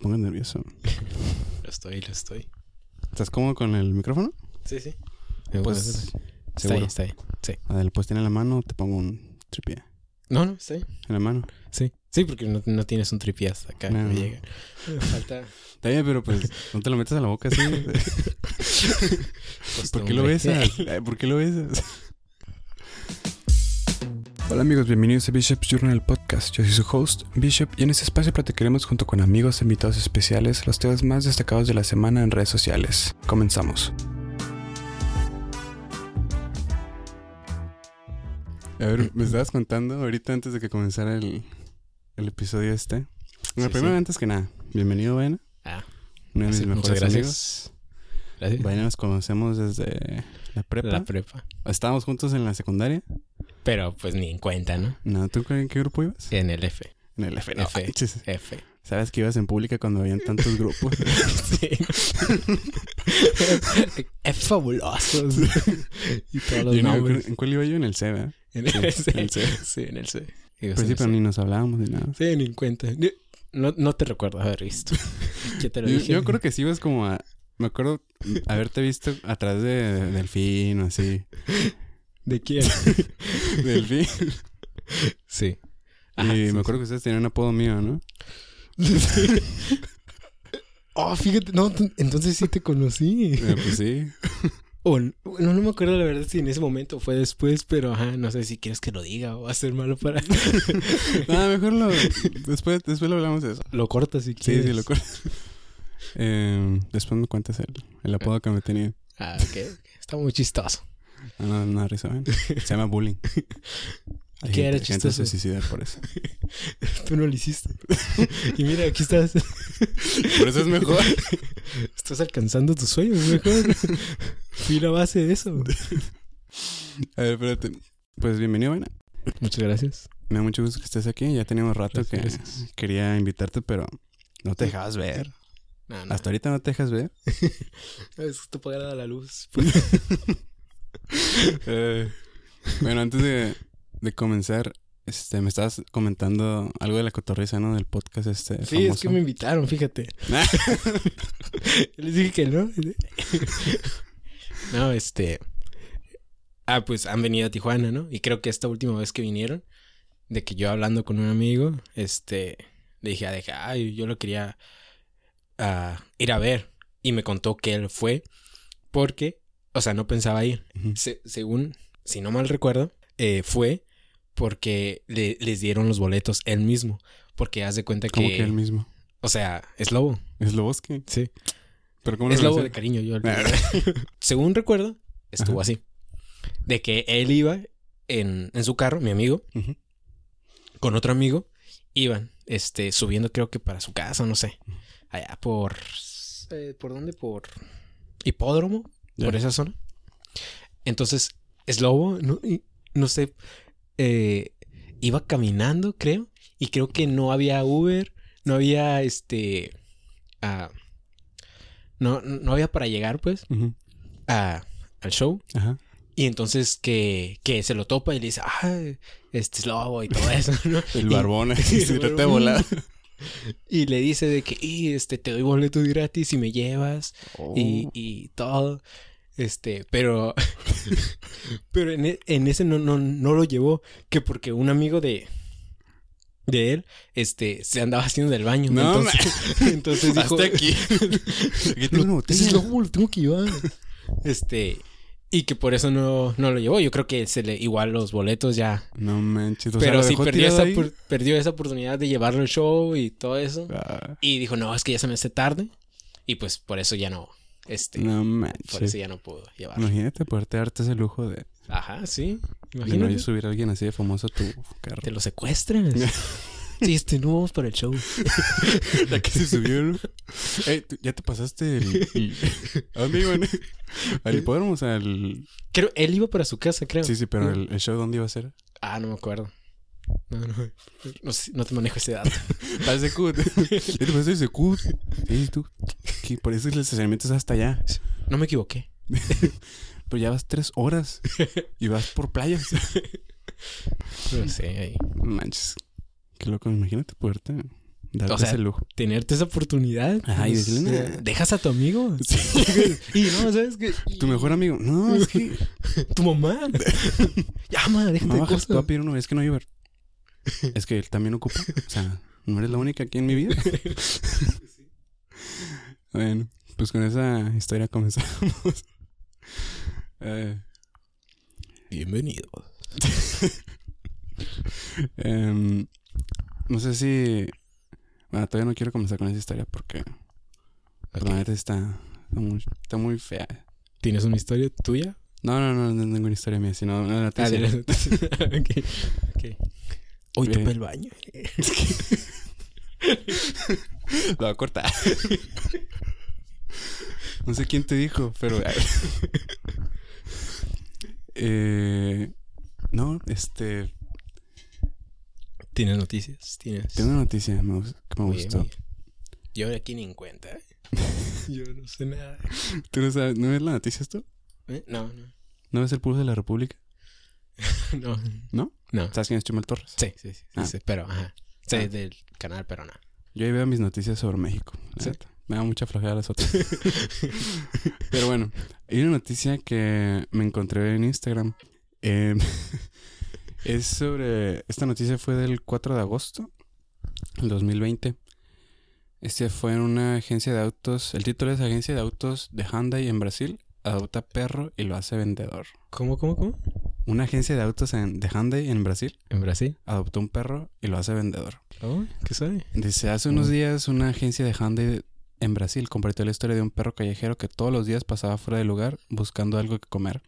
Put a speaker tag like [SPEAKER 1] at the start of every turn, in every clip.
[SPEAKER 1] pongas nervioso.
[SPEAKER 2] Lo estoy, lo estoy.
[SPEAKER 1] ¿Estás cómodo con el micrófono?
[SPEAKER 2] Sí, sí.
[SPEAKER 1] Pues,
[SPEAKER 2] Está ahí,
[SPEAKER 1] seguro.
[SPEAKER 2] está ahí. Sí.
[SPEAKER 1] Adel, pues tiene la mano, te pongo un tripié
[SPEAKER 2] No, no, está ahí.
[SPEAKER 1] en la mano.
[SPEAKER 2] Sí. Sí, porque no, no tienes un tripié hasta acá.
[SPEAKER 1] No.
[SPEAKER 2] No llega. Falta.
[SPEAKER 1] Está bien, pero pues no te lo metas a la boca así.
[SPEAKER 2] Pues
[SPEAKER 1] ¿Por qué lo besas? Ay, ¿Por qué lo besas? Hola amigos, bienvenidos a Bishop's Journal Podcast. Yo soy su host, Bishop, y en este espacio platicaremos junto con amigos e invitados especiales los temas más destacados de la semana en redes sociales. Comenzamos. A ver, me estabas contando ahorita antes de que comenzara el, el episodio este. Bueno,
[SPEAKER 2] Sí,
[SPEAKER 1] primero,
[SPEAKER 2] sí.
[SPEAKER 1] antes que nada, bienvenido, Vaina.
[SPEAKER 2] Ah,
[SPEAKER 1] Uno de mis
[SPEAKER 2] sí, muchas
[SPEAKER 1] mejores amigos.
[SPEAKER 2] gracias. Gracias.
[SPEAKER 1] Vaina nos conocemos desde la prepa.
[SPEAKER 2] La prepa.
[SPEAKER 1] Estábamos juntos en la secundaria.
[SPEAKER 2] Pero pues ni en cuenta, ¿no?
[SPEAKER 1] No, ¿tú en qué grupo ibas?
[SPEAKER 2] En el F.
[SPEAKER 1] En el F. no
[SPEAKER 2] Eh, F.
[SPEAKER 1] manches.
[SPEAKER 2] F.
[SPEAKER 1] Sabes que ibas en pública cuando habían tantos grupos.
[SPEAKER 2] Sí. es fabuloso. y
[SPEAKER 1] Yo
[SPEAKER 2] todos los
[SPEAKER 1] no me
[SPEAKER 2] nombres.
[SPEAKER 1] acuerdo- ¿En cuál iba yo? En el C, ¿verdad?
[SPEAKER 2] En
[SPEAKER 1] el-
[SPEAKER 2] el C.
[SPEAKER 1] el C. Pues
[SPEAKER 2] Sí, en el C.
[SPEAKER 1] Al principio ni nos hablábamos ni nada.
[SPEAKER 2] Sí, ni en cuenta. No, no te recuerdo haber visto. Yo te lo
[SPEAKER 1] Yo,
[SPEAKER 2] dije.
[SPEAKER 1] yo creo que sí ibas como a... Me acuerdo haberte visto atrás de Delfín o así.
[SPEAKER 2] ¿De quién?
[SPEAKER 1] Delfín.
[SPEAKER 2] Sí. Ajá,
[SPEAKER 1] Y
[SPEAKER 2] Ah, sí,
[SPEAKER 1] me acuerdo que ustedes tenían un apodo mío, ¿no?
[SPEAKER 2] sí. oh, fíjate. No, t- entonces sí te conocí.
[SPEAKER 1] Eh, pues sí.
[SPEAKER 2] O n- no, no me acuerdo la verdad si en ese momento o fue después, pero ajá, no sé si quieres que lo diga o va a ser malo para...
[SPEAKER 1] Nada, mejor lo... Después, después lo hablamos de eso.
[SPEAKER 2] lo cortas si
[SPEAKER 1] Sí,
[SPEAKER 2] quieres.
[SPEAKER 1] sí, lo acuerdo. Eh, después me cuentas el,
[SPEAKER 2] Eh.
[SPEAKER 1] el apodo que me tenía.
[SPEAKER 2] Ah, ok. ok. Está muy chistoso.
[SPEAKER 1] No, no, no, risa, ¿ven? Se llama bullying. Hay
[SPEAKER 2] ¿Qué era
[SPEAKER 1] gente- gente
[SPEAKER 2] chistoso?
[SPEAKER 1] se suicida por eso.
[SPEAKER 2] Tú no lo hiciste. y mira, aquí estás.
[SPEAKER 1] Por eso es mejor.
[SPEAKER 2] Estás alcanzando tus sueños, mejor. Fui la base de eso.
[SPEAKER 1] A ver, espérate. Pues bienvenido, Vaina.
[SPEAKER 2] Muchas gracias.
[SPEAKER 1] Me da mucho gusto que estés aquí. Ya teníamos rato que
[SPEAKER 2] Gracias.
[SPEAKER 1] quería invitarte, pero no te dejabas ver.
[SPEAKER 2] No, no.
[SPEAKER 1] Hasta ahorita no te dejas ver.
[SPEAKER 2] Es que tú pagada la luz.
[SPEAKER 1] Eh, bueno, antes de, de comenzar, este, me estabas comentando algo de la cotorriza, ¿no? Del podcast este
[SPEAKER 2] Sí, es
[SPEAKER 1] famoso. Ah,
[SPEAKER 2] que me invitaron, fíjate. Yo Les dije que no. no, este. Ah, pues han venido a Tijuana, ¿no? Y creo que esta última vez que vinieron, de que yo hablando con un amigo, este, le dije, ah, de que, ay, yo lo quería ah, ir a ver. Y me contó que él fue porque, o sea, no pensaba ir.
[SPEAKER 1] Ujú.
[SPEAKER 2] Se- según, si no mal recuerdo, eh, fue porque le- les dieron los boletos él mismo. Porque haz de cuenta que,
[SPEAKER 1] Como que él mismo.
[SPEAKER 2] o sea, es lobo.
[SPEAKER 1] Es Loboski.
[SPEAKER 2] Sí.
[SPEAKER 1] Pero ¿cómo
[SPEAKER 2] Es
[SPEAKER 1] lo Ah.
[SPEAKER 2] lobo de
[SPEAKER 1] conoces?
[SPEAKER 2] cariño, yo. Según recuerdo, estuvo así. De que él iba en, en su carro, mi amigo,
[SPEAKER 1] Ujú.
[SPEAKER 2] con otro amigo, iban este, subiendo creo que para su casa, no sé. Allá por... eh, ¿Por dónde? Por hipódromo,
[SPEAKER 1] Ya.
[SPEAKER 2] por esa zona. Entonces, es lobo, no, y- no sé, eh, iba caminando, creo, y creo que no había Uber, no había este... ah, no, no había para llegar, pues,
[SPEAKER 1] Ujú.
[SPEAKER 2] a- al show.
[SPEAKER 1] Ajá.
[SPEAKER 2] Y entonces que, que se lo topa y le dice, ah, este es lobo y todo eso, ¿no?
[SPEAKER 1] El
[SPEAKER 2] Y-
[SPEAKER 1] barbón.
[SPEAKER 2] Sí,
[SPEAKER 1] se
[SPEAKER 2] el
[SPEAKER 1] trata de
[SPEAKER 2] barbón.
[SPEAKER 1] volar.
[SPEAKER 2] Y le dice de que, y este, te doy boletos gratis y me llevas y,
[SPEAKER 1] Oh.
[SPEAKER 2] y todo. Este, pero, pero en, e- en ese no, no, no lo llevó, que porque un amigo de, de él, este, se andaba haciendo del baño.
[SPEAKER 1] No,
[SPEAKER 2] entonces, entonces dijo,
[SPEAKER 1] Hasta aquí. aquí tengo una botella.
[SPEAKER 2] Ese lobo, lo tengo que llevar. Este, y que por eso no, no lo llevó. Yo creo que se le igual los boletos ya.
[SPEAKER 1] No manches. o sea,
[SPEAKER 2] Pero
[SPEAKER 1] ¿lo
[SPEAKER 2] sí
[SPEAKER 1] dejó
[SPEAKER 2] perdió
[SPEAKER 1] tirado
[SPEAKER 2] esa,
[SPEAKER 1] ahí?
[SPEAKER 2] opor- perdió esa oportunidad de llevarlo al show y todo eso.
[SPEAKER 1] Ah,
[SPEAKER 2] Y dijo, no, es que ya se me hace tarde. Y pues por eso ya no. Este,
[SPEAKER 1] no
[SPEAKER 2] por eso
[SPEAKER 1] manches.
[SPEAKER 2] ya no pudo llevarlo.
[SPEAKER 1] Imagínate poderte darte ese lujo de,
[SPEAKER 2] Ajá, sí.
[SPEAKER 1] de no
[SPEAKER 2] Imagínate.
[SPEAKER 1] subir a alguien así de famoso a tu carro.
[SPEAKER 2] Te lo secuestran. sí, este, no vamos para el show.
[SPEAKER 1] La que se subió, ¿no? Ey, ¿tú- ya te pasaste el... el- ¿A dónde iban? ¿Al hipódromo? O sea, al...
[SPEAKER 2] Creo, él iba para su casa, creo.
[SPEAKER 1] Sí, sí, pero el, el show ¿dónde iba a ser?
[SPEAKER 2] Ah, no me acuerdo. No, no. No, sé, no te manejo ese dato.
[SPEAKER 1] Al Secut. ya te pasaste el Secut. Sí, tú. Que por eso el estacionamiento es hasta allá.
[SPEAKER 2] No me equivoqué.
[SPEAKER 1] Pero ya vas tres horas. Y vas por playas.
[SPEAKER 2] No sé, ahí.
[SPEAKER 1] Manches. Qué loco, imagínate poderte Darte
[SPEAKER 2] O sea,
[SPEAKER 1] ese lujo.
[SPEAKER 2] tenerte esa oportunidad.
[SPEAKER 1] Ajá, y
[SPEAKER 2] pues,
[SPEAKER 1] decirle,
[SPEAKER 2] eh,
[SPEAKER 1] "Nah".
[SPEAKER 2] dejas a tu amigo. y no, ¿sabes qué?
[SPEAKER 1] Tu mejor amigo. No, es que
[SPEAKER 2] Tu mamá. Llama, déjate
[SPEAKER 1] mamá,
[SPEAKER 2] de
[SPEAKER 1] baja, te voy
[SPEAKER 2] cosas.
[SPEAKER 1] a pedir uno. Es que no hay Uber. Es que él también ocupa. O sea, no eres la única aquí en mi vida. Bueno, pues con esa historia comenzamos. Eh,
[SPEAKER 2] Bienvenido.
[SPEAKER 1] em, no sé si... Bueno, todavía no quiero comenzar con esa historia porque... pues, La neta está, está, muy, está muy fea.
[SPEAKER 2] ¿Tienes una historia tuya?
[SPEAKER 1] No, no, no, no es ninguna historia mía, sino una
[SPEAKER 2] Ah,
[SPEAKER 1] noticia.
[SPEAKER 2] de la noticia. ok. okay. Hoy
[SPEAKER 1] Bien.
[SPEAKER 2] topé el baño.
[SPEAKER 1] Lo voy a cortar. no sé quién te dijo, pero. Eh, no, este.
[SPEAKER 2] ¿Tienes noticias? ¿Tienes?
[SPEAKER 1] Tengo una noticia me gus- que me
[SPEAKER 2] Muy
[SPEAKER 1] gustó.
[SPEAKER 2] bien. Yo aquí ni en cuenta. ¿eh? Yo no sé nada.
[SPEAKER 1] ¿Tú no sabes? ¿No ves la noticia esto?
[SPEAKER 2] ¿Eh? No, no.
[SPEAKER 1] ¿No ves el pulso de la República?
[SPEAKER 2] No.
[SPEAKER 1] ¿No?
[SPEAKER 2] No.
[SPEAKER 1] ¿Sabes quién es Chumel Torres?
[SPEAKER 2] Sí, sí, sí.
[SPEAKER 1] Ah.
[SPEAKER 2] sí, pero, ajá. Sí,
[SPEAKER 1] Ah.
[SPEAKER 2] del canal, pero no.
[SPEAKER 1] Yo ahí veo mis noticias sobre México. la
[SPEAKER 2] Sí.
[SPEAKER 1] neta. Me da mucha flojera las otras. Pero bueno, hay una noticia que me encontré en Instagram. Eh, es sobre. Esta noticia fue del 4 de agosto del 2020. Este fue en una agencia de autos. El título es Agencia de Autos de Hyundai en Brasil. Adopta perro y lo hace vendedor.
[SPEAKER 2] ¿Cómo, cómo, cómo?
[SPEAKER 1] Una agencia de autos en- de Hyundai en Brasil
[SPEAKER 2] ¿En Brasil?
[SPEAKER 1] adoptó un perro y lo hace vendedor.
[SPEAKER 2] Oh, ¿Qué sabe?
[SPEAKER 1] Dice, hace unos días una agencia de Hyundai en Brasil compartió la historia de un perro callejero que todos los días pasaba fuera del lugar buscando algo que comer,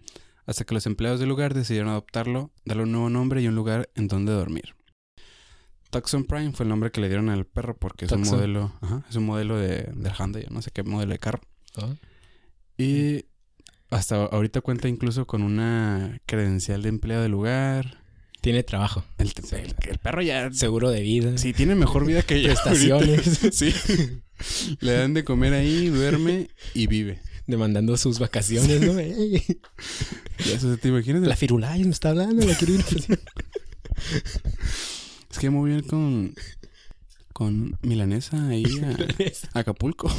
[SPEAKER 1] hasta que los empleados del lugar decidieron adoptarlo, darle un nuevo nombre y un lugar en donde dormir. Tucson Prime fue el nombre que le dieron al perro porque es
[SPEAKER 2] Tucson.
[SPEAKER 1] un modelo, ajá, es un modelo de, del Hyundai, no sé qué modelo de carro.
[SPEAKER 2] Oh.
[SPEAKER 1] Y hasta ahorita cuenta incluso con una credencial de empleo del lugar.
[SPEAKER 2] Tiene trabajo.
[SPEAKER 1] El, el- el perro ya
[SPEAKER 2] Seguro de vida.
[SPEAKER 1] Sí, tiene mejor vida que yo.
[SPEAKER 2] Prestaciones.
[SPEAKER 1] ahorita. Sí. Le dan de comer ahí, duerme y vive.
[SPEAKER 2] Demandando sus vacaciones, ¿no? Ey,
[SPEAKER 1] Ya, o sea, ¿Te imaginas?
[SPEAKER 2] la Firulais me está hablando, la quiero ir a presentar.
[SPEAKER 1] Es que muy bien con, con Milanesa ahí
[SPEAKER 2] Ah,
[SPEAKER 1] a Acapulco.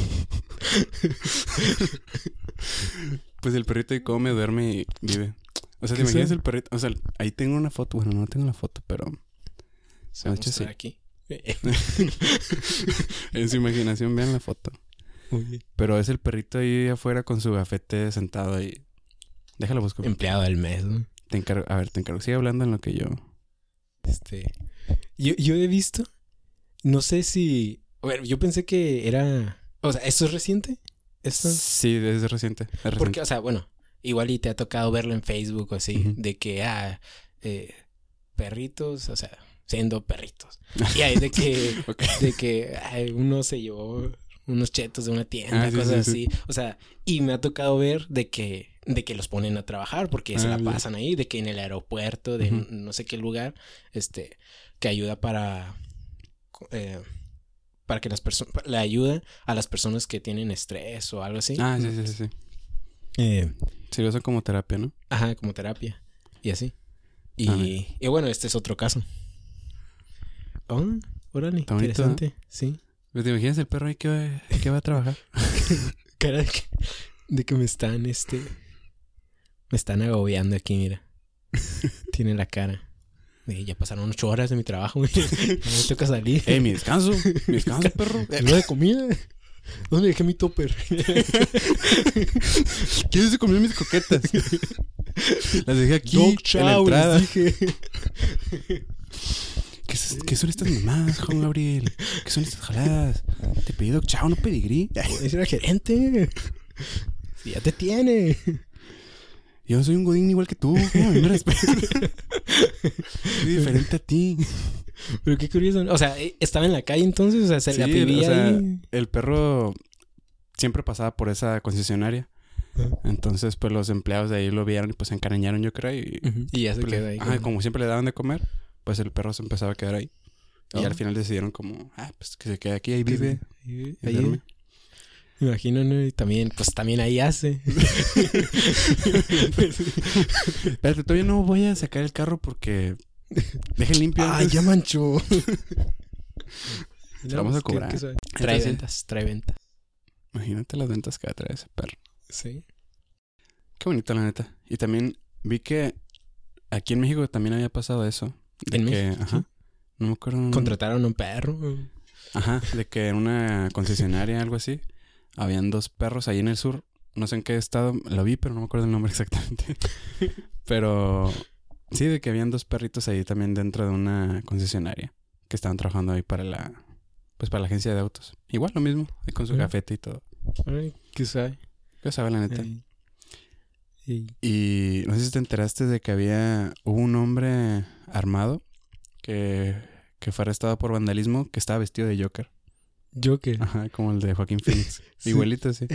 [SPEAKER 1] pues el perrito ahí come, duerme y vive. O sea, ¿te
[SPEAKER 2] ¿Qué
[SPEAKER 1] imaginas
[SPEAKER 2] sea?
[SPEAKER 1] el perrito? O sea, ahí tengo una foto. Bueno, no tengo la foto, pero
[SPEAKER 2] Se va a
[SPEAKER 1] Noche, sí.
[SPEAKER 2] mostrar aquí. Eh,
[SPEAKER 1] en su imaginación vean la foto.
[SPEAKER 2] muy bien.
[SPEAKER 1] Pero es el perrito ahí afuera con su gafete sentado ahí. Déjalo busco.
[SPEAKER 2] Empleado del mes, ¿no?
[SPEAKER 1] Te encargo, a ver, te encargo. Sigue hablando en lo que yo.
[SPEAKER 2] Este. Yo, yo he visto. No sé si. A ver, yo pensé que era. O sea, ¿esto es reciente? ¿Esto?
[SPEAKER 1] Sí, es reciente. es reciente.
[SPEAKER 2] Porque, o sea, bueno, igual y te ha tocado verlo en Facebook o así,
[SPEAKER 1] Ujú.
[SPEAKER 2] de que, ah, eh, perritos, o sea, siendo perritos. Y ahí de que,
[SPEAKER 1] Ok.
[SPEAKER 2] de que ay, uno se llevó unos chetos de una tienda,
[SPEAKER 1] Ah, sí,
[SPEAKER 2] cosas
[SPEAKER 1] sí, sí.
[SPEAKER 2] así. O sea, y me ha tocado ver de que, de que los ponen a trabajar porque se
[SPEAKER 1] Ah,
[SPEAKER 2] la
[SPEAKER 1] ya.
[SPEAKER 2] pasan ahí, de que en el aeropuerto, de
[SPEAKER 1] Ujú.
[SPEAKER 2] no sé qué lugar, este, que ayuda para... eh, para que las personas, la ayuda a las personas que tienen estrés o algo así.
[SPEAKER 1] Ah, sí, sí, sí. sí.
[SPEAKER 2] Eh,
[SPEAKER 1] Sí, lo usan como terapia, ¿no?
[SPEAKER 2] Ajá, como terapia. Y así. Y,
[SPEAKER 1] Ah,
[SPEAKER 2] y bueno, este es otro caso. Oh, ¿eh? órale,
[SPEAKER 1] Está bonito,
[SPEAKER 2] interesante. Sí.
[SPEAKER 1] Pero Pues, ¿Te imaginas el perro ahí que va, que va a trabajar?
[SPEAKER 2] Cara de que, de que me están, este. Me están agobiando aquí, mira. Tiene la cara. De, ya pasaron ocho horas de mi trabajo, güey. Ya Me toca salir.
[SPEAKER 1] ¡Eh, mi descanso! ¡Mi descanso, perro!
[SPEAKER 2] ¿No de comida? ¿Dónde dejé mi topper?
[SPEAKER 1] ¿Quién se comió mis coquetas? Las dejé aquí,
[SPEAKER 2] Dog
[SPEAKER 1] en la
[SPEAKER 2] chao,
[SPEAKER 1] entrada.
[SPEAKER 2] les dije.
[SPEAKER 1] ¿Qué, es- qué son estas mamadas, Juan Gabriel? ¿Qué son estas jaladas? Te pedí dog chao, no pedigrí.
[SPEAKER 2] Es el gerente. Sí, ya te tiene.
[SPEAKER 1] Yo soy un godín igual que tú. ¿cómo me respetas? Soy diferente a ti.
[SPEAKER 2] Pero qué curioso. O sea, eh, estaba en la calle entonces, o sea, se la
[SPEAKER 1] Sí, o
[SPEAKER 2] vivía
[SPEAKER 1] sea,
[SPEAKER 2] ahí.
[SPEAKER 1] el perro siempre pasaba por esa concesionaria.
[SPEAKER 2] Ajá.
[SPEAKER 1] Entonces, pues los empleados de ahí lo vieron y pues se encarañaron, yo creo. Y
[SPEAKER 2] Y ya se
[SPEAKER 1] pues,
[SPEAKER 2] quedó
[SPEAKER 1] le-
[SPEAKER 2] ahí.
[SPEAKER 1] ajá, como siempre le daban de comer, pues el perro se empezaba a quedar ahí. Y
[SPEAKER 2] Ah.
[SPEAKER 1] al final decidieron como, ah, pues Oh. que se quede aquí, ahí vive.
[SPEAKER 2] Ahí,
[SPEAKER 1] y duerme.
[SPEAKER 2] me imagino, ¿no? Y también, pues también ahí hace.
[SPEAKER 1] Espérate, todavía no voy a sacar el
[SPEAKER 2] Ah,
[SPEAKER 1] carro porque... Dejen limpio
[SPEAKER 2] Ay,
[SPEAKER 1] antes.
[SPEAKER 2] ya manchó.
[SPEAKER 1] Se la vamos a cobrar.
[SPEAKER 2] Trae
[SPEAKER 1] Entonces-
[SPEAKER 2] ventas, trae ventas.
[SPEAKER 1] Imagínate las ventas que va a traer ese perro.
[SPEAKER 2] Sí.
[SPEAKER 1] Qué bonito, la neta. Y también vi que aquí en México también había pasado eso. De Mm.
[SPEAKER 2] ¿En
[SPEAKER 1] que,
[SPEAKER 2] México?
[SPEAKER 1] Ajá. No me acuerdo.
[SPEAKER 2] Contrataron a un perro.
[SPEAKER 1] Ajá, de que en una concesionaria, algo así, habían dos perros ahí en el sur. No sé en qué estado, lo vi, pero no me acuerdo el nombre exactamente. Pero sí, de que habían dos perritos ahí también dentro de una concesionaria que estaban trabajando ahí para la, pues para la agencia de autos. Igual lo mismo, ahí con su
[SPEAKER 2] Ujú.
[SPEAKER 1] gafete y todo.
[SPEAKER 2] Ay, ¿Qué sabe?
[SPEAKER 1] Yo sabe la neta.
[SPEAKER 2] Ay. Y-
[SPEAKER 1] Y no sé si te enteraste de que había, hubo un hombre armado que, que fue arrestado por vandalismo que estaba vestido de Joker.
[SPEAKER 2] Yo que.
[SPEAKER 1] Ajá, como el de Joaquín Phoenix.
[SPEAKER 2] Sí.
[SPEAKER 1] Igualito, sí.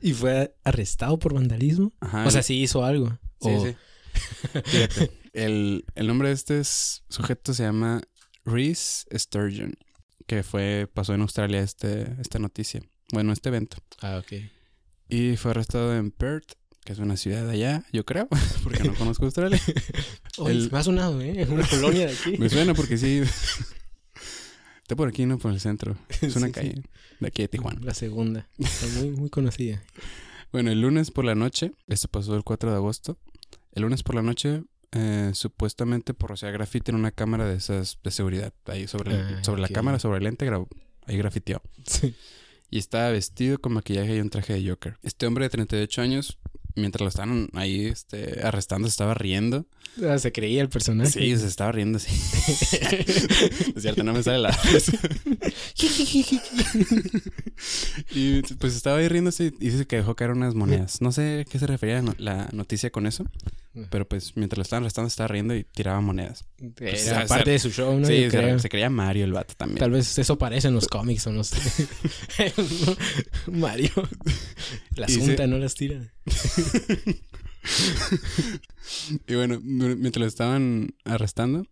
[SPEAKER 2] Y fue arrestado por vandalismo.
[SPEAKER 1] Ajá.
[SPEAKER 2] O sea, sí hizo algo.
[SPEAKER 1] Ah, sí,
[SPEAKER 2] O-
[SPEAKER 1] sí. Fíjate, el, el nombre de este es- sujeto se llama Reese Sturgeon, que fue, pasó en Australia este, esta noticia, bueno, este evento.
[SPEAKER 2] Ah, ok.
[SPEAKER 1] Y fue arrestado en Perth, que es una ciudad de allá, yo creo, porque no conozco Australia.
[SPEAKER 2] Oye,
[SPEAKER 1] El-
[SPEAKER 2] me ha sonado, ¿eh? Es una colonia de aquí.
[SPEAKER 1] Me suena porque sí. Está por aquí, no por el centro. Es una
[SPEAKER 2] Sí, sí.
[SPEAKER 1] calle de aquí de Tijuana.
[SPEAKER 2] La segunda. Está muy, muy conocida.
[SPEAKER 1] Bueno, el lunes por la noche, esto pasó el 4 de agosto, el lunes por la noche, eh, supuestamente por rociar grafiti en una cámara de esas de seguridad, ahí sobre, el-
[SPEAKER 2] Ah,
[SPEAKER 1] sobre
[SPEAKER 2] ok.
[SPEAKER 1] la cámara, sobre el lente, grabó, ahí grafiteó.
[SPEAKER 2] Sí.
[SPEAKER 1] Y estaba vestido con maquillaje y un traje de Joker. Este hombre de 38 años, mientras lo estaban ahí este, arrestando, se estaba riendo.
[SPEAKER 2] Ah, se creía el personaje.
[SPEAKER 1] Sí, se estaba riendo, sí. es cierto, no me sale la... Y pues estaba ahí riéndose y dice que dejó caer unas monedas. No sé a qué se refería no- la noticia con eso, pero pues mientras lo estaban arrestando estaba riendo y tiraba monedas. Pues,
[SPEAKER 2] Era
[SPEAKER 1] o sea,
[SPEAKER 2] parte de su show, ¿no?
[SPEAKER 1] sí,
[SPEAKER 2] Yo
[SPEAKER 1] se,
[SPEAKER 2] creo.
[SPEAKER 1] se creía Mario el vato también.
[SPEAKER 2] Tal vez eso parece en los cómics o no sé. Mario. La
[SPEAKER 1] Y se-
[SPEAKER 2] asunta no las tira.
[SPEAKER 1] Y bueno, dur- mientras lo estaban arrestando,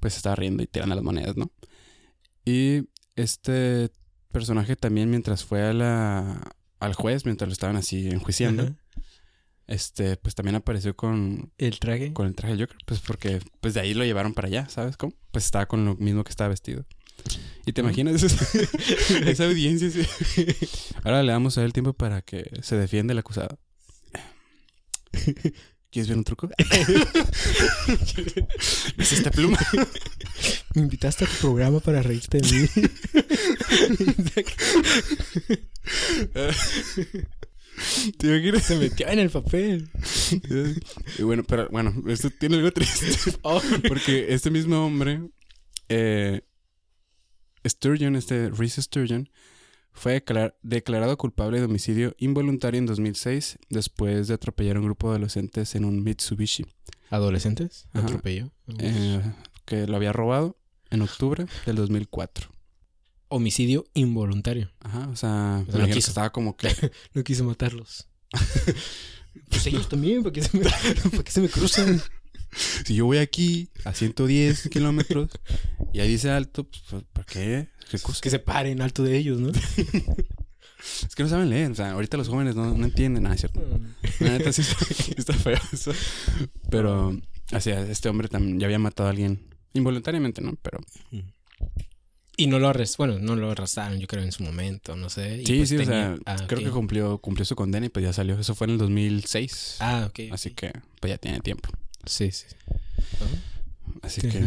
[SPEAKER 1] pues estaba riendo y tirando las monedas, ¿no? Y este personaje también mientras fue a la, al juez, mientras lo estaban así enjuiciando,
[SPEAKER 2] Ajá.
[SPEAKER 1] este pues también apareció con,
[SPEAKER 2] El traje.
[SPEAKER 1] con el traje de Joker, pues porque pues de ahí lo llevaron para allá, ¿sabes cómo? Pues estaba con lo mismo que estaba vestido. Y te
[SPEAKER 2] Ah.
[SPEAKER 1] imaginas esa, esa audiencia. sí. Ahora le damos a él tiempo para que se defienda el acusado. ¿Quieres ver un truco? ¿Ves esta pluma?
[SPEAKER 2] Me invitaste a tu programa para reírte de mí.
[SPEAKER 1] ¿Te imaginas?
[SPEAKER 2] se metió en el papel.
[SPEAKER 1] Y bueno, pero bueno, esto tiene algo triste.
[SPEAKER 2] Oh,
[SPEAKER 1] Porque este mismo hombre, eh, Sturgeon, este Reese Sturgeon, fue declar- declarado culpable de homicidio involuntario en 2006 después de atropellar a un grupo de adolescentes en un Mitsubishi
[SPEAKER 2] ¿Adolescentes?
[SPEAKER 1] Ajá.
[SPEAKER 2] Atropello.
[SPEAKER 1] eh, que lo había robado en octubre del 2004.
[SPEAKER 2] Homicidio involuntario.
[SPEAKER 1] Ajá, o sea,
[SPEAKER 2] lo
[SPEAKER 1] me imagino que
[SPEAKER 2] quiso.
[SPEAKER 1] estaba como que...
[SPEAKER 2] No quiso matarlos. pues ellos también, ¿para qué se me, para qué se me cruzan?
[SPEAKER 1] Si yo voy aquí a 110 kilómetros y ahí dice alto, pues, ¿para qué? ¿Qué cosa?
[SPEAKER 2] Pues que se paren alto de ellos, ¿no?
[SPEAKER 1] Es que no saben leer, o sea, ahorita los jóvenes no, no entienden nada, ¿cierto? La neta sí está, está feo eso. Pero, así, este hombre también ya había matado a alguien. Involuntariamente, ¿no? Pero
[SPEAKER 2] Y no lo arrestaron, bueno, no lo arrastraron, yo creo, en su momento, no sé. y
[SPEAKER 1] sí,
[SPEAKER 2] pues
[SPEAKER 1] sí, o
[SPEAKER 2] tenía-
[SPEAKER 1] sea,
[SPEAKER 2] ah,
[SPEAKER 1] creo
[SPEAKER 2] ok.
[SPEAKER 1] que cumplió, cumplió su condena y pues ya salió. Eso fue en el 2006.
[SPEAKER 2] Ah, ok.
[SPEAKER 1] así que, pues ya tiene tiempo.
[SPEAKER 2] Sí, sí.
[SPEAKER 1] Así
[SPEAKER 2] Ajá.
[SPEAKER 1] que,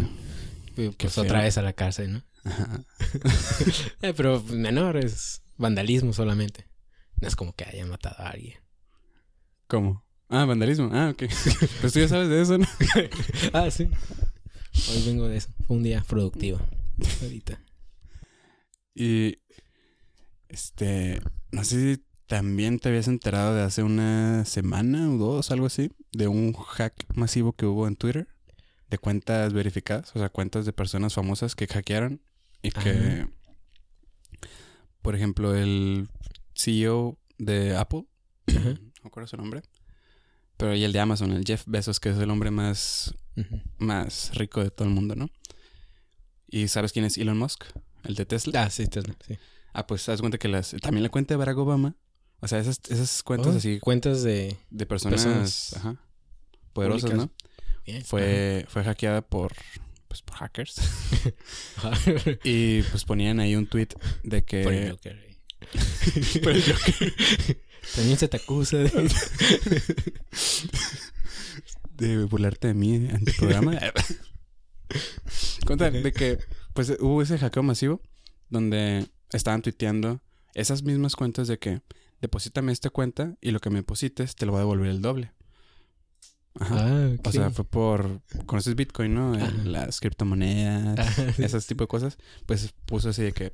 [SPEAKER 2] Pues
[SPEAKER 1] Qué feo.
[SPEAKER 2] otra vez a la cárcel, ¿no?
[SPEAKER 1] ajá.
[SPEAKER 2] Eh, pero pues, menor es vandalismo solamente. No es como que hayan matado a alguien.
[SPEAKER 1] ¿Cómo? Ah, vandalismo. Ah, ok. pues tú ya sabes de eso, ¿no?
[SPEAKER 2] ah, sí. Hoy vengo de eso. Fue un día productivo. Ahorita.
[SPEAKER 1] Y, este, no sé si también te habías enterado de hace una semana o dos, algo así, de un hack masivo que hubo en Twitter de cuentas verificadas, o sea, cuentas de personas famosas que hackearon y que,
[SPEAKER 2] Ajá.
[SPEAKER 1] por ejemplo, el CEO de Apple,
[SPEAKER 2] Ajá.
[SPEAKER 1] no me acuerdo su nombre, pero y el de Amazon, el Jeff Bezos, que es el hombre más,
[SPEAKER 2] Ujú.
[SPEAKER 1] más rico de todo el mundo, ¿no? ¿Y sabes quién es Elon Musk? El de Tesla.
[SPEAKER 2] Ah, sí, estás mal, sí.
[SPEAKER 1] Ah, pues te das cuenta que las, también la cuenta de Barack Obama. O sea, esas, esas cuentas
[SPEAKER 2] Oh,
[SPEAKER 1] así
[SPEAKER 2] Cuentas de...
[SPEAKER 1] de personas,
[SPEAKER 2] personas
[SPEAKER 1] ajá, poderosas,
[SPEAKER 2] públicas.
[SPEAKER 1] ¿no? Fue, fue hackeada por, pues, pues por hackers. y pues ponían ahí un tweet de que.
[SPEAKER 2] Por el Joker, güey.
[SPEAKER 1] Por el Joker.
[SPEAKER 2] También se te acusa de...
[SPEAKER 1] de burlarte de mí en tu programa.
[SPEAKER 2] eh,
[SPEAKER 1] Cuenta de que pues hubo ese hackeo masivo donde estaban tuiteando esas mismas cuentas de que deposítame esta cuenta y lo que me deposites te lo voy a devolver el doble. Ajá.
[SPEAKER 2] Ah, ok.
[SPEAKER 1] O sea, fue por... Conoces Bitcoin, ¿no?
[SPEAKER 2] Ajá.
[SPEAKER 1] Las criptomonedas,
[SPEAKER 2] Ah, sí.
[SPEAKER 1] esas tipo de cosas. Pues puso así de que...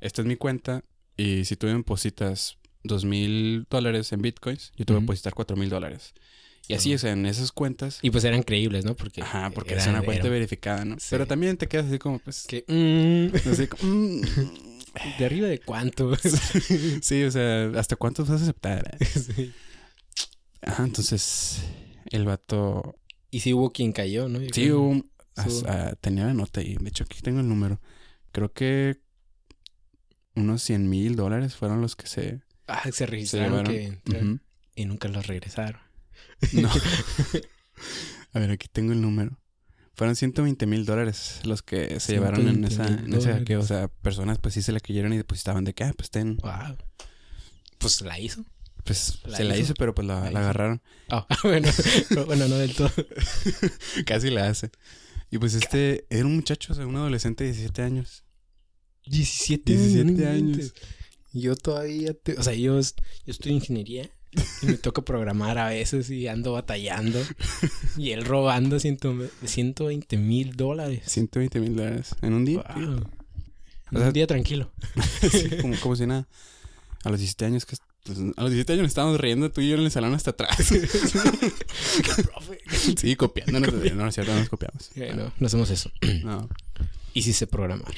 [SPEAKER 1] Esta es mi cuenta y si tú me depositas dos mil dólares en Bitcoins, yo te voy a
[SPEAKER 2] Ujú.
[SPEAKER 1] depositar cuatro mil dólares. Y así,
[SPEAKER 2] Ah.
[SPEAKER 1] o sea, en esas cuentas...
[SPEAKER 2] Y pues eran creíbles, ¿no? Porque...
[SPEAKER 1] Ajá, porque
[SPEAKER 2] era-
[SPEAKER 1] es una
[SPEAKER 2] era-
[SPEAKER 1] cuenta verificada, ¿no?
[SPEAKER 2] Sí.
[SPEAKER 1] Pero también te quedas así como, pues...
[SPEAKER 2] Que... mm,
[SPEAKER 1] Así como, mm.
[SPEAKER 2] ¿De arriba de cuánto?
[SPEAKER 1] sí, o sea, ¿hasta cuántos vas a aceptar? eh?
[SPEAKER 2] Sí.
[SPEAKER 1] Ajá, entonces... El vato...
[SPEAKER 2] Y sí hubo quien cayó, ¿no? Yo
[SPEAKER 1] Sí,
[SPEAKER 2] creo.
[SPEAKER 1] hubo un- as-
[SPEAKER 2] Su-
[SPEAKER 1] ah, tenía la nota ahí. De hecho, aquí tengo el número. Creo que unos 100 mil dólares fueron los que se,
[SPEAKER 2] Ah, se
[SPEAKER 1] se
[SPEAKER 2] registraron
[SPEAKER 1] llevaron.
[SPEAKER 2] que entraron
[SPEAKER 1] Ujú.
[SPEAKER 2] y nunca los regresaron.
[SPEAKER 1] No. A ver, aquí tengo el número. Fueron 120 mil dólares los que se llevaron en,
[SPEAKER 2] 120,000
[SPEAKER 1] esa, en ese hackeo. O sea, personas pues sí se la creyeron y depositaban de que, ah, pues ten.
[SPEAKER 2] Wow. Pues la hizo.
[SPEAKER 1] Pues
[SPEAKER 2] ¿La
[SPEAKER 1] se la
[SPEAKER 2] hizo?
[SPEAKER 1] hizo, pero pues la,
[SPEAKER 2] La
[SPEAKER 1] la
[SPEAKER 2] hizo.
[SPEAKER 1] agarraron.
[SPEAKER 2] Ah, bueno, no, bueno, no del todo.
[SPEAKER 1] Casi la hace. Y pues este era un muchacho, o sea, un adolescente de 17 años.
[SPEAKER 2] 17,
[SPEAKER 1] años, no
[SPEAKER 2] 17
[SPEAKER 1] inventes.
[SPEAKER 2] años. Yo todavía, te- o sea, yo, es- yo estudio ingeniería y me toca programar a veces y ando batallando y él robando ciento, 120 mil dólares.
[SPEAKER 1] 120 mil dólares en un día. tío.
[SPEAKER 2] Wow.
[SPEAKER 1] O sea-
[SPEAKER 2] Un día tranquilo.
[SPEAKER 1] Sí, como, como si nada. A los 17 años que... pues, a los 17 años nos estábamos riendo tú y yo en el salón hasta atrás.
[SPEAKER 2] Profe.
[SPEAKER 1] sí, copiándonos. No, no es cierto, no nos copiamos.
[SPEAKER 2] Eh, no, no hacemos eso.
[SPEAKER 1] No.
[SPEAKER 2] Y sí sé programar.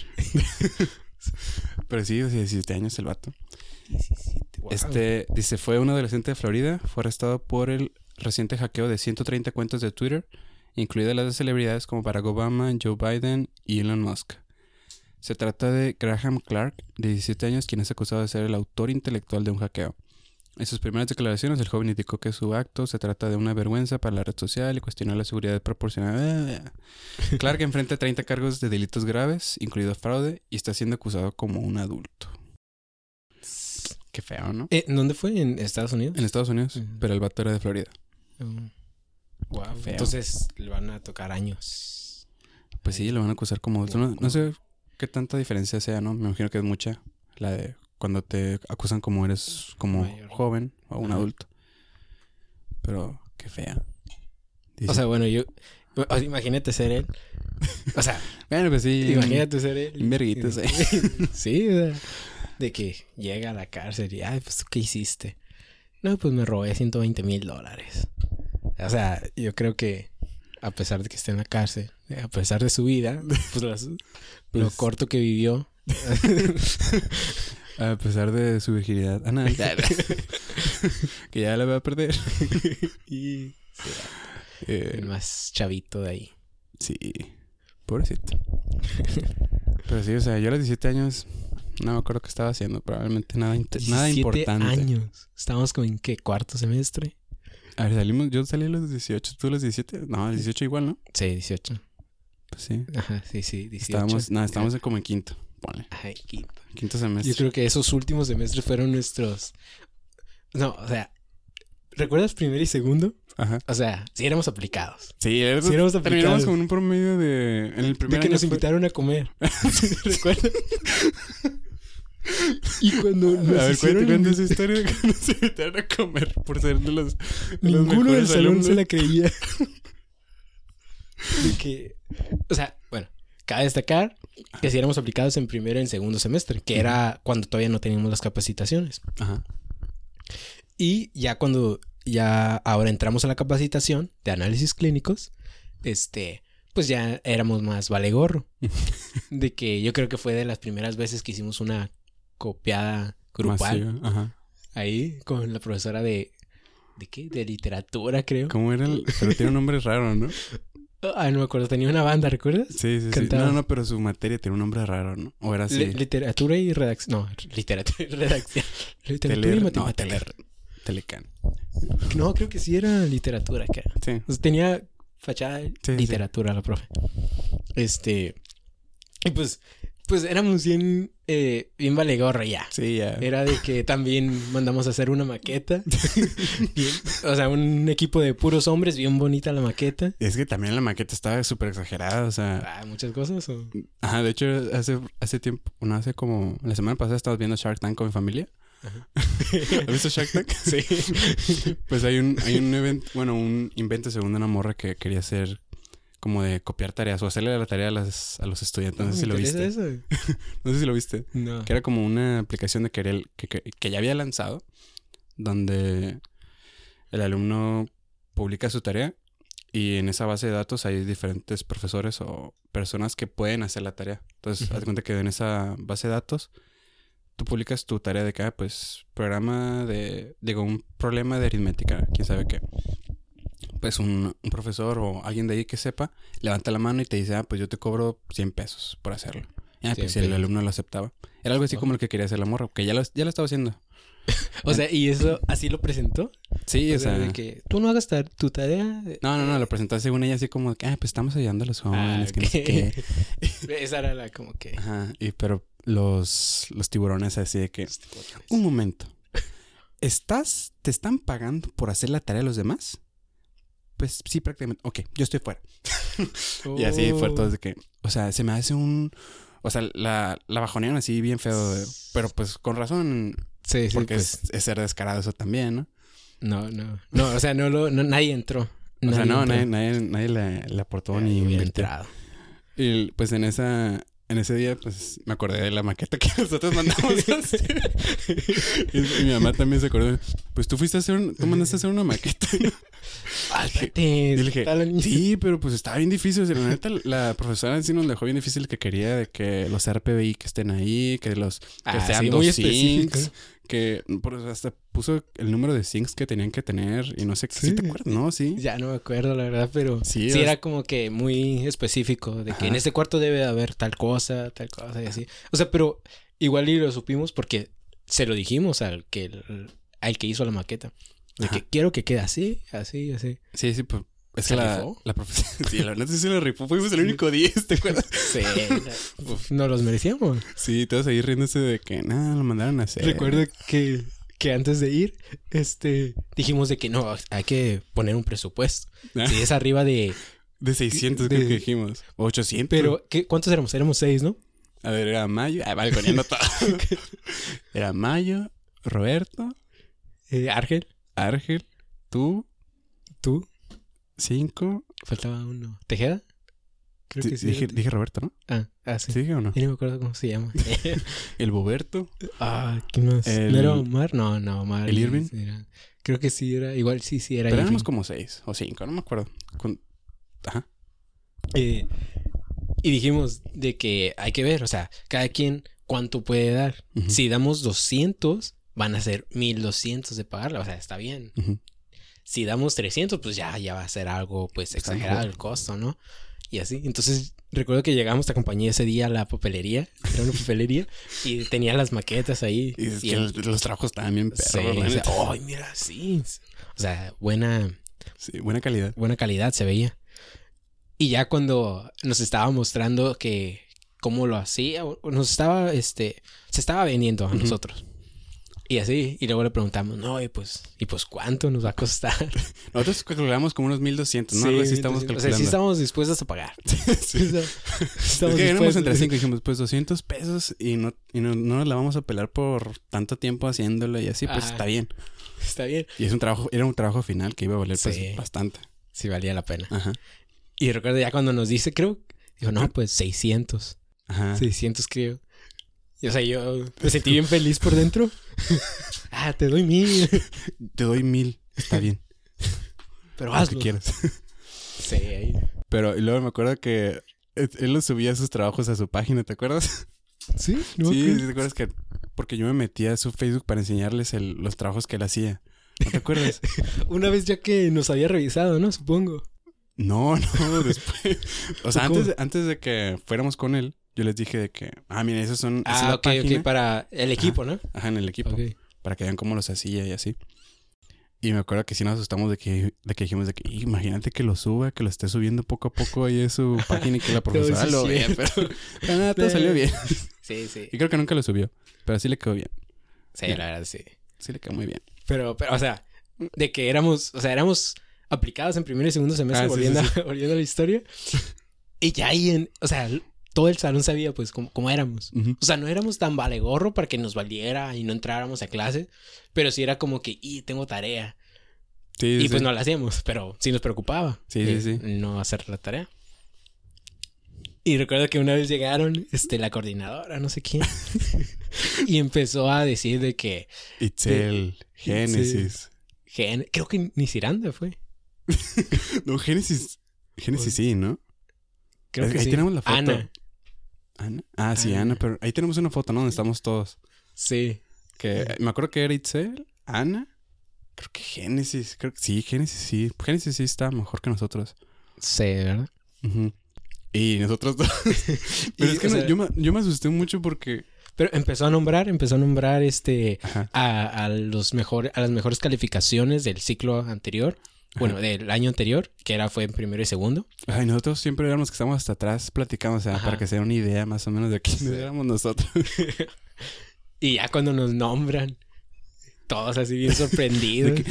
[SPEAKER 1] Pero sí, a los 17 años el vato.
[SPEAKER 2] 17, wow.
[SPEAKER 1] Este, dice, fue un adolescente de Florida. Fue arrestado por el reciente hackeo de 130 cuentas de Twitter, incluidas las de celebridades como Barack Obama, Joe Biden y Elon Musk. Se trata de Graham Clark, de 17 años, quien es acusado de ser el autor intelectual de un hackeo. En sus primeras declaraciones, el joven indicó que su acto se trata de una vergüenza para la red social y cuestionó la seguridad proporcionada. Clark enfrenta 30 cargos de delitos graves, incluido fraude, y está siendo acusado como un adulto. Qué feo, ¿no?
[SPEAKER 2] Eh, ¿en ¿Dónde fue? ¿En Estados Unidos?
[SPEAKER 1] En Estados Unidos,
[SPEAKER 2] Ujú.
[SPEAKER 1] pero el vato era de Florida.
[SPEAKER 2] Wow,
[SPEAKER 1] Feo.
[SPEAKER 2] Entonces le van a tocar años.
[SPEAKER 1] Pues sí, lo van a acusar como adulto. No, no sé qué tanta diferencia sea, ¿no? Me imagino que es mucha la de cuando te acusan como eres como
[SPEAKER 2] Mayor.
[SPEAKER 1] joven o un
[SPEAKER 2] Ajá.
[SPEAKER 1] adulto. Pero qué fea. Dice-
[SPEAKER 2] O sea, bueno, yo. o sea, imagínate ser él. O sea,
[SPEAKER 1] bueno, pues sí.
[SPEAKER 2] imagínate ser él.
[SPEAKER 1] un verguito, sí.
[SPEAKER 2] Sí, o sea, de que llega a la cárcel y, ay, pues, ¿tú ¿qué hiciste? No, pues me robé 120 mil dólares. O sea, yo creo que a pesar de que esté en la cárcel, eh, a pesar de su vida, pues, las- lo
[SPEAKER 1] Pues-
[SPEAKER 2] corto que vivió,
[SPEAKER 1] A pesar de su virginidad anal. que ya la va a perder.
[SPEAKER 2] y
[SPEAKER 1] Eh,
[SPEAKER 2] el más chavito de ahí.
[SPEAKER 1] Sí. Pobrecito. Pero sí, o sea, yo a los 17 años no me acuerdo qué estaba haciendo. Probablemente nada, inte- nada
[SPEAKER 2] 17
[SPEAKER 1] importante.
[SPEAKER 2] años. Estamos con, ¿qué? ¿Cuarto semestre?
[SPEAKER 1] A ver, salimos. Yo salí a los 18, tú a los 17. No, a los 18 igual, ¿no?
[SPEAKER 2] Sí, 18.
[SPEAKER 1] Pues sí.
[SPEAKER 2] Ajá, sí, sí, 18.
[SPEAKER 1] Estábamos, no, estábamos como en quinto. Ponle.
[SPEAKER 2] Ay, quinto.
[SPEAKER 1] Quinto semestre.
[SPEAKER 2] Yo creo que esos últimos semestres fueron nuestros. No, o sea, ¿recuerdas primero y segundo?
[SPEAKER 1] Ajá.
[SPEAKER 2] O sea, si éramos aplicados.
[SPEAKER 1] Sí, eso-
[SPEAKER 2] Sí, éramos
[SPEAKER 1] terminamos
[SPEAKER 2] aplicados.
[SPEAKER 1] con un promedio de. En el primer
[SPEAKER 2] De que
[SPEAKER 1] año
[SPEAKER 2] nos
[SPEAKER 1] fue-
[SPEAKER 2] invitaron a comer. ¿Recuerdas? y cuando nos
[SPEAKER 1] A ver,
[SPEAKER 2] hicieron
[SPEAKER 1] cuéntame cuéntame esa
[SPEAKER 2] invi-
[SPEAKER 1] historia de que nos invitaron a comer por ser de los. los
[SPEAKER 2] Ninguno del
[SPEAKER 1] mejores
[SPEAKER 2] salón
[SPEAKER 1] alumnos.
[SPEAKER 2] se la creía. De que, o sea, bueno, cabe destacar que si éramos aplicados en primero y en segundo semestre, que era cuando todavía no teníamos las capacitaciones.
[SPEAKER 1] Ajá.
[SPEAKER 2] Y ya cuando ya ahora entramos a la capacitación de análisis clínicos, este, pues ya éramos más vale gorro. de que yo creo que fue de las primeras veces que hicimos una copiada grupal
[SPEAKER 1] Masiva, Ajá.
[SPEAKER 2] ahí con la profesora de ¿de qué? De literatura, creo.
[SPEAKER 1] ¿Cómo era el.? Pero tiene un nombre raro, ¿no?
[SPEAKER 2] Ah, no me acuerdo, tenía una banda, ¿recuerdas?
[SPEAKER 1] Sí, sí, sí.
[SPEAKER 2] Cantaba.
[SPEAKER 1] No, no, pero su materia tiene un nombre raro, ¿no? O era así.
[SPEAKER 2] Le- literatura y redacción, no, literatura y redacción. literatura
[SPEAKER 1] Teler-
[SPEAKER 2] y
[SPEAKER 1] no,
[SPEAKER 2] matemáticas.
[SPEAKER 1] teler- Telecan.
[SPEAKER 2] No, creo que sí era literatura, creo.
[SPEAKER 1] Sí.
[SPEAKER 2] O sea, tenía fachada de
[SPEAKER 1] sí.
[SPEAKER 2] literatura la profe. Este. Y pues, pues éramos bien, eh, bien valegorra ya.
[SPEAKER 1] Sí, ya.
[SPEAKER 2] Era de que también mandamos a hacer una maqueta. Bien, o sea, un equipo de puros hombres, bien bonita la maqueta.
[SPEAKER 1] Es que también la maqueta estaba súper exagerada, o sea...
[SPEAKER 2] Ah, muchas cosas. o-
[SPEAKER 1] Ajá, de hecho, hace, hace tiempo, no, hace como... La semana pasada estabas viendo Shark Tank con mi familia. ¿Has visto Shark Tank?
[SPEAKER 2] Sí.
[SPEAKER 1] Pues hay un, hay un evento, bueno, un invento según una morra que quería hacer como de copiar tareas o hacerle la tarea a, las, a los estudiantes. No sé si lo
[SPEAKER 2] ¿Me
[SPEAKER 1] viste.
[SPEAKER 2] interesa eso?
[SPEAKER 1] No sé si lo viste.
[SPEAKER 2] No.
[SPEAKER 1] Que era como una aplicación de Querel que, que, que ya había lanzado, donde el alumno publica su tarea y en esa base de datos hay diferentes profesores o personas que pueden hacer la tarea. Entonces,
[SPEAKER 2] Ujú.
[SPEAKER 1] haz de cuenta que en esa base de datos tú publicas tu tarea de cada, pues, programa de, digo, un problema de aritmética, quién sabe qué. Pues un, un profesor o alguien de ahí que sepa levanta la mano y te dice, ah, pues yo te cobro 100 pesos por hacerlo. Ah, pues
[SPEAKER 2] 100
[SPEAKER 1] si el
[SPEAKER 2] pesos. Oh.
[SPEAKER 1] alumno lo aceptaba. Era algo así como lo que quería hacer la morra, que ya lo, ya lo estaba haciendo.
[SPEAKER 2] O sea, y eso así lo presentó.
[SPEAKER 1] Sí, o, sea...
[SPEAKER 2] de que tú no hagas ta- tu tarea. eh.
[SPEAKER 1] No, no, no, lo presentó según ella así como, que, ah, pues estamos ayudando a los
[SPEAKER 2] Ah,
[SPEAKER 1] jóvenes, que no sé
[SPEAKER 2] ok.
[SPEAKER 1] qué".
[SPEAKER 2] Esa era la como que.
[SPEAKER 1] Ajá, y pero los, los tiburones así de que,
[SPEAKER 2] este,
[SPEAKER 1] un momento, ¿estás, te están pagando por hacer la tarea de los demás? Pues sí, prácticamente, ok, yo estoy fuera. Y así fue
[SPEAKER 2] Oh.
[SPEAKER 1] todo de que, o sea, se me hace un, o sea, la, la bajonearon así bien feo, de- pero pues con razón,
[SPEAKER 2] Sí, sí.
[SPEAKER 1] porque
[SPEAKER 2] pues,
[SPEAKER 1] es- es ser descarado eso también, ¿no?
[SPEAKER 2] No, no. No, o sea, no lo. no- nadie entró.
[SPEAKER 1] O sea, no,
[SPEAKER 2] entró.
[SPEAKER 1] nadie, nadie, nadie le, le aportó
[SPEAKER 2] Nadie
[SPEAKER 1] ni
[SPEAKER 2] hubiera
[SPEAKER 1] invirtió.
[SPEAKER 2] entrado.
[SPEAKER 1] Y el- pues en esa, en ese día, pues me acordé de la maqueta que nosotros mandamos a hacer. Y, y mi mamá también se acordó. Pues tú fuiste a hacer, un- tú mandaste a hacer una maqueta.
[SPEAKER 2] Ah, espérate,
[SPEAKER 1] le dije,
[SPEAKER 2] está la niña.
[SPEAKER 1] Sí, pero pues estaba bien difícil. O sea, la neta, la profesora en sí nos dejó bien difícil que quería de que los RPBI que estén ahí, que los que
[SPEAKER 2] Ah,
[SPEAKER 1] sean
[SPEAKER 2] sí,
[SPEAKER 1] dos
[SPEAKER 2] muy
[SPEAKER 1] sinks,
[SPEAKER 2] específico.
[SPEAKER 1] que por- hasta puso el número de sinks que tenían que tener y no sé qué. ¿Sí
[SPEAKER 2] Sí.
[SPEAKER 1] te acuerdas? No, sí.
[SPEAKER 2] Ya no me acuerdo, la verdad, pero
[SPEAKER 1] Sí,
[SPEAKER 2] sí,
[SPEAKER 1] o sea-
[SPEAKER 2] era como que muy específico de que
[SPEAKER 1] Ajá.
[SPEAKER 2] en este cuarto debe de haber tal cosa, tal cosa y así. O sea, pero igual y lo supimos porque se lo dijimos al que al que hizo la maqueta. De
[SPEAKER 1] Ajá.
[SPEAKER 2] que quiero que quede así, así, así.
[SPEAKER 1] Sí, sí, pues. Es
[SPEAKER 2] ¿Se
[SPEAKER 1] que la,
[SPEAKER 2] rifó?
[SPEAKER 1] la profesora. Sí, la neta sí se lo rifó. Fuimos el único 10, ¿te acuerdas?
[SPEAKER 2] Sí, no los merecíamos.
[SPEAKER 1] Sí, todos ahí riéndose de que nada, lo mandaron a hacer.
[SPEAKER 2] Recuerdo que, que antes de ir, este, dijimos de que no, hay que poner un presupuesto.
[SPEAKER 1] Ah.
[SPEAKER 2] Si es arriba de...
[SPEAKER 1] De 600 creo
[SPEAKER 2] De-
[SPEAKER 1] que dijimos. O 800.
[SPEAKER 2] Pero, ¿qué, ¿cuántos éramos? Éramos seis, ¿no?
[SPEAKER 1] A ver, era Mayo. Ah, balconeando todo. era Mayo, Roberto,
[SPEAKER 2] Eh, Argel,
[SPEAKER 1] Ángel, tú,
[SPEAKER 2] tú,
[SPEAKER 1] cinco.
[SPEAKER 2] Faltaba uno. ¿Tejeda? Creo
[SPEAKER 1] Di-
[SPEAKER 2] que sí.
[SPEAKER 1] dije,
[SPEAKER 2] era-
[SPEAKER 1] dije Roberto, ¿no?
[SPEAKER 2] Ah, ah, sí.
[SPEAKER 1] ¿Sí dije o no?
[SPEAKER 2] Y no me acuerdo cómo se llama.
[SPEAKER 1] El Boberto.
[SPEAKER 2] ah, ¿quién más?
[SPEAKER 1] El-
[SPEAKER 2] ¿No era Omar? No, no, Omar.
[SPEAKER 1] ¿El Irving?
[SPEAKER 2] sí era- Creo que sí era. Igual sí, sí era
[SPEAKER 1] Pero
[SPEAKER 2] Irving.
[SPEAKER 1] éramos como seis o cinco, no me acuerdo. Con- Ajá.
[SPEAKER 2] Eh, y dijimos de que hay que ver, o sea, cada quien cuánto puede dar.
[SPEAKER 1] Ujú.
[SPEAKER 2] Si damos 200, van a ser 1200 de pagarla. O sea, está bien.
[SPEAKER 1] Ujú.
[SPEAKER 2] si damos 300, pues ya, ya va a ser algo, pues,
[SPEAKER 1] Está
[SPEAKER 2] exagerado
[SPEAKER 1] mejor.
[SPEAKER 2] el costo, ¿no? Y así. Entonces, recuerdo que llegamos, te acompañé ese día a la papelería, era una papelería, y tenía las maquetas ahí.
[SPEAKER 1] Y es
[SPEAKER 2] y
[SPEAKER 1] que
[SPEAKER 2] el-
[SPEAKER 1] los, los trabajos estaban bien perros,
[SPEAKER 2] sí,
[SPEAKER 1] la
[SPEAKER 2] o sea,
[SPEAKER 1] neta.
[SPEAKER 2] ay, mira, sí. O sea, buena,
[SPEAKER 1] Sí, buena calidad.
[SPEAKER 2] buena calidad se veía. Y ya cuando nos estaba mostrando que cómo lo hacía, o- o nos estaba, este, se estaba vendiendo a
[SPEAKER 1] Ujú.
[SPEAKER 2] nosotros. Y así, y luego le preguntamos, no, y pues, y pues, ¿cuánto nos va a costar?
[SPEAKER 1] Nosotros calculamos como unos 1200, Pues ¿no? Algo así estamos
[SPEAKER 2] entonces,
[SPEAKER 1] calculando.
[SPEAKER 2] O sea, sí estamos dispuestos a pagar.
[SPEAKER 1] Sí.
[SPEAKER 2] Estamos
[SPEAKER 1] es que ganamos
[SPEAKER 2] dispuestos.
[SPEAKER 1] entre 5 y dijimos, pues 200 pesos y no, y no, no nos la vamos a pelar por tanto tiempo haciéndolo y así, pues
[SPEAKER 2] Ajá.
[SPEAKER 1] está bien.
[SPEAKER 2] Está bien.
[SPEAKER 1] Y es un trabajo, era un trabajo final que iba a valer pues,
[SPEAKER 2] Sí.
[SPEAKER 1] bastante.
[SPEAKER 2] Sí, valía la pena.
[SPEAKER 1] Ajá.
[SPEAKER 2] Y recuerdo ya cuando nos dice, creo, dijo, no, pues 600.
[SPEAKER 1] Ajá.
[SPEAKER 2] 600, creo. Y, o sea, yo me sentí bien feliz por dentro. ah, te doy mil.
[SPEAKER 1] Te doy mil, está bien,
[SPEAKER 2] Pero
[SPEAKER 1] lo que
[SPEAKER 2] hazlo.
[SPEAKER 1] quieras.
[SPEAKER 2] Sí, ahí.
[SPEAKER 1] Pero y luego me acuerdo que él él lo subía sus trabajos a su página, ¿te acuerdas?
[SPEAKER 2] Sí,
[SPEAKER 1] sí, ¿te acuerdas que? Porque yo me metía a su Facebook para enseñarles el- los trabajos que él hacía. ¿No te acuerdas?
[SPEAKER 2] Una vez ya que nos había revisado, ¿no? Supongo.
[SPEAKER 1] No, no, después. O sea,
[SPEAKER 2] ¿Cómo?
[SPEAKER 1] antes, de- antes de que fuéramos con él, yo les dije de que, ah, miren, esos son. esa es
[SPEAKER 2] Ah,
[SPEAKER 1] la
[SPEAKER 2] ok,
[SPEAKER 1] página.
[SPEAKER 2] ok, para el equipo, ¿no?
[SPEAKER 1] Ajá, en el equipo.
[SPEAKER 2] Ok.
[SPEAKER 1] Para que vean cómo los hacía y así. Y me acuerdo que sí nos asustamos de que, de que dijimos de que imagínate que lo suba, que lo esté subiendo poco a poco ahí en su página y que la profesora
[SPEAKER 2] sí,
[SPEAKER 1] lo vea,
[SPEAKER 2] cierto.
[SPEAKER 1] pero, pero nada, todo salió bien.
[SPEAKER 2] Sí, sí.
[SPEAKER 1] Y creo que nunca lo subió, pero sí le quedó bien.
[SPEAKER 2] Sí, la verdad, sí.
[SPEAKER 1] Sí le quedó muy bien.
[SPEAKER 2] Pero, pero, o sea, de que éramos, o sea, éramos aplicados en primer y segundo semestre,
[SPEAKER 1] Ah, sí,
[SPEAKER 2] volviendo,
[SPEAKER 1] sí,
[SPEAKER 2] a- volviendo a la historia. Y ya ahí en, o sea, todo el salón sabía, pues, cómo, cómo éramos.
[SPEAKER 1] Ujú.
[SPEAKER 2] O sea, no éramos tan valegorro para que nos valiera y no entráramos a clase, pero sí era como que, y tengo tarea.
[SPEAKER 1] Sí,
[SPEAKER 2] y
[SPEAKER 1] sí,
[SPEAKER 2] pues
[SPEAKER 1] sí.
[SPEAKER 2] no la hacíamos, pero sí nos preocupaba.
[SPEAKER 1] Sí, sí,
[SPEAKER 2] eh,
[SPEAKER 1] sí.
[SPEAKER 2] No hacer la tarea. Y recuerdo que una vez llegaron, este, la coordinadora, no sé quién, y empezó a decir de que,
[SPEAKER 1] Itzel, Génesis.
[SPEAKER 2] gen- creo que ni Ciranda fue.
[SPEAKER 1] No, Génesis. Génesis sí, ¿no?
[SPEAKER 2] Creo
[SPEAKER 1] Es-
[SPEAKER 2] que
[SPEAKER 1] ahí
[SPEAKER 2] sí.
[SPEAKER 1] tenemos la foto.
[SPEAKER 2] Ana,
[SPEAKER 1] Ana. Ah, sí,
[SPEAKER 2] Ana.
[SPEAKER 1] Ana, pero ahí tenemos una foto, ¿no? Donde estamos todos.
[SPEAKER 2] sí.
[SPEAKER 1] Que eh, me acuerdo que era Itzel, Ana. Creo que Génesis. Creo que sí, Génesis sí. Génesis sí está mejor que nosotros.
[SPEAKER 2] Sí, ¿verdad?
[SPEAKER 1] Ujú. Y nosotros dos. pero
[SPEAKER 2] Y,
[SPEAKER 1] es que
[SPEAKER 2] o
[SPEAKER 1] no,
[SPEAKER 2] sea-
[SPEAKER 1] yo, me, yo me asusté mucho porque.
[SPEAKER 2] Pero empezó a nombrar, empezó a nombrar este
[SPEAKER 1] Ajá.
[SPEAKER 2] a, a los mejor, a las mejores calificaciones del ciclo anterior, bueno, del año anterior, que era fue en primero y segundo.
[SPEAKER 1] Ay, nosotros siempre éramos que estábamos hasta atrás platicando, o sea,
[SPEAKER 2] Ajá.
[SPEAKER 1] para que se den una idea más o menos de quiénes
[SPEAKER 2] Sí.
[SPEAKER 1] éramos nosotros.
[SPEAKER 2] Y ya cuando nos nombran, todos así bien sorprendidos.
[SPEAKER 1] De que-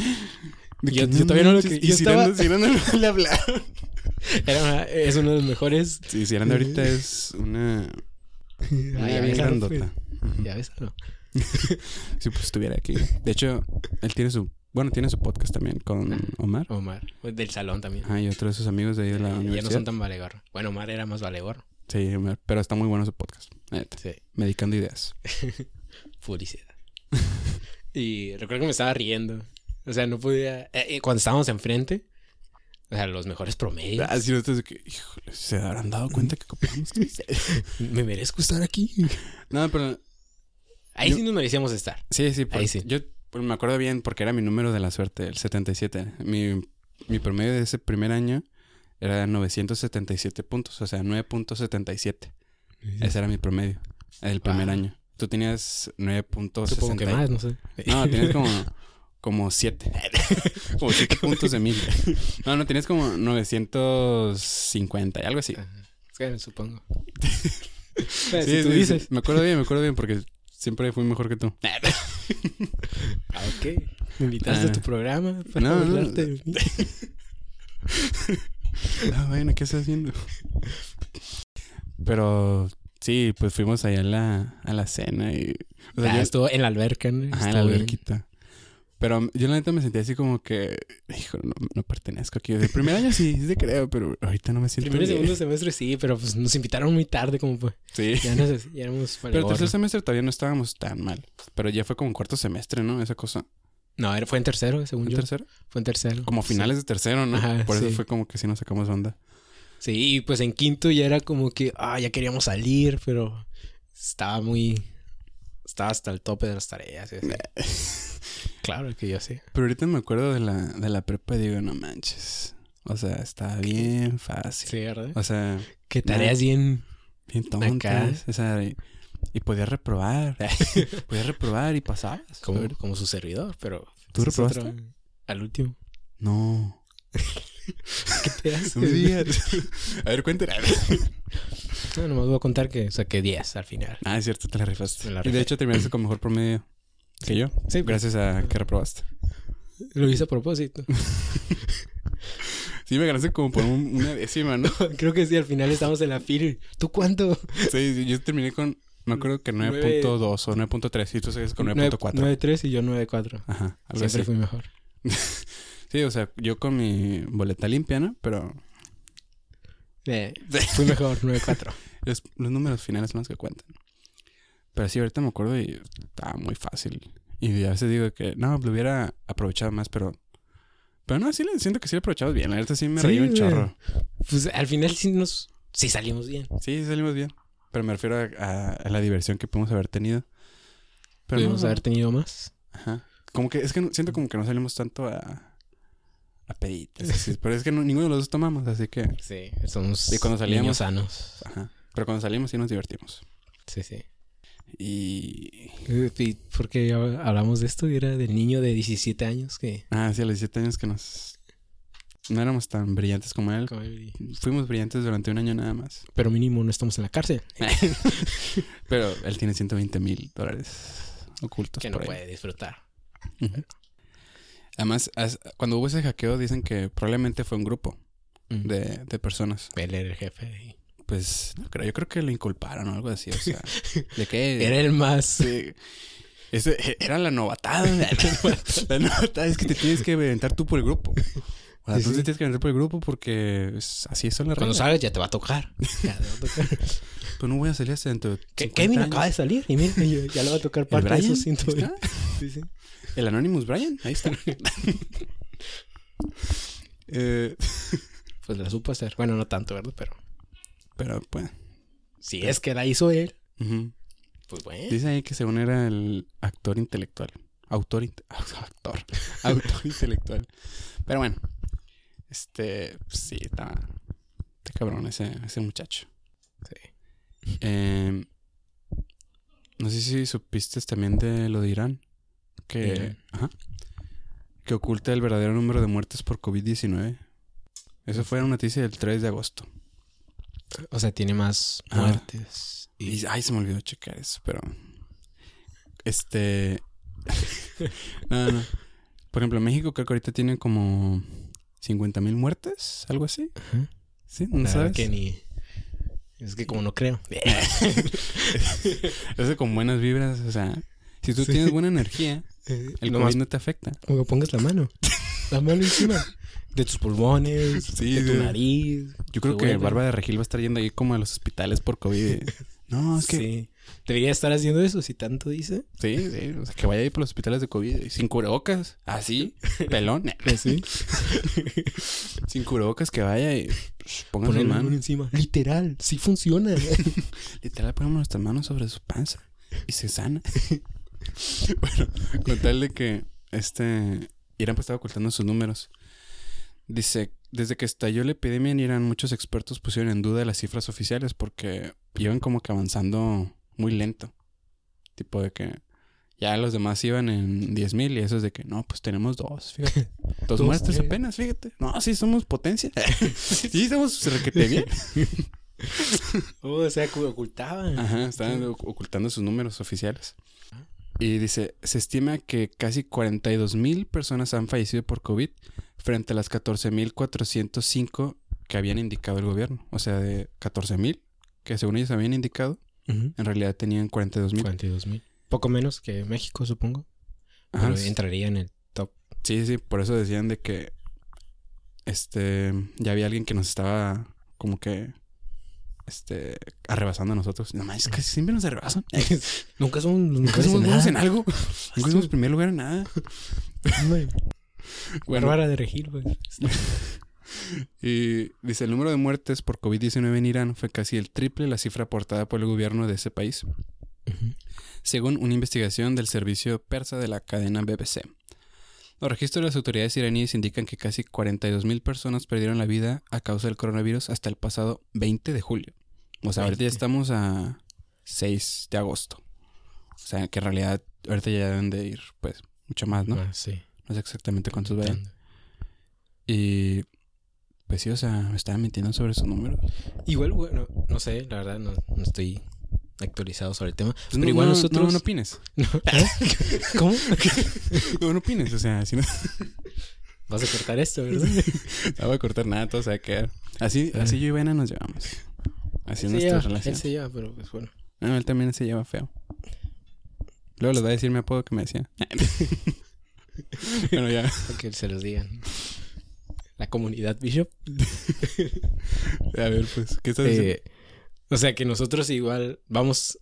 [SPEAKER 1] de
[SPEAKER 2] Yo-
[SPEAKER 1] que,
[SPEAKER 2] yo todavía no lo
[SPEAKER 1] manches,
[SPEAKER 2] creí.
[SPEAKER 1] Y
[SPEAKER 2] Yo
[SPEAKER 1] Ciranda,
[SPEAKER 2] estaba-
[SPEAKER 1] Ciranda no le hablaron.
[SPEAKER 2] Era una- es uno de los mejores.
[SPEAKER 1] Sí, Ciranda ahorita es una. una
[SPEAKER 2] Ay, ya
[SPEAKER 1] bien
[SPEAKER 2] ves, Alfred.
[SPEAKER 1] grandota. Ujú.
[SPEAKER 2] Ya ves, ¿no?
[SPEAKER 1] Si pues estuviera aquí. De hecho, él tiene su... Bueno, tiene su podcast también con Omar.
[SPEAKER 2] Omar, del salón también.
[SPEAKER 1] Ah, y otro de sus amigos de ahí de la
[SPEAKER 2] Eh, ya no
[SPEAKER 1] universidad.
[SPEAKER 2] son tan valegor. Bueno, Omar era más valegor.
[SPEAKER 1] Sí, Omar, pero está muy bueno su podcast. la neta.
[SPEAKER 2] Sí.
[SPEAKER 1] Medicando ideas.
[SPEAKER 2] publicidad. y recuerdo que me estaba riendo. O sea, no podía. eh, eh, cuando estábamos enfrente, o sea, los mejores promedios.
[SPEAKER 1] Ah, sí, nosotros de que... Híjole, ¿se habrán dado cuenta que copiamos?
[SPEAKER 2] Me merezco estar aquí.
[SPEAKER 1] no, pero...
[SPEAKER 2] Ahí
[SPEAKER 1] Yo-
[SPEAKER 2] sí nos merecíamos estar.
[SPEAKER 1] Sí, sí. por-
[SPEAKER 2] Ahí sí.
[SPEAKER 1] Yo pues, me acuerdo bien porque era mi número de la suerte, el 77. Mi, mi promedio de ese primer año era 977 puntos. O sea, 9.77. Ese era mi promedio. El primer
[SPEAKER 2] Wow.
[SPEAKER 1] año. Tú tenías 9.60.
[SPEAKER 2] Supongo que más, no sé.
[SPEAKER 1] No, tenías como, como siete. como siete puntos de mil. No, no, tenías como 950 y algo así.
[SPEAKER 2] Ajá. Es que supongo.
[SPEAKER 1] Sí,
[SPEAKER 2] Pero si tú
[SPEAKER 1] sí,
[SPEAKER 2] dices.
[SPEAKER 1] sí. Me acuerdo bien, me acuerdo bien porque siempre fui mejor que tú.
[SPEAKER 2] Ah, ok. Me invitaste
[SPEAKER 1] Ah.
[SPEAKER 2] a tu programa para
[SPEAKER 1] No, no.
[SPEAKER 2] burlarte.
[SPEAKER 1] Ah, bueno, ¿qué estás haciendo? Pero sí, pues fuimos allá a la, a la cena y... o sea,
[SPEAKER 2] Ah,
[SPEAKER 1] yo-
[SPEAKER 2] estuvo en la alberca,
[SPEAKER 1] ajá,
[SPEAKER 2] ¿no?
[SPEAKER 1] en la
[SPEAKER 2] Estuvo bien.
[SPEAKER 1] alberquita. Pero yo la neta me sentía así como que... Hijo, no, no pertenezco aquí. El primer año sí, sí te creo, pero ahorita no me siento
[SPEAKER 2] Primero y
[SPEAKER 1] bien.
[SPEAKER 2] segundo semestre sí, pero pues nos invitaron muy tarde, como fue.
[SPEAKER 1] Sí.
[SPEAKER 2] Ya, nos, ya éramos
[SPEAKER 1] Pero el
[SPEAKER 2] valegor,
[SPEAKER 1] tercer
[SPEAKER 2] ¿no?
[SPEAKER 1] semestre todavía no estábamos tan mal. Pero ya fue como en cuarto semestre, ¿no? Esa cosa.
[SPEAKER 2] No, era- fue en tercero, según
[SPEAKER 1] ¿En
[SPEAKER 2] yo.
[SPEAKER 1] tercero?
[SPEAKER 2] Fue en tercero.
[SPEAKER 1] Como
[SPEAKER 2] Sí.
[SPEAKER 1] finales de tercero, ¿no?
[SPEAKER 2] Ajá,
[SPEAKER 1] Por eso
[SPEAKER 2] sí.
[SPEAKER 1] fue como que sí nos sacamos onda.
[SPEAKER 2] Sí, y pues en quinto ya era como que, ah, ya queríamos salir, pero estaba muy... Estaba hasta el tope de las tareas. y así. claro que yo sí.
[SPEAKER 1] Pero ahorita me acuerdo de la, de la prepa y digo, no manches. O sea, está bien fácil.
[SPEAKER 2] Sí, ¿verdad?
[SPEAKER 1] O sea,
[SPEAKER 2] Que tareas bien...
[SPEAKER 1] bien tontas. O sea, y, y podías reprobar. podías reprobar y pasabas.
[SPEAKER 2] Como,
[SPEAKER 1] Pero-
[SPEAKER 2] como su servidor, pero...
[SPEAKER 1] ¿Tú
[SPEAKER 2] ese es otro-
[SPEAKER 1] reprobaste?
[SPEAKER 2] Al último.
[SPEAKER 1] No.
[SPEAKER 2] ¿Qué te haces?
[SPEAKER 1] No me digas. A ver, cuéntame.
[SPEAKER 2] No, nomás voy a contar que saqué 10 al final.
[SPEAKER 1] Ah, es cierto, te la rifaste.
[SPEAKER 2] Me la
[SPEAKER 1] y de
[SPEAKER 2] rifé.
[SPEAKER 1] hecho terminaste con mejor promedio que yo.
[SPEAKER 2] Sí, pues,
[SPEAKER 1] Gracias a que reprobaste.
[SPEAKER 2] Lo hice a propósito.
[SPEAKER 1] Sí, me ganaste como por un- una décima, ¿no?
[SPEAKER 2] Creo que sí, al final estamos en la fila. ¿Tú cuánto?
[SPEAKER 1] Sí, sí, yo terminé con, me acuerdo que
[SPEAKER 2] Nueve-
[SPEAKER 1] 9.2 o 9.3 y tú sigues con 9.4.
[SPEAKER 2] 9.3 y yo 9.4.
[SPEAKER 1] Ajá, algo
[SPEAKER 2] Siempre
[SPEAKER 1] así.
[SPEAKER 2] fui mejor.
[SPEAKER 1] Sí, o sea, yo con mi boleta limpia, ¿no? Pero
[SPEAKER 2] Eh, fui mejor, 9.4.
[SPEAKER 1] los, los números finales son los que cuentan. Pero sí, ahorita me acuerdo y estaba muy fácil. Y a veces digo que, no, lo hubiera aprovechado más, pero... Pero no, sí le siento que sí lo aprovechamos bien. La verdad sí me
[SPEAKER 2] Sí,
[SPEAKER 1] reí un
[SPEAKER 2] güey.
[SPEAKER 1] chorro.
[SPEAKER 2] Pues al final sí nos... Sí salimos bien.
[SPEAKER 1] Sí, salimos bien. Pero me refiero a, a- a la diversión que pudimos haber tenido. Pero
[SPEAKER 2] Pudimos
[SPEAKER 1] no,
[SPEAKER 2] haber tenido más.
[SPEAKER 1] Ajá. Como que es que no- siento como que no salimos tanto a, a peditas. así, pero es que no- ninguno de los dos tomamos, así que.
[SPEAKER 2] Sí, somos
[SPEAKER 1] Y cuando salíamos-
[SPEAKER 2] niños sanos.
[SPEAKER 1] Ajá. Pero cuando salimos sí nos divertimos.
[SPEAKER 2] Sí, sí.
[SPEAKER 1] Y.
[SPEAKER 2] ¿Y ¿Por qué hab- hablamos de esto? Y era del niño de 17 años que...
[SPEAKER 1] Ah, sí, a los 17 años que nos. No éramos tan brillantes como él. Fuimos brillantes durante un año nada más.
[SPEAKER 2] Pero mínimo no estamos en la cárcel.
[SPEAKER 1] Pero él tiene 120 mil dólares ocultos.
[SPEAKER 2] Que no
[SPEAKER 1] Pues por ahí.
[SPEAKER 2] puede disfrutar.
[SPEAKER 1] Además, as- cuando hubo ese hackeo, dicen que probablemente fue un grupo
[SPEAKER 2] Mm.
[SPEAKER 1] de, de personas.
[SPEAKER 2] Él era el jefe. y-
[SPEAKER 1] Pues no creo, yo creo que lo inculparon o algo así. O sea, ¿de qué?
[SPEAKER 2] Era el más...
[SPEAKER 1] Sí. Ese- e- era la novatada. La, novatada. La novatada es que te tienes que aventar tú por el grupo. O sea,
[SPEAKER 2] Sí,
[SPEAKER 1] tú
[SPEAKER 2] sí.
[SPEAKER 1] te tienes que aventar por el grupo porque es- así son las
[SPEAKER 2] Cuando
[SPEAKER 1] reglas.
[SPEAKER 2] sabes ya te va a tocar. Ya te va a tocar.
[SPEAKER 1] Pues no voy a salir hasta dentro de
[SPEAKER 2] Que
[SPEAKER 1] 50
[SPEAKER 2] Kevin
[SPEAKER 1] años.
[SPEAKER 2] acaba de salir y mira, ya- ya le va a tocar
[SPEAKER 1] ¿El
[SPEAKER 2] parte de
[SPEAKER 1] Brian?
[SPEAKER 2] esos ciento
[SPEAKER 1] Ahí está.
[SPEAKER 2] Sí, sí.
[SPEAKER 1] El Anonymous Brian. Ahí está. Eh,
[SPEAKER 2] Pues la supo hacer. Bueno, no tanto, ¿verdad? Pero
[SPEAKER 1] pero bueno.
[SPEAKER 2] si es que la hizo él,
[SPEAKER 1] Ujú.
[SPEAKER 2] pues bueno.
[SPEAKER 1] Dice ahí que según era el actor intelectual. Autor, inte- actor. Autor intelectual. Pero bueno. Este, sí, está, está cabrón ese, ese muchacho. Eh, no sé si supiste también de lo de Irán. Que,
[SPEAKER 2] Irán.
[SPEAKER 1] ajá, que oculta el verdadero número de muertes por COVID-19. Eso fue una noticia del 3 de agosto.
[SPEAKER 2] O sea, tiene más
[SPEAKER 1] Ah.
[SPEAKER 2] muertes.
[SPEAKER 1] Y, ay, se me olvidó checar eso, pero. Este. no, no, no. Por ejemplo, México creo que ahorita tiene como 50 mil muertes, algo así.
[SPEAKER 2] Ajá.
[SPEAKER 1] ¿Sí? ¿No
[SPEAKER 2] La verdad
[SPEAKER 1] sabes?
[SPEAKER 2] que ni. Es que como no creo.
[SPEAKER 1] Eso con buenas vibras, o sea, si tú
[SPEAKER 2] Sí.
[SPEAKER 1] tienes buena energía, el
[SPEAKER 2] no
[SPEAKER 1] COVID
[SPEAKER 2] más
[SPEAKER 1] no te afecta.
[SPEAKER 2] como que pongas la mano. La mano encima. De tus pulmones,
[SPEAKER 1] Sí,
[SPEAKER 2] de tu
[SPEAKER 1] sí.
[SPEAKER 2] nariz.
[SPEAKER 1] Yo creo
[SPEAKER 2] Qué
[SPEAKER 1] que
[SPEAKER 2] bueno.
[SPEAKER 1] Bárbara de Regil va a estar yendo ahí como a los hospitales por COVID. No, es que. Sí,
[SPEAKER 2] Sí. Debería estar haciendo eso si tanto dice.
[SPEAKER 1] sí, O sea, que vaya ahí por los hospitales de COVID. y Sin cubrebocas, así, pelón.
[SPEAKER 2] Así.
[SPEAKER 1] Sin cubrebocas que vaya y ponga
[SPEAKER 2] Poner
[SPEAKER 1] su
[SPEAKER 2] la mano
[SPEAKER 1] mano.
[SPEAKER 2] encima. Literal, sí funciona.
[SPEAKER 1] Literal, ponemos nuestras manos sobre su panza y se sana. bueno, con tal de que este Irán pues estaba ocultando sus números. Dice, desde que estalló la epidemia en Irán, muchos expertos pusieron en duda las cifras oficiales porque iban como que avanzando muy lento. Tipo de que ya los demás iban en 10.000 y eso es de que no, pues tenemos dos, fíjate. Dos
[SPEAKER 2] Dos,
[SPEAKER 1] muertes
[SPEAKER 2] tres.
[SPEAKER 1] apenas, fíjate. No, sí somos potencia. sí somos requete bien.
[SPEAKER 2] Oh, o sea, que ocultaban.
[SPEAKER 1] Ajá, estaban oc- ocultando sus números oficiales. Y dice, se estima que casi 42 mil personas han fallecido por COVID frente a las 14.405 que habían indicado el gobierno. O sea, de 14 mil que según ellos habían indicado,
[SPEAKER 2] Ujú.
[SPEAKER 1] en realidad tenían 42 mil.
[SPEAKER 2] 42 mil. Poco menos que México, supongo.
[SPEAKER 1] Ajá,
[SPEAKER 2] pero entraría en el top.
[SPEAKER 1] sí, sí, por eso decían de que este ya había alguien que nos estaba como que este arrebasando a nosotros. No manches, casi siempre nos arrebasan.
[SPEAKER 2] Nunca somos los
[SPEAKER 1] Nunca
[SPEAKER 2] mejores
[SPEAKER 1] somos
[SPEAKER 2] en
[SPEAKER 1] buenos
[SPEAKER 2] nada.
[SPEAKER 1] en algo. Nunca somos primer lugar en nada.
[SPEAKER 2] Hombre,
[SPEAKER 1] Bueno,
[SPEAKER 2] Bárbara de Regil, pues.
[SPEAKER 1] y dice, el número de muertes por COVID-19 en Irán fue casi el triple de la cifra aportada por el gobierno de ese país, según una investigación del servicio persa de la cadena BBC. Los registros de las autoridades iraníes indican que casi 42.000 personas perdieron la vida a causa del coronavirus hasta el pasado 20 de julio. O sea, ahorita ya
[SPEAKER 2] 20.
[SPEAKER 1] estamos a 6 de agosto. O sea, que en realidad ahorita ya deben de ir, pues, mucho más, ¿no?
[SPEAKER 2] Ah, sí.
[SPEAKER 1] No sé exactamente cuántos vayan.
[SPEAKER 2] Entiendo.
[SPEAKER 1] Y pues sí, o sea, me estaban mintiendo sobre sus números.
[SPEAKER 2] Igual, bueno, no sé, la verdad no, no estoy actualizado sobre el tema.
[SPEAKER 1] pero
[SPEAKER 2] igual nosotros-
[SPEAKER 1] Pues No, no opines.
[SPEAKER 2] ¿Cómo?
[SPEAKER 1] No, no opines. O sea, si no
[SPEAKER 2] Vas a cortar esto, ¿verdad?
[SPEAKER 1] no voy a cortar nada, todo se va a quedar. Así, así yo y Vena nos llevamos. Así es
[SPEAKER 2] Él
[SPEAKER 1] nuestra
[SPEAKER 2] se lleva,
[SPEAKER 1] relación.
[SPEAKER 2] él se lleva, pero pues bueno.
[SPEAKER 1] No, él también se lleva feo. Luego les va a decir mi apodo que me decía. bueno, ya.
[SPEAKER 2] Que se los digan. La comunidad Bishop.
[SPEAKER 1] A ver, pues, ¿qué estás diciendo?
[SPEAKER 2] Eh, o sea que nosotros igual vamos.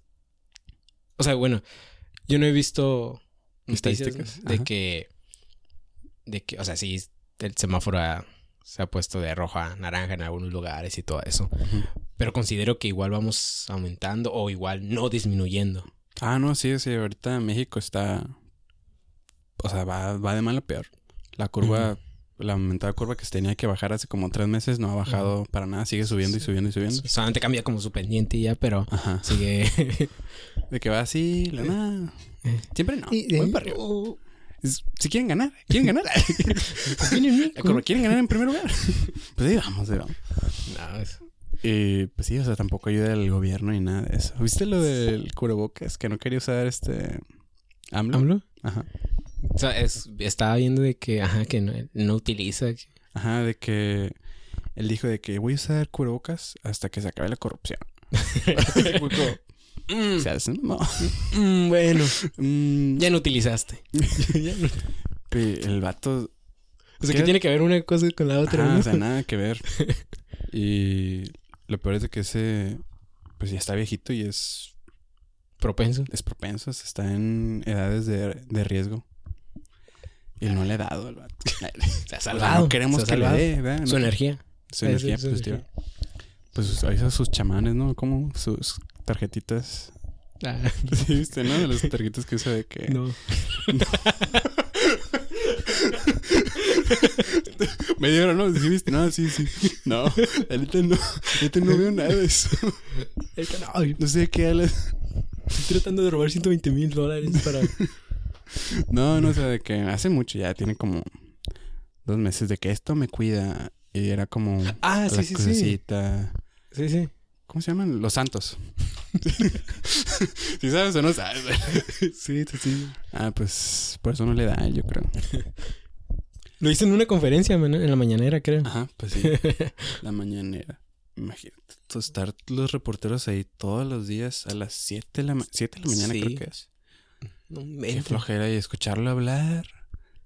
[SPEAKER 2] O sea, bueno, yo no he visto noticias
[SPEAKER 1] Estadísticas,
[SPEAKER 2] de
[SPEAKER 1] ajá.
[SPEAKER 2] que. De que, o sea, sí, el semáforo ha- se ha puesto de rojo a naranja en algunos lugares y todo eso.
[SPEAKER 1] Ujú.
[SPEAKER 2] Pero considero que igual vamos aumentando o igual no disminuyendo.
[SPEAKER 1] Ah, no, sí, sí. Ahorita México está. O sea, va, va de mal a peor. La curva la mentada curva que tenía que bajar hace como tres meses no ha bajado para nada, sigue subiendo y subiendo y subiendo.
[SPEAKER 2] Solamente cambia como su pendiente y ya, pero
[SPEAKER 1] Ajá.
[SPEAKER 2] sigue.
[SPEAKER 1] De que va así, la nada. Siempre no.
[SPEAKER 2] Eh. Y-
[SPEAKER 1] voy para arriba.
[SPEAKER 2] Oh,
[SPEAKER 1] Es- Si quieren ganar, quieren ganar.
[SPEAKER 2] confíen en mí,
[SPEAKER 1] La curva, quieren ganar en primer lugar. Pues ahí vamos, ahí vamos.
[SPEAKER 2] No, es-
[SPEAKER 1] Y pues sí, o sea, tampoco ayuda el gobierno ni nada de eso. ¿Viste lo del cubrebocas que no quería usar este AMLO?
[SPEAKER 2] ¿AMLO?
[SPEAKER 1] Ajá.
[SPEAKER 2] O sea, es- estaba viendo de que, ajá, que no, no utiliza. que-
[SPEAKER 1] Ajá, de que él dijo de que voy a usar cubrebocas hasta que se acabe la corrupción. O sea, es un mamón.
[SPEAKER 2] Mm, bueno,
[SPEAKER 1] Mm,
[SPEAKER 2] ya no utilizaste. Ya no-
[SPEAKER 1] pe- el vato.
[SPEAKER 2] O sea, que tiene que ver una cosa con la otra.
[SPEAKER 1] Ajá,
[SPEAKER 2] ¿no?
[SPEAKER 1] Ah, o sea, nada que ver. Y lo peor es de que ese. Pues ya está viejito y es,
[SPEAKER 2] Propenso.
[SPEAKER 1] es propenso, está en edades de, de riesgo. Y no le ha dado al vato.
[SPEAKER 2] Se ha
[SPEAKER 1] O
[SPEAKER 2] salvado.
[SPEAKER 1] sea, no queremos
[SPEAKER 2] se ha
[SPEAKER 1] que le
[SPEAKER 2] salvado.
[SPEAKER 1] dé, ¿verdad?
[SPEAKER 2] Su energía.
[SPEAKER 1] Su energía
[SPEAKER 2] Esa es su
[SPEAKER 1] positiva. Pues ahí son sus chamanes, ¿no? Como sus tarjetitas.
[SPEAKER 2] Ah,
[SPEAKER 1] Sí, viste, ¿no? De las tarjetitas que usa de que.
[SPEAKER 2] no.
[SPEAKER 1] Me dieron, ¿no? Sí, viste, no, sí, sí. No, ahorita no. Ahorita no veo nada de eso.
[SPEAKER 2] Ahorita no, yo
[SPEAKER 1] No sé de qué hablas.
[SPEAKER 2] Estoy tratando de robar 120 mil dólares para.
[SPEAKER 1] No, no, o sea, de que hace mucho ya, tiene como dos meses de que esto me cuida. Y era como.
[SPEAKER 2] Ah,
[SPEAKER 1] la
[SPEAKER 2] sí, sí, sí.
[SPEAKER 1] crucecita.
[SPEAKER 2] Sí, sí.
[SPEAKER 1] ¿Cómo se llaman? Los santos. si sabes o no sabes.
[SPEAKER 2] Sí, sí, sí.
[SPEAKER 1] Ah, pues por eso no le da, yo creo.
[SPEAKER 2] Lo hice en una conferencia man, en la mañanera, creo.
[SPEAKER 1] Ajá, pues sí. La mañanera. Imagínate, tú estar los reporteros ahí todos los días a las 7 de la, ma- siete de la mañana,
[SPEAKER 2] Sí.
[SPEAKER 1] creo que es.
[SPEAKER 2] No
[SPEAKER 1] Qué
[SPEAKER 2] inventes.
[SPEAKER 1] flojera y escucharlo hablar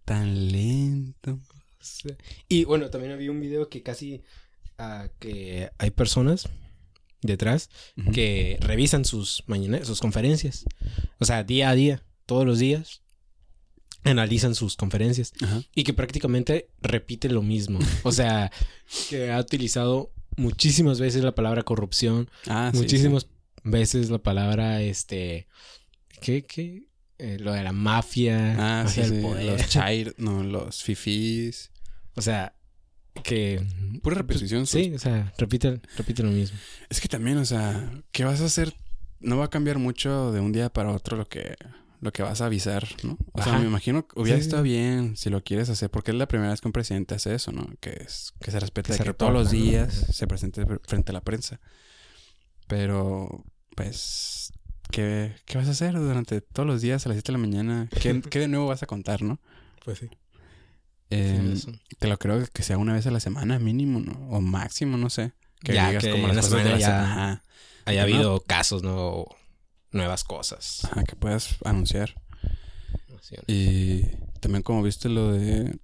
[SPEAKER 1] tan lento.
[SPEAKER 2] Sí. Y bueno, también había un video que casi ah, que hay personas detrás
[SPEAKER 1] Ujú.
[SPEAKER 2] que revisan sus mañana, sus conferencias. O sea, día a día, todos los días analizan sus conferencias
[SPEAKER 1] Ajá.
[SPEAKER 2] y que prácticamente repite lo mismo. O sea, que ha utilizado muchísimas veces la palabra corrupción,
[SPEAKER 1] Ah, sí, sí.
[SPEAKER 2] muchísimas veces la palabra este ¿qué qué? Eh, lo de la mafia,
[SPEAKER 1] Ah,
[SPEAKER 2] o
[SPEAKER 1] sí,
[SPEAKER 2] sea, el
[SPEAKER 1] sí,
[SPEAKER 2] poder.
[SPEAKER 1] Los chair, no, los fifís.
[SPEAKER 2] O sea, que
[SPEAKER 1] Pura repetición. sus-
[SPEAKER 2] Pues Sí, o sea, repite, repite lo mismo.
[SPEAKER 1] Es que también, o sea, ¿qué vas a hacer? No va a cambiar mucho de un día para otro lo que, lo que vas a avisar, ¿no? O sea,
[SPEAKER 2] Ajá.
[SPEAKER 1] me imagino que hubiera
[SPEAKER 2] Sí, sí,
[SPEAKER 1] estado
[SPEAKER 2] sí.
[SPEAKER 1] bien si lo quieres hacer, porque es la primera vez que un presidente hace eso, ¿no? Que, es, que se respeta
[SPEAKER 2] Que
[SPEAKER 1] de
[SPEAKER 2] se
[SPEAKER 1] que todos los
[SPEAKER 2] reporta, ¿no?
[SPEAKER 1] días
[SPEAKER 2] Ajá.
[SPEAKER 1] se presente fr- frente a la prensa. Pero, pues, ¿qué, qué vas a hacer durante todos los días a las 7 de la mañana? ¿Qué, qué de nuevo vas a contar, no?
[SPEAKER 2] Pues sí.
[SPEAKER 1] Eh, te lo creo que sea una vez a la semana mínimo, ¿no? O máximo, no sé. Que
[SPEAKER 2] Ya,
[SPEAKER 1] digas
[SPEAKER 2] que
[SPEAKER 1] como las
[SPEAKER 2] una
[SPEAKER 1] cosas de
[SPEAKER 2] semana
[SPEAKER 1] la
[SPEAKER 2] ya-
[SPEAKER 1] semana. Ajá.
[SPEAKER 2] Haya
[SPEAKER 1] ¿no?
[SPEAKER 2] habido casos, ¿no? Nuevas cosas.
[SPEAKER 1] Ajá, que puedas anunciar.
[SPEAKER 2] Sí, ¿no?
[SPEAKER 1] Y también como viste lo de...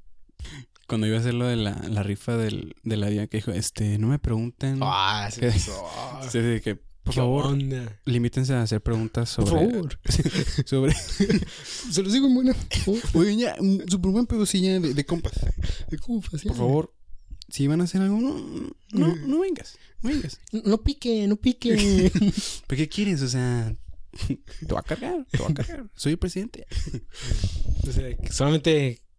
[SPEAKER 1] Cuando iba a hacer lo de la, la rifa del, de la vida que dijo, este, no me pregunten.
[SPEAKER 2] Ah, sí,
[SPEAKER 1] ¿Qué?
[SPEAKER 2] sí, ah,
[SPEAKER 1] Sí, sí, que, por
[SPEAKER 2] ¿qué
[SPEAKER 1] favor,
[SPEAKER 2] onda?
[SPEAKER 1] limítense a hacer preguntas
[SPEAKER 2] Por
[SPEAKER 1] sobre...
[SPEAKER 2] favor.
[SPEAKER 1] Sobre...
[SPEAKER 2] Se los digo en buena.
[SPEAKER 1] Oye, ya, un súper buen pedocilla de, de compas. Por favor, si van a hacer algo, no, no,
[SPEAKER 2] Mm.
[SPEAKER 1] no vengas. No vengas.
[SPEAKER 2] No pique, no pique.
[SPEAKER 1] ¿Pero qué quieres? O sea, te va a cargar, te va a cargar. Soy el presidente.
[SPEAKER 2] o sea, que solamente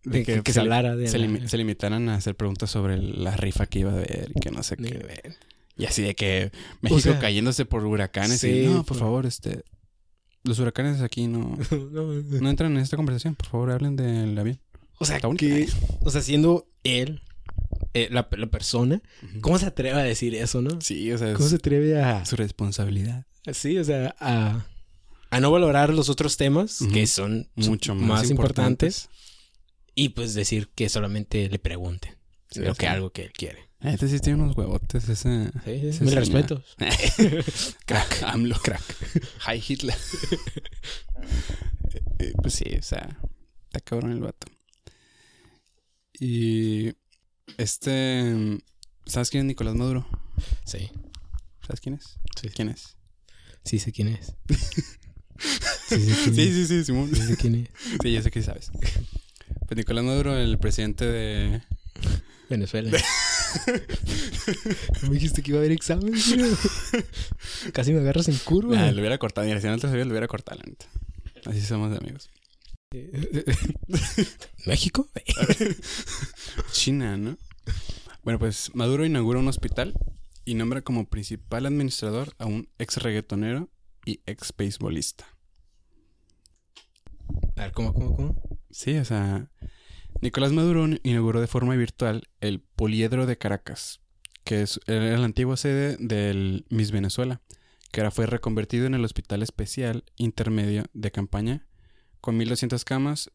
[SPEAKER 1] De
[SPEAKER 2] de que,
[SPEAKER 1] que
[SPEAKER 2] que
[SPEAKER 1] se
[SPEAKER 2] se
[SPEAKER 1] li-
[SPEAKER 2] hablara de.
[SPEAKER 1] Se,
[SPEAKER 2] la-
[SPEAKER 1] limi- se limitaran a hacer preguntas sobre la rifa que iba a haber y que no sé
[SPEAKER 2] de-
[SPEAKER 1] qué. Y así de que México
[SPEAKER 2] sea,
[SPEAKER 1] cayéndose por huracanes
[SPEAKER 2] sí,
[SPEAKER 1] y no, por
[SPEAKER 2] por-
[SPEAKER 1] favor, este los huracanes aquí no,
[SPEAKER 2] No, no.
[SPEAKER 1] no entran en esta conversación, por favor, hablen del avión.
[SPEAKER 2] O sea,
[SPEAKER 1] Está bonito.
[SPEAKER 2] que. O sea, siendo él, eh, la, la persona, ¿cómo se atreve a decir eso, no?
[SPEAKER 1] Sí, o sea,
[SPEAKER 2] ¿Cómo
[SPEAKER 1] es
[SPEAKER 2] se atreve a.
[SPEAKER 1] su responsabilidad.
[SPEAKER 2] Sí, o sea, a, a no valorar los otros temas
[SPEAKER 1] Ujú.
[SPEAKER 2] que son
[SPEAKER 1] Mucho más,
[SPEAKER 2] más
[SPEAKER 1] importantes.
[SPEAKER 2] importantes. y pues decir que solamente le pregunten
[SPEAKER 1] Sí,
[SPEAKER 2] lo
[SPEAKER 1] o
[SPEAKER 2] que
[SPEAKER 1] sea,
[SPEAKER 2] algo que él quiere.
[SPEAKER 1] Este sí tiene unos huevotes, ese
[SPEAKER 2] Sí, sí,
[SPEAKER 1] ese
[SPEAKER 2] mil
[SPEAKER 1] señor.
[SPEAKER 2] respetos.
[SPEAKER 1] crack, AMLO, crack. High Hitler. Eh, eh, pues sí, o sea, está cabrón el vato. Y este, ¿sabes quién es Nicolás Maduro?
[SPEAKER 2] Sí,
[SPEAKER 1] ¿Sabes quién es?
[SPEAKER 2] Sí.
[SPEAKER 1] ¿Quién es?
[SPEAKER 2] sí sé quién es. Sí sé quién
[SPEAKER 1] Sí,
[SPEAKER 2] es.
[SPEAKER 1] sí, sí, Simón.
[SPEAKER 2] Sí sé quién es.
[SPEAKER 1] Sí, yo sé que sí sabes. Pues Nicolás Maduro, el presidente de...
[SPEAKER 2] Venezuela. ¿No me dijiste que iba a haber examen, tío? Casi me agarras en curva.
[SPEAKER 1] Ah, lo hubiera cortado, mira, si no te sabía, lo hubiera cortado, la neta. Así somos de amigos.
[SPEAKER 2] Eh, ¿México?
[SPEAKER 1] China, ¿no? Bueno, pues Maduro inaugura un hospital y nombra como principal administrador a un ex reggaetonero y ex beisbolista.
[SPEAKER 2] A ver, ¿cómo, cómo, cómo?
[SPEAKER 1] Sí, o sea, Nicolás Maduro inauguró de forma virtual el Poliedro de Caracas, que es, era la antigua sede del Miss Venezuela, que ahora fue reconvertido en el Hospital Especial Intermedio de Campaña, con 1.200 camas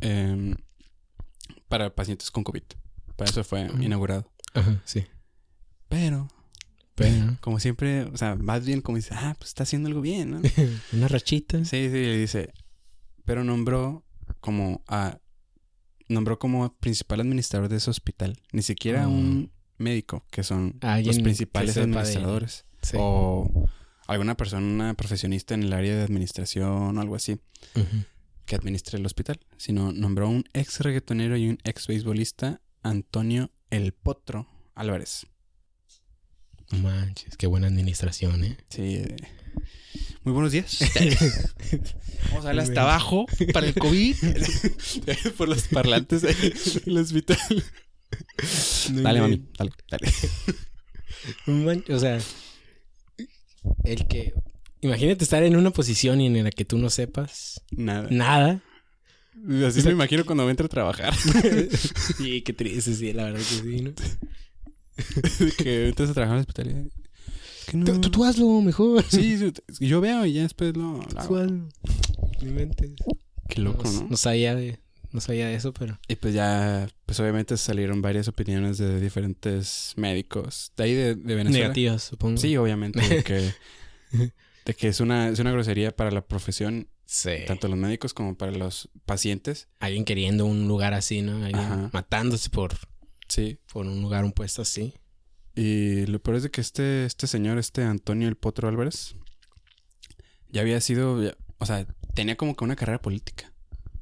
[SPEAKER 1] em, para pacientes con COVID. Para eso fue
[SPEAKER 2] Ujú.
[SPEAKER 1] inaugurado.
[SPEAKER 2] Ajá, sí.
[SPEAKER 1] Pero,
[SPEAKER 2] Pero.
[SPEAKER 1] como siempre, o sea, más bien como dice, ah, pues está haciendo algo bien, ¿no?
[SPEAKER 2] Una rachita.
[SPEAKER 1] Sí, sí, le dice. Pero nombró como a. Nombró como principal administrador de ese hospital. Ni siquiera
[SPEAKER 2] Ah.
[SPEAKER 1] un médico, que son
[SPEAKER 2] Alguien
[SPEAKER 1] los
[SPEAKER 2] que
[SPEAKER 1] principales
[SPEAKER 2] sepa de-
[SPEAKER 1] administradores.
[SPEAKER 2] Sí.
[SPEAKER 1] O alguna persona profesionista en el área de administración o algo así
[SPEAKER 2] Ujú.
[SPEAKER 1] que administre el hospital. Sino nombró a un ex reggaetonero y un ex beisbolista, Antonio El Potro Álvarez.
[SPEAKER 2] No Manches, qué buena administración, ¿eh?
[SPEAKER 1] Sí. eh, Muy buenos días. Vamos a darle hasta abajo para el COVID. Por los parlantes del hospital. Dale, mami. Dale, dale.
[SPEAKER 2] No man- o sea, el que. Imagínate estar en una posición y en la que tú no sepas
[SPEAKER 1] Nada.
[SPEAKER 2] nada.
[SPEAKER 1] Así me imagino cuando entra a trabajar.
[SPEAKER 2] Sí, qué triste, sí, la verdad que sí, ¿no?
[SPEAKER 1] que entras a trabajar en el hospital. y, "Es que no".
[SPEAKER 2] Tú, tú- tú hazlo mejor.
[SPEAKER 1] Sí, sí, yo veo y ya después lo, lo hago.
[SPEAKER 2] Tú hazlo. No inventes.
[SPEAKER 1] Qué loco,
[SPEAKER 2] no,
[SPEAKER 1] ¿no?
[SPEAKER 2] no sabía de, no sabía de eso, pero.
[SPEAKER 1] Y pues ya, pues obviamente salieron varias opiniones de diferentes médicos. De ahí de, de Venezuela.
[SPEAKER 2] Negativas, supongo.
[SPEAKER 1] Sí, obviamente. De que, de que es, una, es una grosería para la profesión,
[SPEAKER 2] Sí.
[SPEAKER 1] tanto los médicos como para los pacientes.
[SPEAKER 2] Alguien queriendo un lugar así, ¿no? Alguien
[SPEAKER 1] Ajá.
[SPEAKER 2] matándose por,
[SPEAKER 1] Sí.
[SPEAKER 2] por un lugar, un puesto así.
[SPEAKER 1] Y lo peor es de que este, este señor, este Antonio El Potro Álvarez, ya había sido, ya- o sea, tenía como que una carrera política.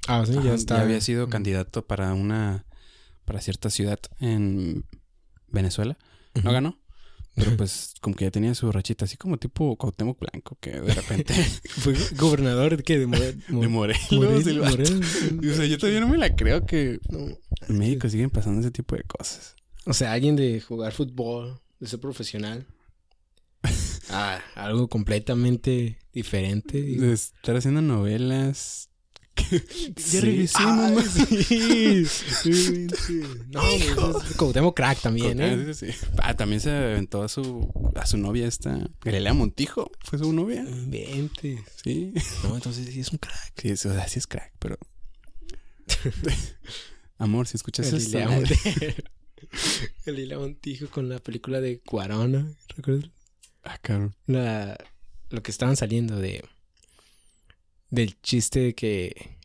[SPEAKER 2] Ah, sí,
[SPEAKER 1] Ajá, ya, había sido candidato para una, para cierta ciudad en Venezuela. No ganó. Pero pues como que ya tenía su rachita, así como tipo Cuauhtémoc Blanco, que de repente
[SPEAKER 2] Fue gobernador que de More-
[SPEAKER 1] de
[SPEAKER 2] Mo-
[SPEAKER 1] Morelos.
[SPEAKER 2] Morelos,
[SPEAKER 1] el vato.
[SPEAKER 2] Morelos.
[SPEAKER 1] Y, O sea, yo todavía no me la creo que
[SPEAKER 2] No.
[SPEAKER 1] en México siguen pasando ese tipo de cosas.
[SPEAKER 2] O sea, alguien de jugar fútbol, de ser profesional. Ah, algo completamente diferente. Y-
[SPEAKER 1] De estar haciendo novelas.
[SPEAKER 2] Sí.
[SPEAKER 1] Ya regresé,
[SPEAKER 2] Ay,
[SPEAKER 1] mamá.
[SPEAKER 2] sí. Sí, sí. No, pues, es Cuauhtémoc crack también, ¿eh?
[SPEAKER 1] Sí, sí, sí. Ah, también se aventó a su, a su novia esta. Galilea Montijo fue su novia.
[SPEAKER 2] Inventes.
[SPEAKER 1] Sí.
[SPEAKER 2] No, entonces sí es un crack.
[SPEAKER 1] Sí, es- o sea, sí es crack, pero. Amor, si escuchas esto.
[SPEAKER 2] Galilea Montijo. Galilea Montijo con la película de Cuarona, ¿recuerdas?
[SPEAKER 1] Ah, cabrón.
[SPEAKER 2] la, lo que estaban saliendo de del chiste de que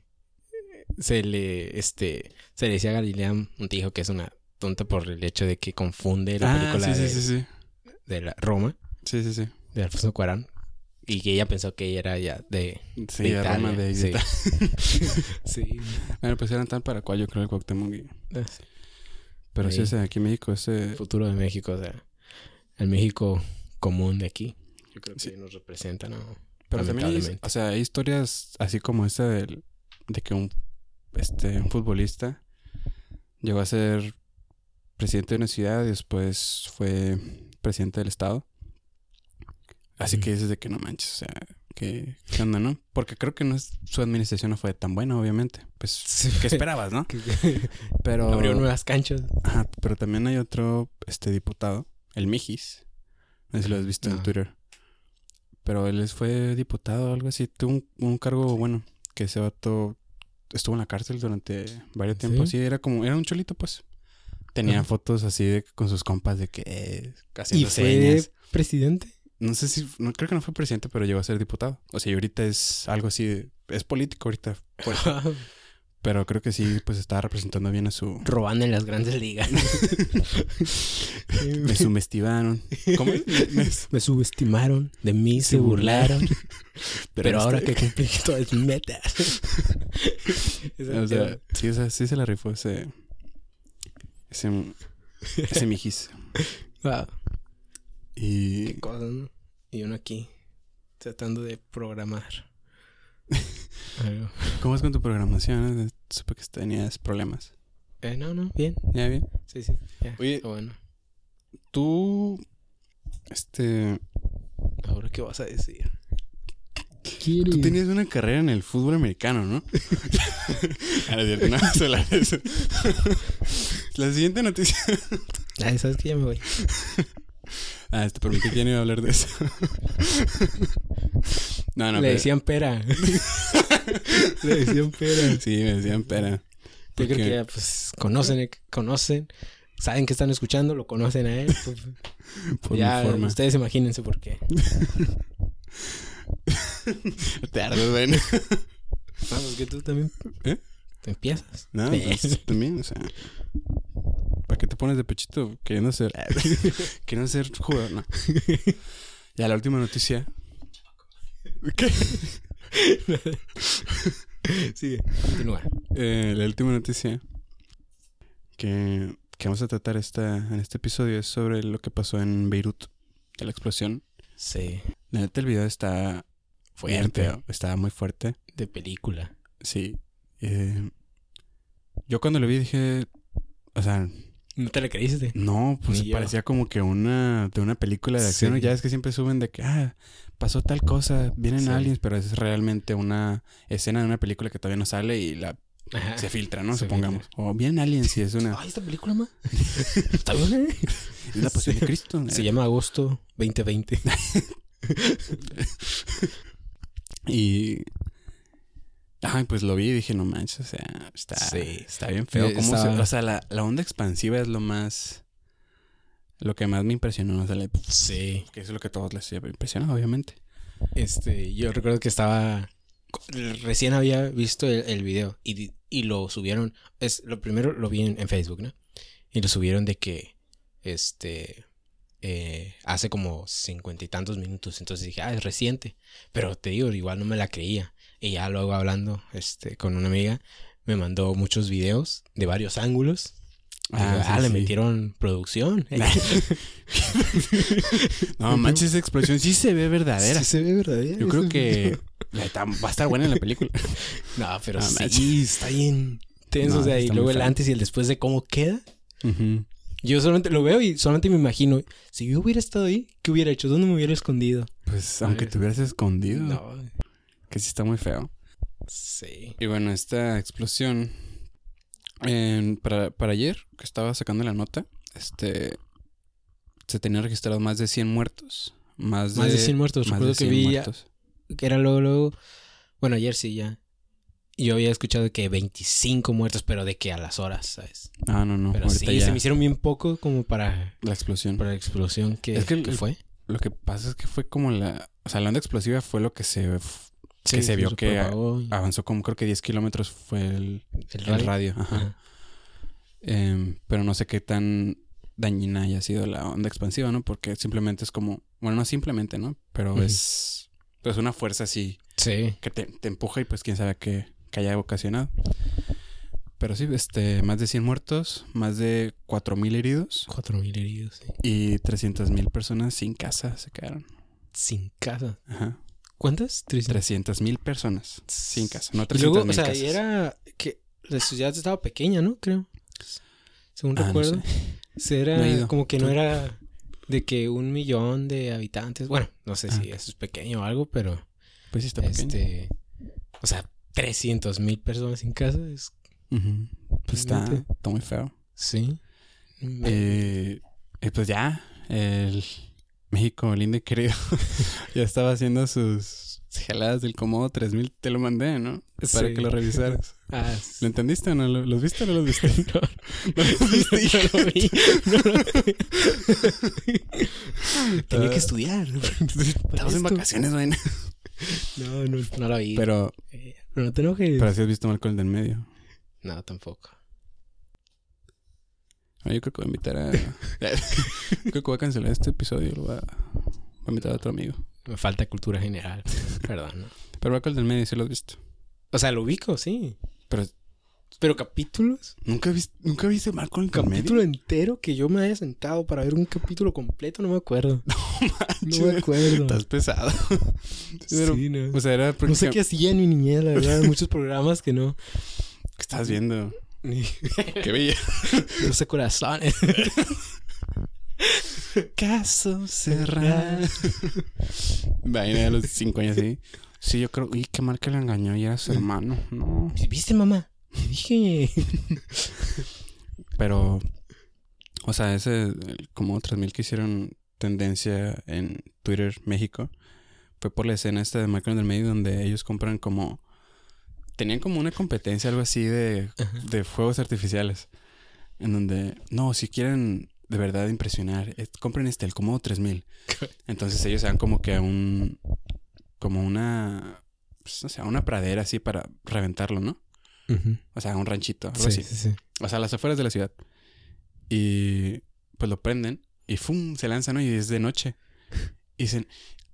[SPEAKER 2] se le este se le decía a Galilea Montijo que es una tonta por el hecho de que confunde la
[SPEAKER 1] Ah,
[SPEAKER 2] película
[SPEAKER 1] sí, sí,
[SPEAKER 2] de,
[SPEAKER 1] sí, sí.
[SPEAKER 2] de la Roma
[SPEAKER 1] Sí, sí, sí.
[SPEAKER 2] de Alfonso Cuarón y que ella pensó que ella era ya de,
[SPEAKER 1] Sí,
[SPEAKER 2] de
[SPEAKER 1] de
[SPEAKER 2] Italia,
[SPEAKER 1] Roma, de
[SPEAKER 2] sí.
[SPEAKER 1] Italia.
[SPEAKER 2] sí
[SPEAKER 1] Bueno, pues eran tan para cual, yo creo, el Cuauhtémoc. y- Pero sí,
[SPEAKER 2] Ahí.
[SPEAKER 1] o sea, aquí en México, ese.
[SPEAKER 2] el futuro de México o sea el México común de aquí yo creo que
[SPEAKER 1] Sí.
[SPEAKER 2] nos representa no
[SPEAKER 1] Pero también hay,
[SPEAKER 2] Lamentablemente.
[SPEAKER 1] o sea, hay historias así como esta del, de que un, este, un futbolista llegó a ser presidente de una ciudad y después fue presidente del estado. Así
[SPEAKER 2] Ujú.
[SPEAKER 1] que dices de que no manches, o sea, que qué onda, ¿no? Porque creo que no es- su administración no fue tan buena, obviamente. Pues, ¿qué esperabas, no? Pero,
[SPEAKER 2] abrió nuevas canchas
[SPEAKER 1] Ajá, pero también hay otro este diputado, el Mijis. No sé si lo has visto en
[SPEAKER 2] No.
[SPEAKER 1] Twitter. Pero él es- fue diputado o algo así. Tuvo un, un cargo bueno. Que ese vato estuvo en la cárcel durante varios
[SPEAKER 2] ¿Sí?
[SPEAKER 1] tiempos. Sí, era como, era un cholito, pues. Tenía
[SPEAKER 2] Ajá.
[SPEAKER 1] fotos así de, con sus compas de que eh,
[SPEAKER 2] y
[SPEAKER 1] haciendo
[SPEAKER 2] fue
[SPEAKER 1] señas.
[SPEAKER 2] presidente
[SPEAKER 1] No sé si, no creo que no fue presidente, pero llegó a ser diputado. O sea, y ahorita es algo así, de- es político ahorita. pues, pero creo que sí, pues estaba representando bien a su.
[SPEAKER 2] robando en las grandes ligas.
[SPEAKER 1] Me subestimaron. ¿Cómo? es? Me-
[SPEAKER 2] Me subestimaron, de mí se,
[SPEAKER 1] Se burlaron.
[SPEAKER 2] burlaron, pero, ahora
[SPEAKER 1] este-
[SPEAKER 2] que cumplí todas mis metas. Ese
[SPEAKER 1] O sea,
[SPEAKER 2] pedo.
[SPEAKER 1] sí, o sea, sí se la rifó ese. Ese. Ese mijis.
[SPEAKER 2] Wow,
[SPEAKER 1] Y.
[SPEAKER 2] qué cosas, ¿no? Y uno aquí tratando de programar. Pero,
[SPEAKER 1] ¿Cómo es con tu programación? Supe que tenías problemas.
[SPEAKER 2] eh, no, no, bien.
[SPEAKER 1] ¿Ya bien?
[SPEAKER 2] Sí, sí. ya,
[SPEAKER 1] Oye.
[SPEAKER 2] está bueno.
[SPEAKER 1] Tú, este,
[SPEAKER 2] Ahora, ¿qué vas a decir?
[SPEAKER 1] tú tenías una carrera en el fútbol americano, ¿no? A la cierta, no, se la- eso. La siguiente noticia.
[SPEAKER 2] Ay, ¿sabes que Ya me voy.
[SPEAKER 1] Ah, te prometí que ya no iba a hablar de eso. No, no,
[SPEAKER 2] Le
[SPEAKER 1] pero-
[SPEAKER 2] decían pera. Le decían pera.
[SPEAKER 1] Sí, me decían pera.
[SPEAKER 2] Yo creo
[SPEAKER 1] Porque-
[SPEAKER 2] que ya, pues, conocen, conocen. Saben que están escuchando, lo conocen a él. pues,
[SPEAKER 1] Por
[SPEAKER 2] ya,
[SPEAKER 1] mi forma. Ah,
[SPEAKER 2] ustedes imagínense por qué.
[SPEAKER 1] Te ardes, ven. pues
[SPEAKER 2] Vamos, que tú también.
[SPEAKER 1] ¿Eh?
[SPEAKER 2] Te empiezas.
[SPEAKER 1] No,
[SPEAKER 2] Eh,
[SPEAKER 1] pues, también, o sea. ¿Para qué te pones de pechito queriendo ser. queriendo ser jugador? No. Ya, la última noticia. ¿Qué?
[SPEAKER 2] Sigue. Continúa.
[SPEAKER 1] Eh, la última noticia que, que vamos a tratar esta, en este episodio es sobre lo que pasó en Beirut, de la explosión.
[SPEAKER 2] Sí.
[SPEAKER 1] La neta, el video está
[SPEAKER 2] Fuerte.
[SPEAKER 1] bien feo, está muy fuerte.
[SPEAKER 2] De película.
[SPEAKER 1] Sí. Eh, yo cuando lo vi dije, o sea,
[SPEAKER 2] ¿No te la creíste?
[SPEAKER 1] no, pues
[SPEAKER 2] Ni yo.
[SPEAKER 1] parecía como que una de una película de acción.
[SPEAKER 2] Sí.
[SPEAKER 1] Ya es que siempre suben de que, ah, pasó tal cosa, vienen
[SPEAKER 2] Sí.
[SPEAKER 1] aliens, pero es realmente una escena de una película que todavía no sale y la
[SPEAKER 2] Ajá.
[SPEAKER 1] se filtra, ¿no?
[SPEAKER 2] Se
[SPEAKER 1] Supongamos. O vienen aliens y es una
[SPEAKER 2] Ay, esta película, ma. Está buena, eh?
[SPEAKER 1] es la pasión de Cristo.
[SPEAKER 2] Se llama Agosto 2020.
[SPEAKER 1] Y ay, pues lo vi y dije, no manches, o sea, está
[SPEAKER 2] Sí.
[SPEAKER 1] está bien feo.
[SPEAKER 2] Eh,
[SPEAKER 1] cómo se-
[SPEAKER 2] estaba-
[SPEAKER 1] o sea, la, la onda expansiva es lo más lo que más me impresionó, o sea, la-
[SPEAKER 2] Sí.
[SPEAKER 1] que eso es lo que a todos les impresiona, obviamente.
[SPEAKER 2] Este, yo recuerdo que estaba. Recién había visto el, el video y, di- y lo subieron. Es, lo primero lo vi en, en Facebook, ¿no? Y lo subieron de que. Este. eh, hace como cincuenta y tantos minutos. Entonces dije, ah, es reciente. Pero te digo, igual no me la creía. Y ya luego hablando este, con una amiga, me mandó muchos videos de varios ángulos. Ah,
[SPEAKER 1] sí,
[SPEAKER 2] le
[SPEAKER 1] sí.
[SPEAKER 2] metieron producción.
[SPEAKER 1] No manches, esa explosión sí se ve verdadera.
[SPEAKER 2] Sí se ve verdadera.
[SPEAKER 1] Yo creo que la neta va a estar buena en la película.
[SPEAKER 2] No, pero
[SPEAKER 1] No
[SPEAKER 2] sí,
[SPEAKER 1] manches.
[SPEAKER 2] está bien tenso.
[SPEAKER 1] No,
[SPEAKER 2] o sea, y
[SPEAKER 1] está muy
[SPEAKER 2] luego el
[SPEAKER 1] feo.
[SPEAKER 2] antes y el después de cómo queda.
[SPEAKER 1] Ujú.
[SPEAKER 2] Yo solamente lo veo y solamente me imagino. Si yo hubiera estado ahí, ¿qué hubiera hecho? ¿Dónde me hubiera escondido?
[SPEAKER 1] Pues aunque te hubieras escondido,
[SPEAKER 2] No,
[SPEAKER 1] que sí está muy feo.
[SPEAKER 2] sí.
[SPEAKER 1] Y bueno, esta explosión. en- para, para ayer, que estaba sacando la nota, este. Se tenían registrados más de 100 muertos. Más de,
[SPEAKER 2] Más de 100 muertos.
[SPEAKER 1] más de
[SPEAKER 2] Recuerdo que
[SPEAKER 1] 100
[SPEAKER 2] vi ya-
[SPEAKER 1] muertos.
[SPEAKER 2] que era luego, luego. Bueno, ayer sí, ya. Yo había escuchado que 25 muertos, pero de que a las horas, ¿sabes?
[SPEAKER 1] Ah, no, no.
[SPEAKER 2] Pero sí,
[SPEAKER 1] ahorita ya
[SPEAKER 2] se me hicieron bien poco como para,
[SPEAKER 1] la explosión.
[SPEAKER 2] para la explosión que,
[SPEAKER 1] Es que el-
[SPEAKER 2] que fue.
[SPEAKER 1] Lo que pasa es que fue como la. O sea, la onda explosiva fue lo que se. f- que se vio que
[SPEAKER 2] propagó y-
[SPEAKER 1] Avanzó como creo que 10 kilómetros fue el,
[SPEAKER 2] el
[SPEAKER 1] el
[SPEAKER 2] radio.
[SPEAKER 1] radio. Ajá.
[SPEAKER 2] Ajá.
[SPEAKER 1] Em, pero no sé qué tan dañina haya sido la onda expansiva, ¿no? Porque simplemente es como, bueno, no simplemente, ¿no? Pero
[SPEAKER 2] Ujú.
[SPEAKER 1] es pues una fuerza así
[SPEAKER 2] Sí.
[SPEAKER 1] que te, te empuja y pues quién sabe qué qué haya ocasionado. Pero sí, este, más de 100 muertos, más de 4.000 heridos
[SPEAKER 2] 4.000 heridos, sí.
[SPEAKER 1] y 300.000 personas sin casa se quedaron.
[SPEAKER 2] Sin casa.
[SPEAKER 1] Ajá.
[SPEAKER 2] ¿Cuántas?
[SPEAKER 1] 300.000 personas sin casa, no 300.000
[SPEAKER 2] Y luego, o sea,
[SPEAKER 1] casas.
[SPEAKER 2] y era que la ciudad estaba pequeña, ¿no? Creo. Según
[SPEAKER 1] Ah, no
[SPEAKER 2] recuerdo.
[SPEAKER 1] sé.
[SPEAKER 2] se era
[SPEAKER 1] No he ido.
[SPEAKER 2] como que no
[SPEAKER 1] ¿Tú?
[SPEAKER 2] era de que un millón de habitantes. Bueno, no sé
[SPEAKER 1] Ah,
[SPEAKER 2] si
[SPEAKER 1] ok.
[SPEAKER 2] eso es pequeño o algo, pero
[SPEAKER 1] Pues sí está pequeño.
[SPEAKER 2] este. O sea, 300 mil personas sin casa. Es,
[SPEAKER 1] Ujú. Pues está-
[SPEAKER 2] Imagínate.
[SPEAKER 1] está muy feo.
[SPEAKER 2] sí. Me-
[SPEAKER 1] Eh, y pues ya, el México lindo y querido ya estaba haciendo sus geladas del Comodo 3000. Te lo mandé, ¿no? Para
[SPEAKER 2] Sí.
[SPEAKER 1] que lo revisaras.
[SPEAKER 2] Ah,
[SPEAKER 1] ¿Lo entendiste o no? ¿Lo- ¿Los viste o no los viste?
[SPEAKER 2] no,
[SPEAKER 1] ¿No los viste?
[SPEAKER 2] no
[SPEAKER 1] hijo?
[SPEAKER 2] lo vi, no lo vi. Tenía que estudiar.
[SPEAKER 1] Estabas Ah. en
[SPEAKER 2] Pues Esto.
[SPEAKER 1] vacaciones, güey.
[SPEAKER 2] No, no, no lo vi. Pero,
[SPEAKER 1] Pero,
[SPEAKER 2] pero no te enojes.
[SPEAKER 1] pero sí has visto Malcolm del medio.
[SPEAKER 2] No, tampoco.
[SPEAKER 1] Ah, yo creo que voy a invitar a... creo que voy a cancelar este episodio. Lo voy a, voy a invitar a otro amigo.
[SPEAKER 2] Me falta cultura general. Perdón, ¿no?
[SPEAKER 1] Pero Malcolm del medio sí lo has visto.
[SPEAKER 2] O sea, lo ubico, sí.
[SPEAKER 1] Pero
[SPEAKER 2] Pero capítulos.
[SPEAKER 1] ¿Nunca, viste ¿Nunca viste Marco en
[SPEAKER 2] Capítulo entero que yo me haya sentado para ver un capítulo completo, no me acuerdo. No me acuerdo.
[SPEAKER 1] Estás pesado. Pero,
[SPEAKER 2] Sí, no.
[SPEAKER 1] O sea, era porque
[SPEAKER 2] No sé qué hacía en mi niñez, la verdad. Muchos programas que no.
[SPEAKER 1] ¿Qué estás viendo.
[SPEAKER 2] Ni,
[SPEAKER 1] Qué bella.
[SPEAKER 2] no sé corazones.
[SPEAKER 1] Caso cerrado. Vaina a los cinco años así. Sí, yo creo. Uy, qué mal que la engañó y era su hermano. No.
[SPEAKER 2] ¿Viste, mamá? Te Dije.
[SPEAKER 1] Pero, o sea, ese, el- como 3000 que hicieron tendencia en Twitter México, fue por la escena esta de Michael en el medio donde ellos compran como... Tenían como una competencia, algo así, de, de fuegos artificiales. En donde, no, si quieren de verdad impresionar, eh, compren este, el Comodo 3000. Entonces ellos se dan como que a un... Como una... Pues, no sé, a una pradera así para reventarlo, ¿no? O sea, a un ranchito, algo
[SPEAKER 2] Sí,
[SPEAKER 1] así.
[SPEAKER 2] sí, sí.
[SPEAKER 1] O sea, a las afueras de la ciudad. Y pues lo prenden y ¡fum! se lanzan, ¿no? Y es de noche. Y dicen,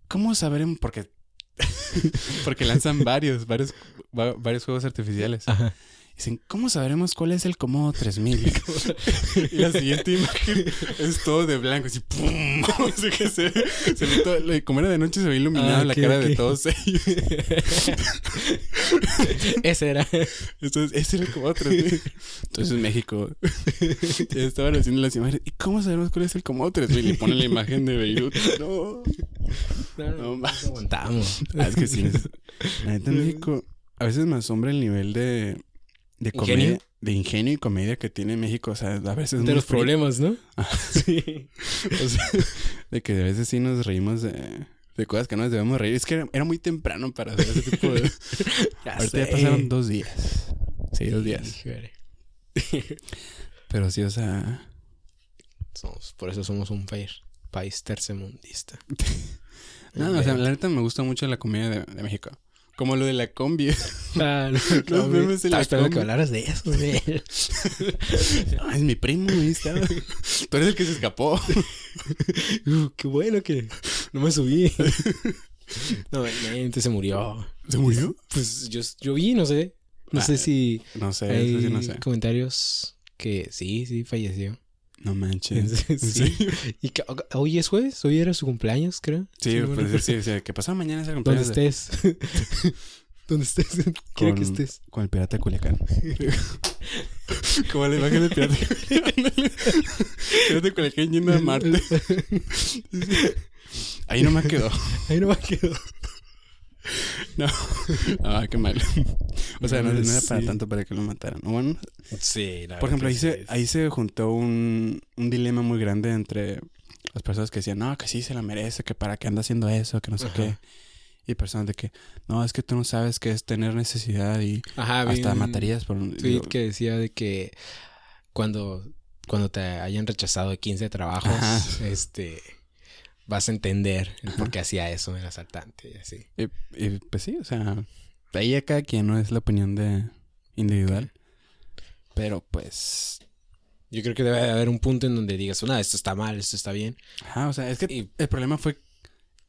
[SPEAKER 1] ¿cómo sabremos? Porque, porque lanzan varios, varios, va- varios juegos artificiales.
[SPEAKER 2] Ajá.
[SPEAKER 1] Dicen, ¿cómo sabremos cuál es el Comodo 3000? y la siguiente imagen es todo de blanco, así ¡pum! O sea, que se, se ve todo- lo- como era de noche, se ve iluminado
[SPEAKER 2] Ah,
[SPEAKER 1] la
[SPEAKER 2] ok,
[SPEAKER 1] cara de
[SPEAKER 2] ok.
[SPEAKER 1] todos ellos.
[SPEAKER 2] Ese era.
[SPEAKER 1] Entonces, ese era el Comodo 3000. Entonces, en México ya estaban haciendo las imágenes. ¿Y cómo sabemos cuál es el Comodo 3000? Y ponen la imagen de Beirut. No. No, más.
[SPEAKER 2] aguantamos.
[SPEAKER 1] Ah, es que sí. es- La neta, en México, a veces me asombra el nivel de, de comedia,
[SPEAKER 2] Ingenio.
[SPEAKER 1] de ingenio y comedia que tiene México. O sea, a veces.
[SPEAKER 2] De
[SPEAKER 1] muy
[SPEAKER 2] los
[SPEAKER 1] frío. Ah.
[SPEAKER 2] problemas, ¿no? Sí.
[SPEAKER 1] O sea, de que a veces sí nos reímos de, de cosas que no nos debemos reír. Es que era, era muy temprano para hacer ese tipo de.
[SPEAKER 2] Ya
[SPEAKER 1] Ahorita ya
[SPEAKER 2] sé.
[SPEAKER 1] pasaron dos días. Sí, dos días.
[SPEAKER 2] Híjole.
[SPEAKER 1] Pero sí, o sea.
[SPEAKER 2] Somos- por eso somos un país, país tercermundista.
[SPEAKER 1] No, o sea, la neta me gusta mucho la comedia de, de México. Como lo de la combi.
[SPEAKER 2] Ah, no,
[SPEAKER 1] Los
[SPEAKER 2] no,
[SPEAKER 1] memes en
[SPEAKER 2] estaba
[SPEAKER 1] la
[SPEAKER 2] esperando que
[SPEAKER 1] combi.
[SPEAKER 2] hablaras de eso, güey.
[SPEAKER 1] Ah, es mi primo, ahí estaba. Tú eres el que se escapó.
[SPEAKER 2] Uh, qué bueno que no me subí. No, gente se murió.
[SPEAKER 1] ¿Se murió?
[SPEAKER 2] Pues yo, yo vi, no sé. No
[SPEAKER 1] Ah,
[SPEAKER 2] sé si
[SPEAKER 1] No sé,
[SPEAKER 2] hay
[SPEAKER 1] eso sí no sé.
[SPEAKER 2] comentarios que sí, sí, falleció.
[SPEAKER 1] No manches.
[SPEAKER 2] Sí.
[SPEAKER 1] Sí,
[SPEAKER 2] Y que- hoy es jueves, hoy era su cumpleaños, creo.
[SPEAKER 1] sí,
[SPEAKER 2] bueno.
[SPEAKER 1] pues sí, sí, que pasado mañana es el
[SPEAKER 2] Donde
[SPEAKER 1] cumpleaños de-
[SPEAKER 2] estés. Donde estés. Quiero
[SPEAKER 1] Con-
[SPEAKER 2] que estés.
[SPEAKER 1] con el pirata de Culiacán. Como la imagen del pirata de Culiacán. pirata de Culiacán yendo a Marte. Ahí nomás quedó.
[SPEAKER 2] Ahí no me quedó.
[SPEAKER 1] Ah, qué mal. O sea, no, no era para
[SPEAKER 2] Sí. Ah,
[SPEAKER 1] tanto para que lo mataran. O Bueno,
[SPEAKER 2] Sí, la
[SPEAKER 1] Por ejemplo, ahí se,
[SPEAKER 2] verdad
[SPEAKER 1] ahí se juntó un, un dilema muy grande entre las personas que decían, no, que sí se la merece, que para qué anda haciendo eso, que no sé
[SPEAKER 2] Ajá.
[SPEAKER 1] qué. Y personas de que, no, es que tú no sabes qué es tener necesidad y
[SPEAKER 2] Ajá, vi
[SPEAKER 1] hasta
[SPEAKER 2] un
[SPEAKER 1] matarías por un...
[SPEAKER 2] tweet
[SPEAKER 1] digo,
[SPEAKER 2] que decía de que cuando, cuando te hayan rechazado de 15 trabajos,
[SPEAKER 1] Ajá.
[SPEAKER 2] este vas a entender el por qué hacía eso el asaltante y así.
[SPEAKER 1] y, y, pues sí, o sea, ahí a cada quien no es la opinión de individual. Pero pues...
[SPEAKER 2] Yo creo que debe de haber un punto en donde digas, no, esto está mal, esto está bien.
[SPEAKER 1] Ajá, o sea, es que
[SPEAKER 2] Y-
[SPEAKER 1] el problema fue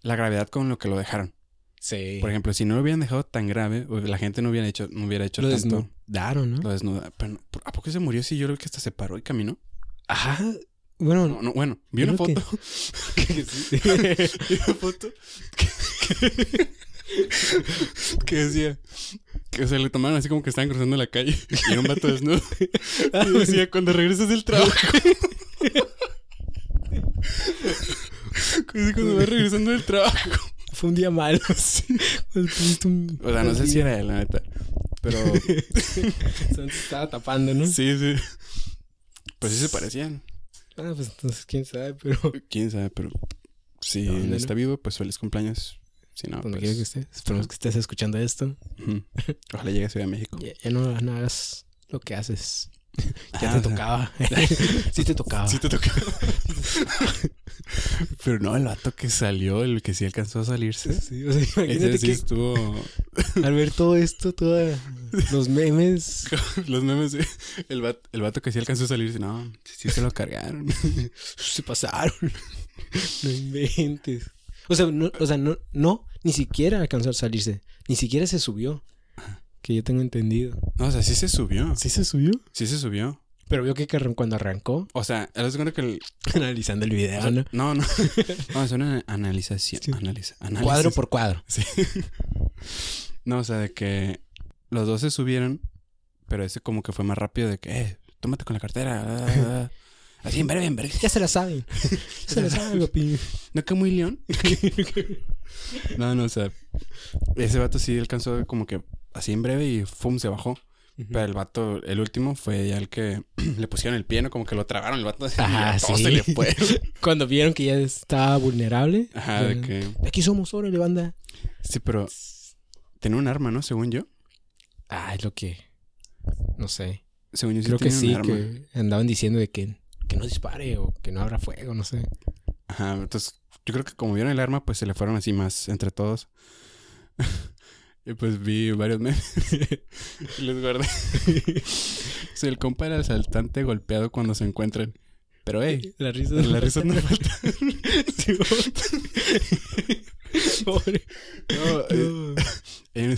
[SPEAKER 1] la gravedad con lo que lo dejaron.
[SPEAKER 2] Sí.
[SPEAKER 1] Por ejemplo, si no lo hubieran dejado tan grave, o la gente no hubiera hecho, no hubiera hecho
[SPEAKER 2] lo
[SPEAKER 1] tanto...
[SPEAKER 2] desnudaron, ¿no?
[SPEAKER 1] Lo desnuda. Pero, no- ¿por- ¿A poco se murió si yo creo que hasta se paró y caminó?
[SPEAKER 2] Ajá. Bueno,
[SPEAKER 1] No, no, bueno, vi una
[SPEAKER 2] Creo que-
[SPEAKER 1] foto.
[SPEAKER 2] que sí.
[SPEAKER 1] Vi una foto que, que decía. Que se le tomaron así como que estaban cruzando la calle y era un vato desnudo. Y decía, cuando regreses del trabajo. Que decía, Cuando vas regresando del trabajo.
[SPEAKER 2] fue un día malo. Cuando tuviste un-
[SPEAKER 1] O sea, no sé si era él, la neta. Pero
[SPEAKER 2] Se estaba tapando, ¿no?
[SPEAKER 1] sí, sí. Pues sí se parecían.
[SPEAKER 2] Ah, pues entonces quién sabe, pero
[SPEAKER 1] Quién sabe, pero si
[SPEAKER 2] ¿Dónde,
[SPEAKER 1] no
[SPEAKER 2] no?
[SPEAKER 1] está vivo, pues feliz cumpleaños. Si no,
[SPEAKER 2] donde
[SPEAKER 1] pues,
[SPEAKER 2] quiera que estés. Esperemos que estés escuchando esto.
[SPEAKER 1] ujú. Ojalá llegue a Ciudad de México.
[SPEAKER 2] Ya, ya no, no hagas lo que haces. Ya
[SPEAKER 1] Ah,
[SPEAKER 2] te
[SPEAKER 1] o sea,
[SPEAKER 2] tocaba. sí te tocaba.
[SPEAKER 1] Sí te tocaba. pero no, el vato que salió, el que sí alcanzó a salirse.
[SPEAKER 2] Sí, o sea,
[SPEAKER 1] Ese
[SPEAKER 2] imagínate
[SPEAKER 1] sí estuvo.
[SPEAKER 2] que al ver todo esto, todos los memes.
[SPEAKER 1] Los memes, sí. el, vato, el vato que sí alcanzó a salirse. No, sí se lo cargaron.
[SPEAKER 2] se pasaron. No inventes. O sea, no, o sea, no, no, ni siquiera alcanzó a salirse. Ni siquiera se subió. que yo tengo entendido.
[SPEAKER 1] No, o sea, sí se subió.
[SPEAKER 2] ¿Sí se subió?
[SPEAKER 1] Sí se subió.
[SPEAKER 2] Pero vio que arran- cuando arrancó,
[SPEAKER 1] O sea, haz de cuenta que el-
[SPEAKER 2] analizando el video, ¿no?
[SPEAKER 1] Ah, No, no. No, es una analización.
[SPEAKER 2] Sí.
[SPEAKER 1] Analiza, análisis.
[SPEAKER 2] Cuadro por cuadro.
[SPEAKER 1] Sí. No, o sea, de que los dos se subieron, pero ese como que fue más rápido de que, eh, tómate con la cartera. ah, ah, ah. Así, en breve, en breve.
[SPEAKER 2] Ya se la saben. Ya se la saben, papi.
[SPEAKER 1] ¿No que muy león? No, no, o sea, ese vato sí alcanzó como que así en breve y fum, se bajó. Pero el vato, el último, fue ya el que le pusieron el pie, ¿no? Como que lo trabaron el vato. así,
[SPEAKER 2] Ajá,
[SPEAKER 1] y todo
[SPEAKER 2] sí.
[SPEAKER 1] se le fue.
[SPEAKER 2] Cuando vieron que ya estaba vulnerable.
[SPEAKER 1] Ajá, de
[SPEAKER 2] ya-
[SPEAKER 1] que...
[SPEAKER 2] Aquí somos, órale, banda.
[SPEAKER 1] Sí, pero tenía un arma, ¿no? Según yo.
[SPEAKER 2] Ay, Ah, lo que. No sé.
[SPEAKER 1] Según yo sí
[SPEAKER 2] Creo que
[SPEAKER 1] tenía
[SPEAKER 2] sí,
[SPEAKER 1] un arma.
[SPEAKER 2] que andaban diciendo de que, que no dispare o que no habrá fuego, no sé.
[SPEAKER 1] Ajá, entonces yo creo que como vieron el arma, pues se le fueron así más entre todos. y pues vi varios memes. y los guardé. o sea, el compa era asaltante golpeado cuando se encuentran. Pero, hey,
[SPEAKER 2] La risa
[SPEAKER 1] la risa no falta.
[SPEAKER 2] Pobre.
[SPEAKER 1] No, eh, eh,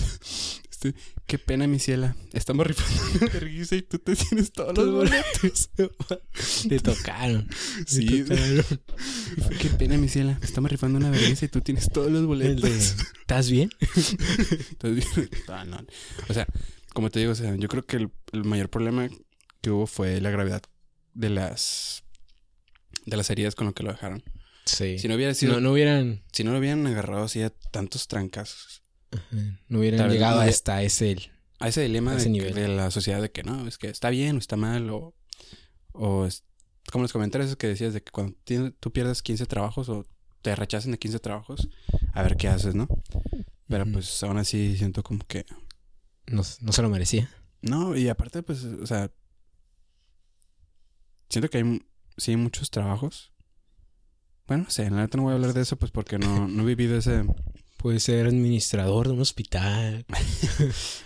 [SPEAKER 1] este, qué pena, mi ciela. Estamos rifando de risa y tú te tienes todos los boletos.
[SPEAKER 2] Te tocaron. te
[SPEAKER 1] Sí.
[SPEAKER 2] tocaron.
[SPEAKER 1] Qué pena, mi ciela. Estamos rifando una vergüenza y tú tienes todos los
[SPEAKER 2] El
[SPEAKER 1] boletos.
[SPEAKER 2] de, ¿Estás bien?
[SPEAKER 1] Entonces, ah, no. O sea, como te digo, o sea, yo creo que el, el mayor problema que hubo fue la gravedad de las de las heridas con lo que lo dejaron.
[SPEAKER 2] Sí.
[SPEAKER 1] Si no hubiera
[SPEAKER 2] Si
[SPEAKER 1] sido,
[SPEAKER 2] no, no hubieran.
[SPEAKER 1] si no lo hubieran agarrado así a tantos trancazos,
[SPEAKER 2] Ajá, No hubieran
[SPEAKER 1] Tal vez
[SPEAKER 2] llegado
[SPEAKER 1] no hubiera-
[SPEAKER 2] hasta ese.
[SPEAKER 1] a ese dilema
[SPEAKER 2] A
[SPEAKER 1] de,
[SPEAKER 2] ese
[SPEAKER 1] que-
[SPEAKER 2] nivel.
[SPEAKER 1] de la sociedad de que no, es que está bien o está mal o, o es- como los comentarios que decías de que cuando tienes- tú pierdes 15 trabajos o te rechacen de 15 trabajos, a ver qué haces, ¿no? Pero
[SPEAKER 2] Ujú.
[SPEAKER 1] pues aún así siento como que
[SPEAKER 2] No, no se lo merecía.
[SPEAKER 1] No, y aparte, pues, o sea, siento que hay, mu- sí hay muchos trabajos. Bueno, no sé, en la neta no voy a hablar de eso, pues, porque no, no he vivido ese
[SPEAKER 2] Puede ser administrador de un hospital,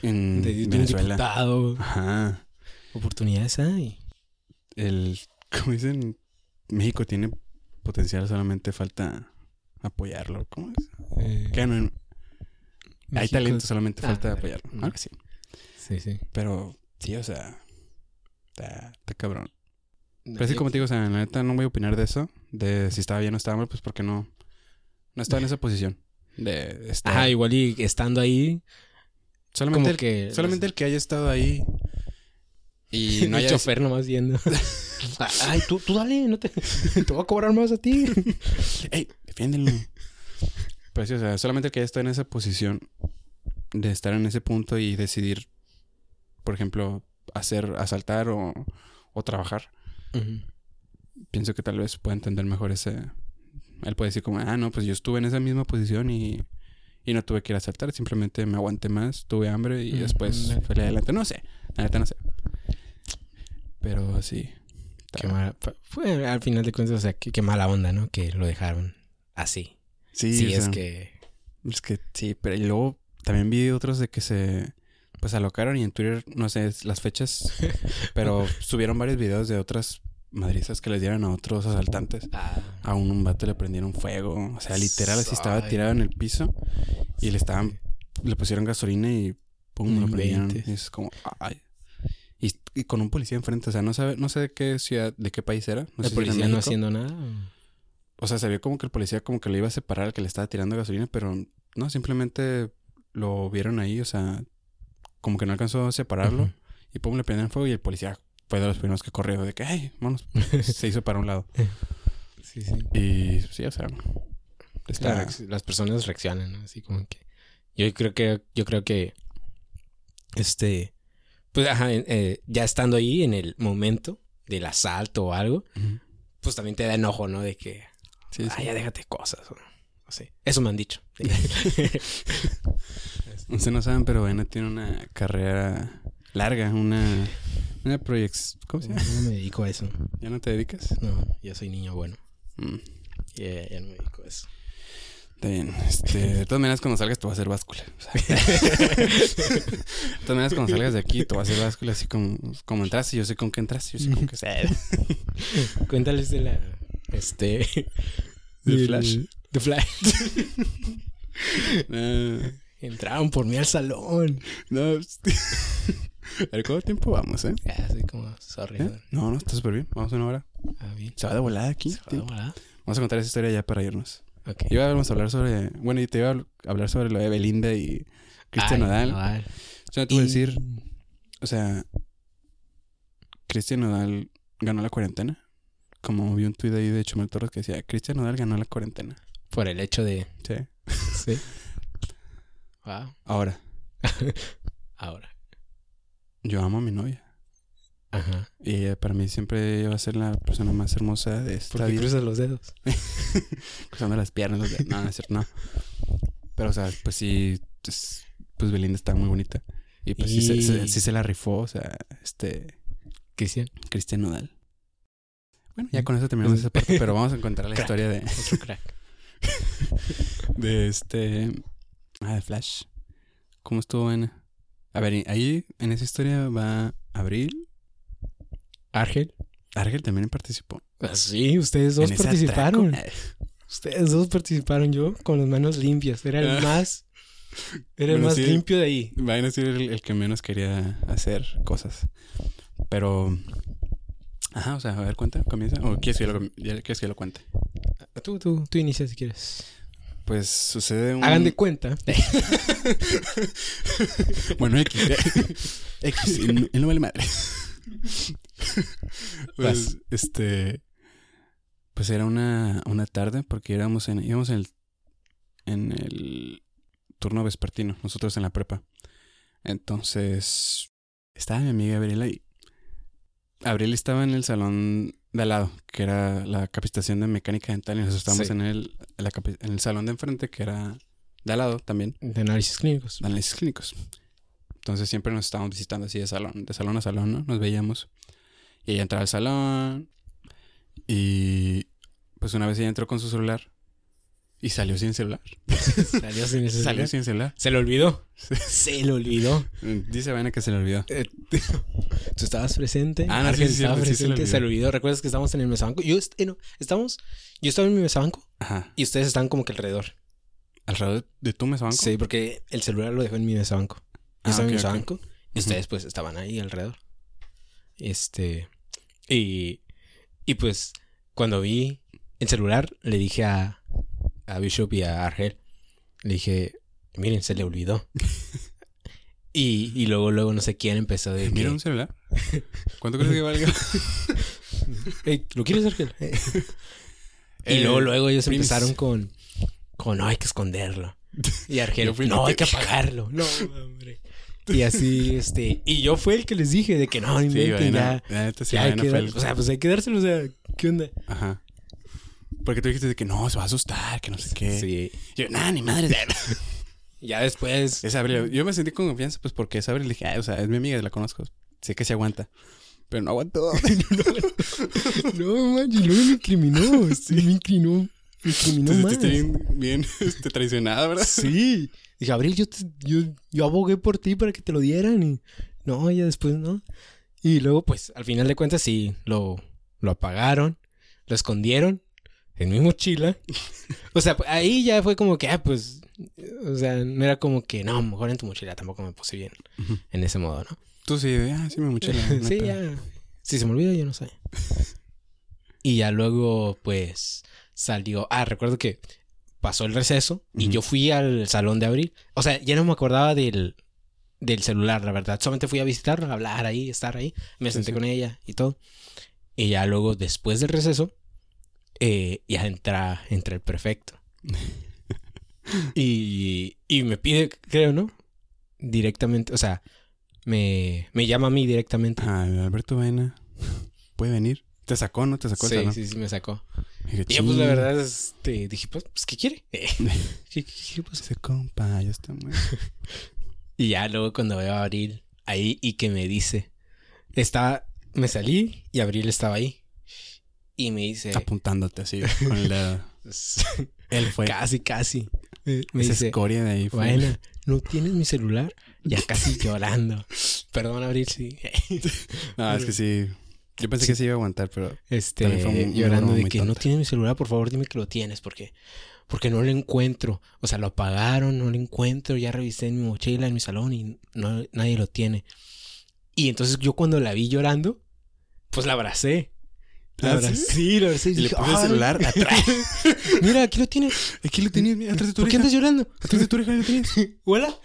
[SPEAKER 1] en
[SPEAKER 2] de, de un
[SPEAKER 1] Mm, Venezuela. Ah.
[SPEAKER 2] diputado.
[SPEAKER 1] Ajá.
[SPEAKER 2] Oportunidades hay.
[SPEAKER 1] El, como dicen, México tiene potencial, solamente falta apoyarlo. ¿Cómo es?
[SPEAKER 2] Eh,
[SPEAKER 1] Que no, hay
[SPEAKER 2] México-
[SPEAKER 1] talento, solamente
[SPEAKER 2] Ah,
[SPEAKER 1] falta
[SPEAKER 2] bueno,
[SPEAKER 1] apoyarlo.
[SPEAKER 2] mm.
[SPEAKER 1] Algo así.
[SPEAKER 2] Sí, sí.
[SPEAKER 1] Pero, sí, o sea, está, está cabrón. Pero
[SPEAKER 2] Así
[SPEAKER 1] sí, como te digo, o sea, la neta no voy a opinar de eso, de si estaba bien o estaba mal, pues porque no, no estaba en esa posición. De estar.
[SPEAKER 2] Ajá, igual y estando ahí,
[SPEAKER 1] eh, solamente,
[SPEAKER 2] como
[SPEAKER 1] el,
[SPEAKER 2] que...
[SPEAKER 1] solamente el que haya estado ahí y no
[SPEAKER 2] el
[SPEAKER 1] haya...
[SPEAKER 2] chofer nomás viendo. Ay, tú, tú dale, no te, te voy a cobrar más a ti.
[SPEAKER 1] ¡Ey, defiéndelo! Pero sí, o sea, solamente el que haya estado en esa posición de estar en ese punto y decidir, por ejemplo, hacer, asaltar o, o trabajar, pienso que tal vez pueda entender mejor ese... Él puede decir como, ah, no, pues yo estuve en esa misma posición y, y no tuve que ir a saltar, simplemente me aguanté más, tuve hambre y
[SPEAKER 2] Mm,
[SPEAKER 1] después
[SPEAKER 2] ándale.
[SPEAKER 1] salí adelante. No sé, la neta no sé. Pero sí.
[SPEAKER 2] Qué
[SPEAKER 1] Está-
[SPEAKER 2] mala- fa- fue, al final de cuentas, o sea, qué, qué mala onda, ¿no? Que lo dejaron así.
[SPEAKER 1] Sí,
[SPEAKER 2] Sí,
[SPEAKER 1] o
[SPEAKER 2] es
[SPEAKER 1] sea,
[SPEAKER 2] que...
[SPEAKER 1] Es que sí, pero y luego también vi otros de que se... Pues alocaron y en Twitter, no sé es- las fechas, pero subieron varios videos de otras madrizas que les dieron a otros asaltantes.
[SPEAKER 2] ah,
[SPEAKER 1] A un vato le prendieron fuego. O sea, literal, así estaba
[SPEAKER 2] Ay.
[SPEAKER 1] tirado en el piso. Y le estaban. Le pusieron gasolina y. ¡Pum! Lo
[SPEAKER 2] No
[SPEAKER 1] prendieron.
[SPEAKER 2] inventes.
[SPEAKER 1] Y es como. ¡Ay! Y, y con un policía enfrente. O sea, no, sabe, no sé de qué ciudad. De qué país era. No sé
[SPEAKER 2] ¿El
[SPEAKER 1] si era
[SPEAKER 2] policía no
[SPEAKER 1] pues, México.
[SPEAKER 2] haciendo nada? o?
[SPEAKER 1] O sea, se vio como que el policía como que le iba a separar al que le estaba tirando gasolina. Pero no, simplemente lo vieron ahí. O sea, como que no alcanzó a separarlo.
[SPEAKER 2] Ujú.
[SPEAKER 1] Y pum, le prendieron fuego. Y el policía fue de los primeros que corrió. De que, ¡ay! Vamos. se hizo para un lado.
[SPEAKER 2] Sí, sí.
[SPEAKER 1] Y sí, o sea.
[SPEAKER 2] La
[SPEAKER 1] Está,
[SPEAKER 2] reacc- las personas reaccionan, ¿no? Así como que. Yo creo que. Yo creo que. Este. Pues ajá, en- eh, ya estando ahí en el momento del asalto o algo,
[SPEAKER 1] Ujú.
[SPEAKER 2] pues también te da enojo, ¿no? De que.
[SPEAKER 1] Sí, sí.
[SPEAKER 2] "Ah, ya déjate cosas. O, o sí. Eso me han dicho.
[SPEAKER 1] Ustedes no saben, pero Vena tiene una carrera larga, una, una proyección. ¿Cómo se
[SPEAKER 2] Yo
[SPEAKER 1] llama?
[SPEAKER 2] no me dedico a eso.
[SPEAKER 1] ¿Ya no te dedicas?
[SPEAKER 2] No, yo soy niño bueno.
[SPEAKER 1] Mm,
[SPEAKER 2] Ya- ya no me dedico a eso.
[SPEAKER 1] está bien. Este, de todas maneras, cuando salgas, te va a hacer báscula. o sea. de todas maneras, cuando salgas de aquí, te va a hacer báscula, así como, como entraste. Yo sé con qué entraste, yo sé con qué.
[SPEAKER 2] Cuéntales de la. Este.
[SPEAKER 1] De
[SPEAKER 2] del-
[SPEAKER 1] Flash.
[SPEAKER 2] De Flash.
[SPEAKER 1] Eh,
[SPEAKER 2] Entraron por mí al salón.
[SPEAKER 1] No. este, A ver, ¿cuánto tiempo vamos, eh?
[SPEAKER 2] Ya, así Ah, como, sorry.
[SPEAKER 1] ¿Eh? No, no, está súper bien. Vamos a una hora.
[SPEAKER 2] Ah, bien.
[SPEAKER 1] Se va de volada aquí.
[SPEAKER 2] ¿Se va, verdad?
[SPEAKER 1] Vamos a contar esa historia ya para irnos.
[SPEAKER 2] Ok.
[SPEAKER 1] Y ahora vamos a hablar sobre. Bueno, y te iba a hablar sobre lo de Belinda y Cristian
[SPEAKER 2] Ay,
[SPEAKER 1] Nodal.
[SPEAKER 2] Nodal.
[SPEAKER 1] O sea, te voy a
[SPEAKER 2] Y-
[SPEAKER 1] decir, o sea, Cristian Nodal ganó la cuarentena. Como vi un tuit ahí de Chumel Torres que decía, Cristian Nodal ganó la cuarentena.
[SPEAKER 2] Por el hecho de.
[SPEAKER 1] Sí.
[SPEAKER 2] Sí. Wow.
[SPEAKER 1] Ahora,
[SPEAKER 2] Ahora.
[SPEAKER 1] yo amo a mi novia.
[SPEAKER 2] Ajá.
[SPEAKER 1] Y ella para mí siempre va a ser la persona más hermosa de esta
[SPEAKER 2] Porque
[SPEAKER 1] vida.
[SPEAKER 2] cruzas los dedos.
[SPEAKER 1] Cruzando las piernas. los dedos. No, no es cierto, no. Pero, o sea, pues sí, pues, pues Belinda está muy bonita. Y pues sí, se, se-
[SPEAKER 2] Y-
[SPEAKER 1] sí se la rifó, o sea, este,
[SPEAKER 2] Cristian.
[SPEAKER 1] Cristian Nodal. Bueno, ya con eso terminamos esa parte, pero vamos a encontrar la historia de...
[SPEAKER 2] Otro crack.
[SPEAKER 1] De este. Ah, de Flash. ¿Cómo estuvo en.? A ver, ahí en esa historia va Abril.
[SPEAKER 2] Argel.
[SPEAKER 1] Argel también participó.
[SPEAKER 2] Ah, sí, ustedes dos
[SPEAKER 1] En ese
[SPEAKER 2] participaron.
[SPEAKER 1] atraco.
[SPEAKER 2] Ustedes dos participaron yo con las manos limpias. Era
[SPEAKER 1] Ah.
[SPEAKER 2] el más. Era el
[SPEAKER 1] Bueno,
[SPEAKER 2] más
[SPEAKER 1] sí.
[SPEAKER 2] limpio de ahí.
[SPEAKER 1] Va a decir el, el que menos quería hacer cosas. Pero. Ajá, o sea, a ver, cuenta, comienza. ¿O quieres que yo lo, com- ya- quieres que yo lo cuente?
[SPEAKER 2] Tú, tú, tú inicia si quieres.
[SPEAKER 1] Pues sucede un.
[SPEAKER 2] Hagan de cuenta.
[SPEAKER 1] Bueno, X. X, él, no- él no vale madre. pues, este. Pues era una, una tarde porque éramos en, íbamos en el, en el turno vespertino, nosotros en la prepa. Entonces, estaba mi amiga Abril ahí. Abril estaba en el salón de al lado, que era la capacitación de mecánica dental, y nosotros estábamos
[SPEAKER 2] Sí.
[SPEAKER 1] en, el, en la capi- en el salón de enfrente, que era de al lado también
[SPEAKER 2] De análisis clínicos.
[SPEAKER 1] de análisis clínicos. Entonces siempre nos estábamos visitando así de salón, de salón a salón, ¿no? Nos veíamos. Y ella entraba al salón. Y pues una vez ella entró con su celular. Y salió sin celular.
[SPEAKER 2] Salió sin ese
[SPEAKER 1] Salió
[SPEAKER 2] celular.
[SPEAKER 1] sin celular.
[SPEAKER 2] Se le olvidó.
[SPEAKER 1] Sí.
[SPEAKER 2] Se le olvidó.
[SPEAKER 1] Dice Vena que se le olvidó.
[SPEAKER 2] Tú estabas presente.
[SPEAKER 1] Ah, no,
[SPEAKER 2] Argel
[SPEAKER 1] sí, sí,
[SPEAKER 2] estaba
[SPEAKER 1] sí, sí, se le
[SPEAKER 2] presente.
[SPEAKER 1] olvidó.
[SPEAKER 2] Se le olvidó. ¿Recuerdas que estábamos en el mesabanco? Yo, est- eh, no, estamos, yo estaba en mi mesabanco
[SPEAKER 1] Ajá.
[SPEAKER 2] y ustedes estaban como que alrededor.
[SPEAKER 1] Alrededor de tu mesabanco.
[SPEAKER 2] Sí, porque el celular lo dejó en mi mesabanco. Yo
[SPEAKER 1] Ah,
[SPEAKER 2] estaba en mi
[SPEAKER 1] ok, ok.
[SPEAKER 2] mesabanco y
[SPEAKER 1] Ujú.
[SPEAKER 2] ustedes pues estaban ahí alrededor. Este. Y. Y pues cuando vi el celular, le dije a, a Bishop y a Argel. Le dije, miren, se le olvidó. y, y luego, luego no sé quién empezó de.
[SPEAKER 1] Mira
[SPEAKER 2] que-
[SPEAKER 1] un celular. ¿Cuánto crees que valga?
[SPEAKER 2] Ey, ¿Lo quieres, Argel? y
[SPEAKER 1] Eh,
[SPEAKER 2] luego, luego ellos
[SPEAKER 1] primis.
[SPEAKER 2] empezaron con, con, no, hay que esconderlo. Y
[SPEAKER 1] Yo
[SPEAKER 2] Argel,
[SPEAKER 1] fui el
[SPEAKER 2] no,
[SPEAKER 1] que
[SPEAKER 2] hay que apagarlo. No, hombre. Y así, este, y yo fue el que les dije de que no,
[SPEAKER 1] Sí,
[SPEAKER 2] inventen,
[SPEAKER 1] Vena.
[SPEAKER 2] ya,
[SPEAKER 1] La neta sí,
[SPEAKER 2] ya hay
[SPEAKER 1] Vena
[SPEAKER 2] que
[SPEAKER 1] fue
[SPEAKER 2] dar-
[SPEAKER 1] el-
[SPEAKER 2] o sea, pues hay que dárselo, o sea, ¿qué onda?
[SPEAKER 1] Ajá. Porque tú dijiste de que no, se va a asustar, que no sé qué.
[SPEAKER 2] Sí.
[SPEAKER 1] Yo, nada, ni madre.
[SPEAKER 2] Ya después,
[SPEAKER 1] Es Abril. Yo me sentí con confianza, pues porque es Abril. Dije, "Ay, o sea, es mi amiga, la conozco. Sé que se aguanta. Pero no aguantó.
[SPEAKER 2] no, manches, luego me incriminó, sí, me inclinó, me incriminó
[SPEAKER 1] Te
[SPEAKER 2] más.
[SPEAKER 1] sentiste bien, bien este, traicionada, ¿verdad?
[SPEAKER 2] Sí. Dije, Abril, yo, te- yo, yo abogué por ti para que te lo dieran. Y no, ya después no. Y luego, pues, al final de cuentas, sí, lo, lo apagaron, lo escondieron en mi mochila. O sea, pues, ahí ya fue como que, ah, pues, o sea, no era como que, no, mejor en tu mochila, tampoco me puse bien
[SPEAKER 1] Ujú.
[SPEAKER 2] en ese modo, ¿no?
[SPEAKER 1] Tú sí, de, ah, sí, me mochila. no hay
[SPEAKER 2] sí,
[SPEAKER 1] pedo".
[SPEAKER 2] ya. Si se me olvida, yo no sé. Y ya luego, pues, salió. Ah, recuerdo que pasó el receso y
[SPEAKER 1] Ujú.
[SPEAKER 2] yo fui al salón de abril. O sea, ya no me acordaba del, del celular, la verdad. Solamente fui a visitarla, a hablar ahí, estar ahí. Me
[SPEAKER 1] Sí, sí.
[SPEAKER 2] senté con ella y todo. Y ya luego, después del receso, eh, ya entra, entra el prefecto. y, y me pide, creo, ¿no? Directamente, o sea, me, me llama a mí directamente.
[SPEAKER 1] Ah, Alberto Vaina. ¿Puede venir? Te sacó, ¿no? Te sacó el
[SPEAKER 2] Sí,
[SPEAKER 1] salón.
[SPEAKER 2] sí, sí, me sacó.
[SPEAKER 1] Dije,
[SPEAKER 2] Y yo, pues, la
[SPEAKER 1] "Chin,
[SPEAKER 2] verdad, este, dije, pues, pues, ¿qué quiere? ¿Qué- qué- qué, pues?
[SPEAKER 1] Ese compa, ya está muy.
[SPEAKER 2] Y ya luego cuando veo a Abril ahí y que me dice, estaba, me salí y Abril estaba ahí. Y me dice,
[SPEAKER 1] Ah, Apuntándote así con el dedo. Él fue.
[SPEAKER 2] casi, casi. Me, me
[SPEAKER 1] esa
[SPEAKER 2] dice,
[SPEAKER 1] escoria de ahí fue.
[SPEAKER 2] bueno, ¿no tienes mi celular? Ya casi llorando. Perdón, Abril, sí.
[SPEAKER 1] No, es que sí. Yo pensé que sí iba a aguantar, pero
[SPEAKER 2] Este,
[SPEAKER 1] También fue un- un
[SPEAKER 2] llorando
[SPEAKER 1] broma
[SPEAKER 2] de
[SPEAKER 1] muy
[SPEAKER 2] que no
[SPEAKER 1] tonta.
[SPEAKER 2] tienes mi celular, por favor, dime que lo tienes, porque porque no lo encuentro. O sea, lo apagaron, no lo encuentro, ya revisé en mi mochila, en mi salón y no, nadie lo tiene. Y entonces yo cuando la vi llorando, pues la abracé. La
[SPEAKER 1] ¿Ah,
[SPEAKER 2] abracé.
[SPEAKER 1] sí?
[SPEAKER 2] Sí, la abracé.
[SPEAKER 1] Y le
[SPEAKER 2] dije,
[SPEAKER 1] puse el
[SPEAKER 2] "Ay,
[SPEAKER 1] celular atrás.
[SPEAKER 2] Mira, aquí lo tiene.
[SPEAKER 1] Aquí lo tenías, mira, atrás de tu
[SPEAKER 2] ¿Por qué
[SPEAKER 1] oreja.
[SPEAKER 2] andas llorando?
[SPEAKER 1] Atrás de tu oreja lo tenías.
[SPEAKER 2] ¿Hola?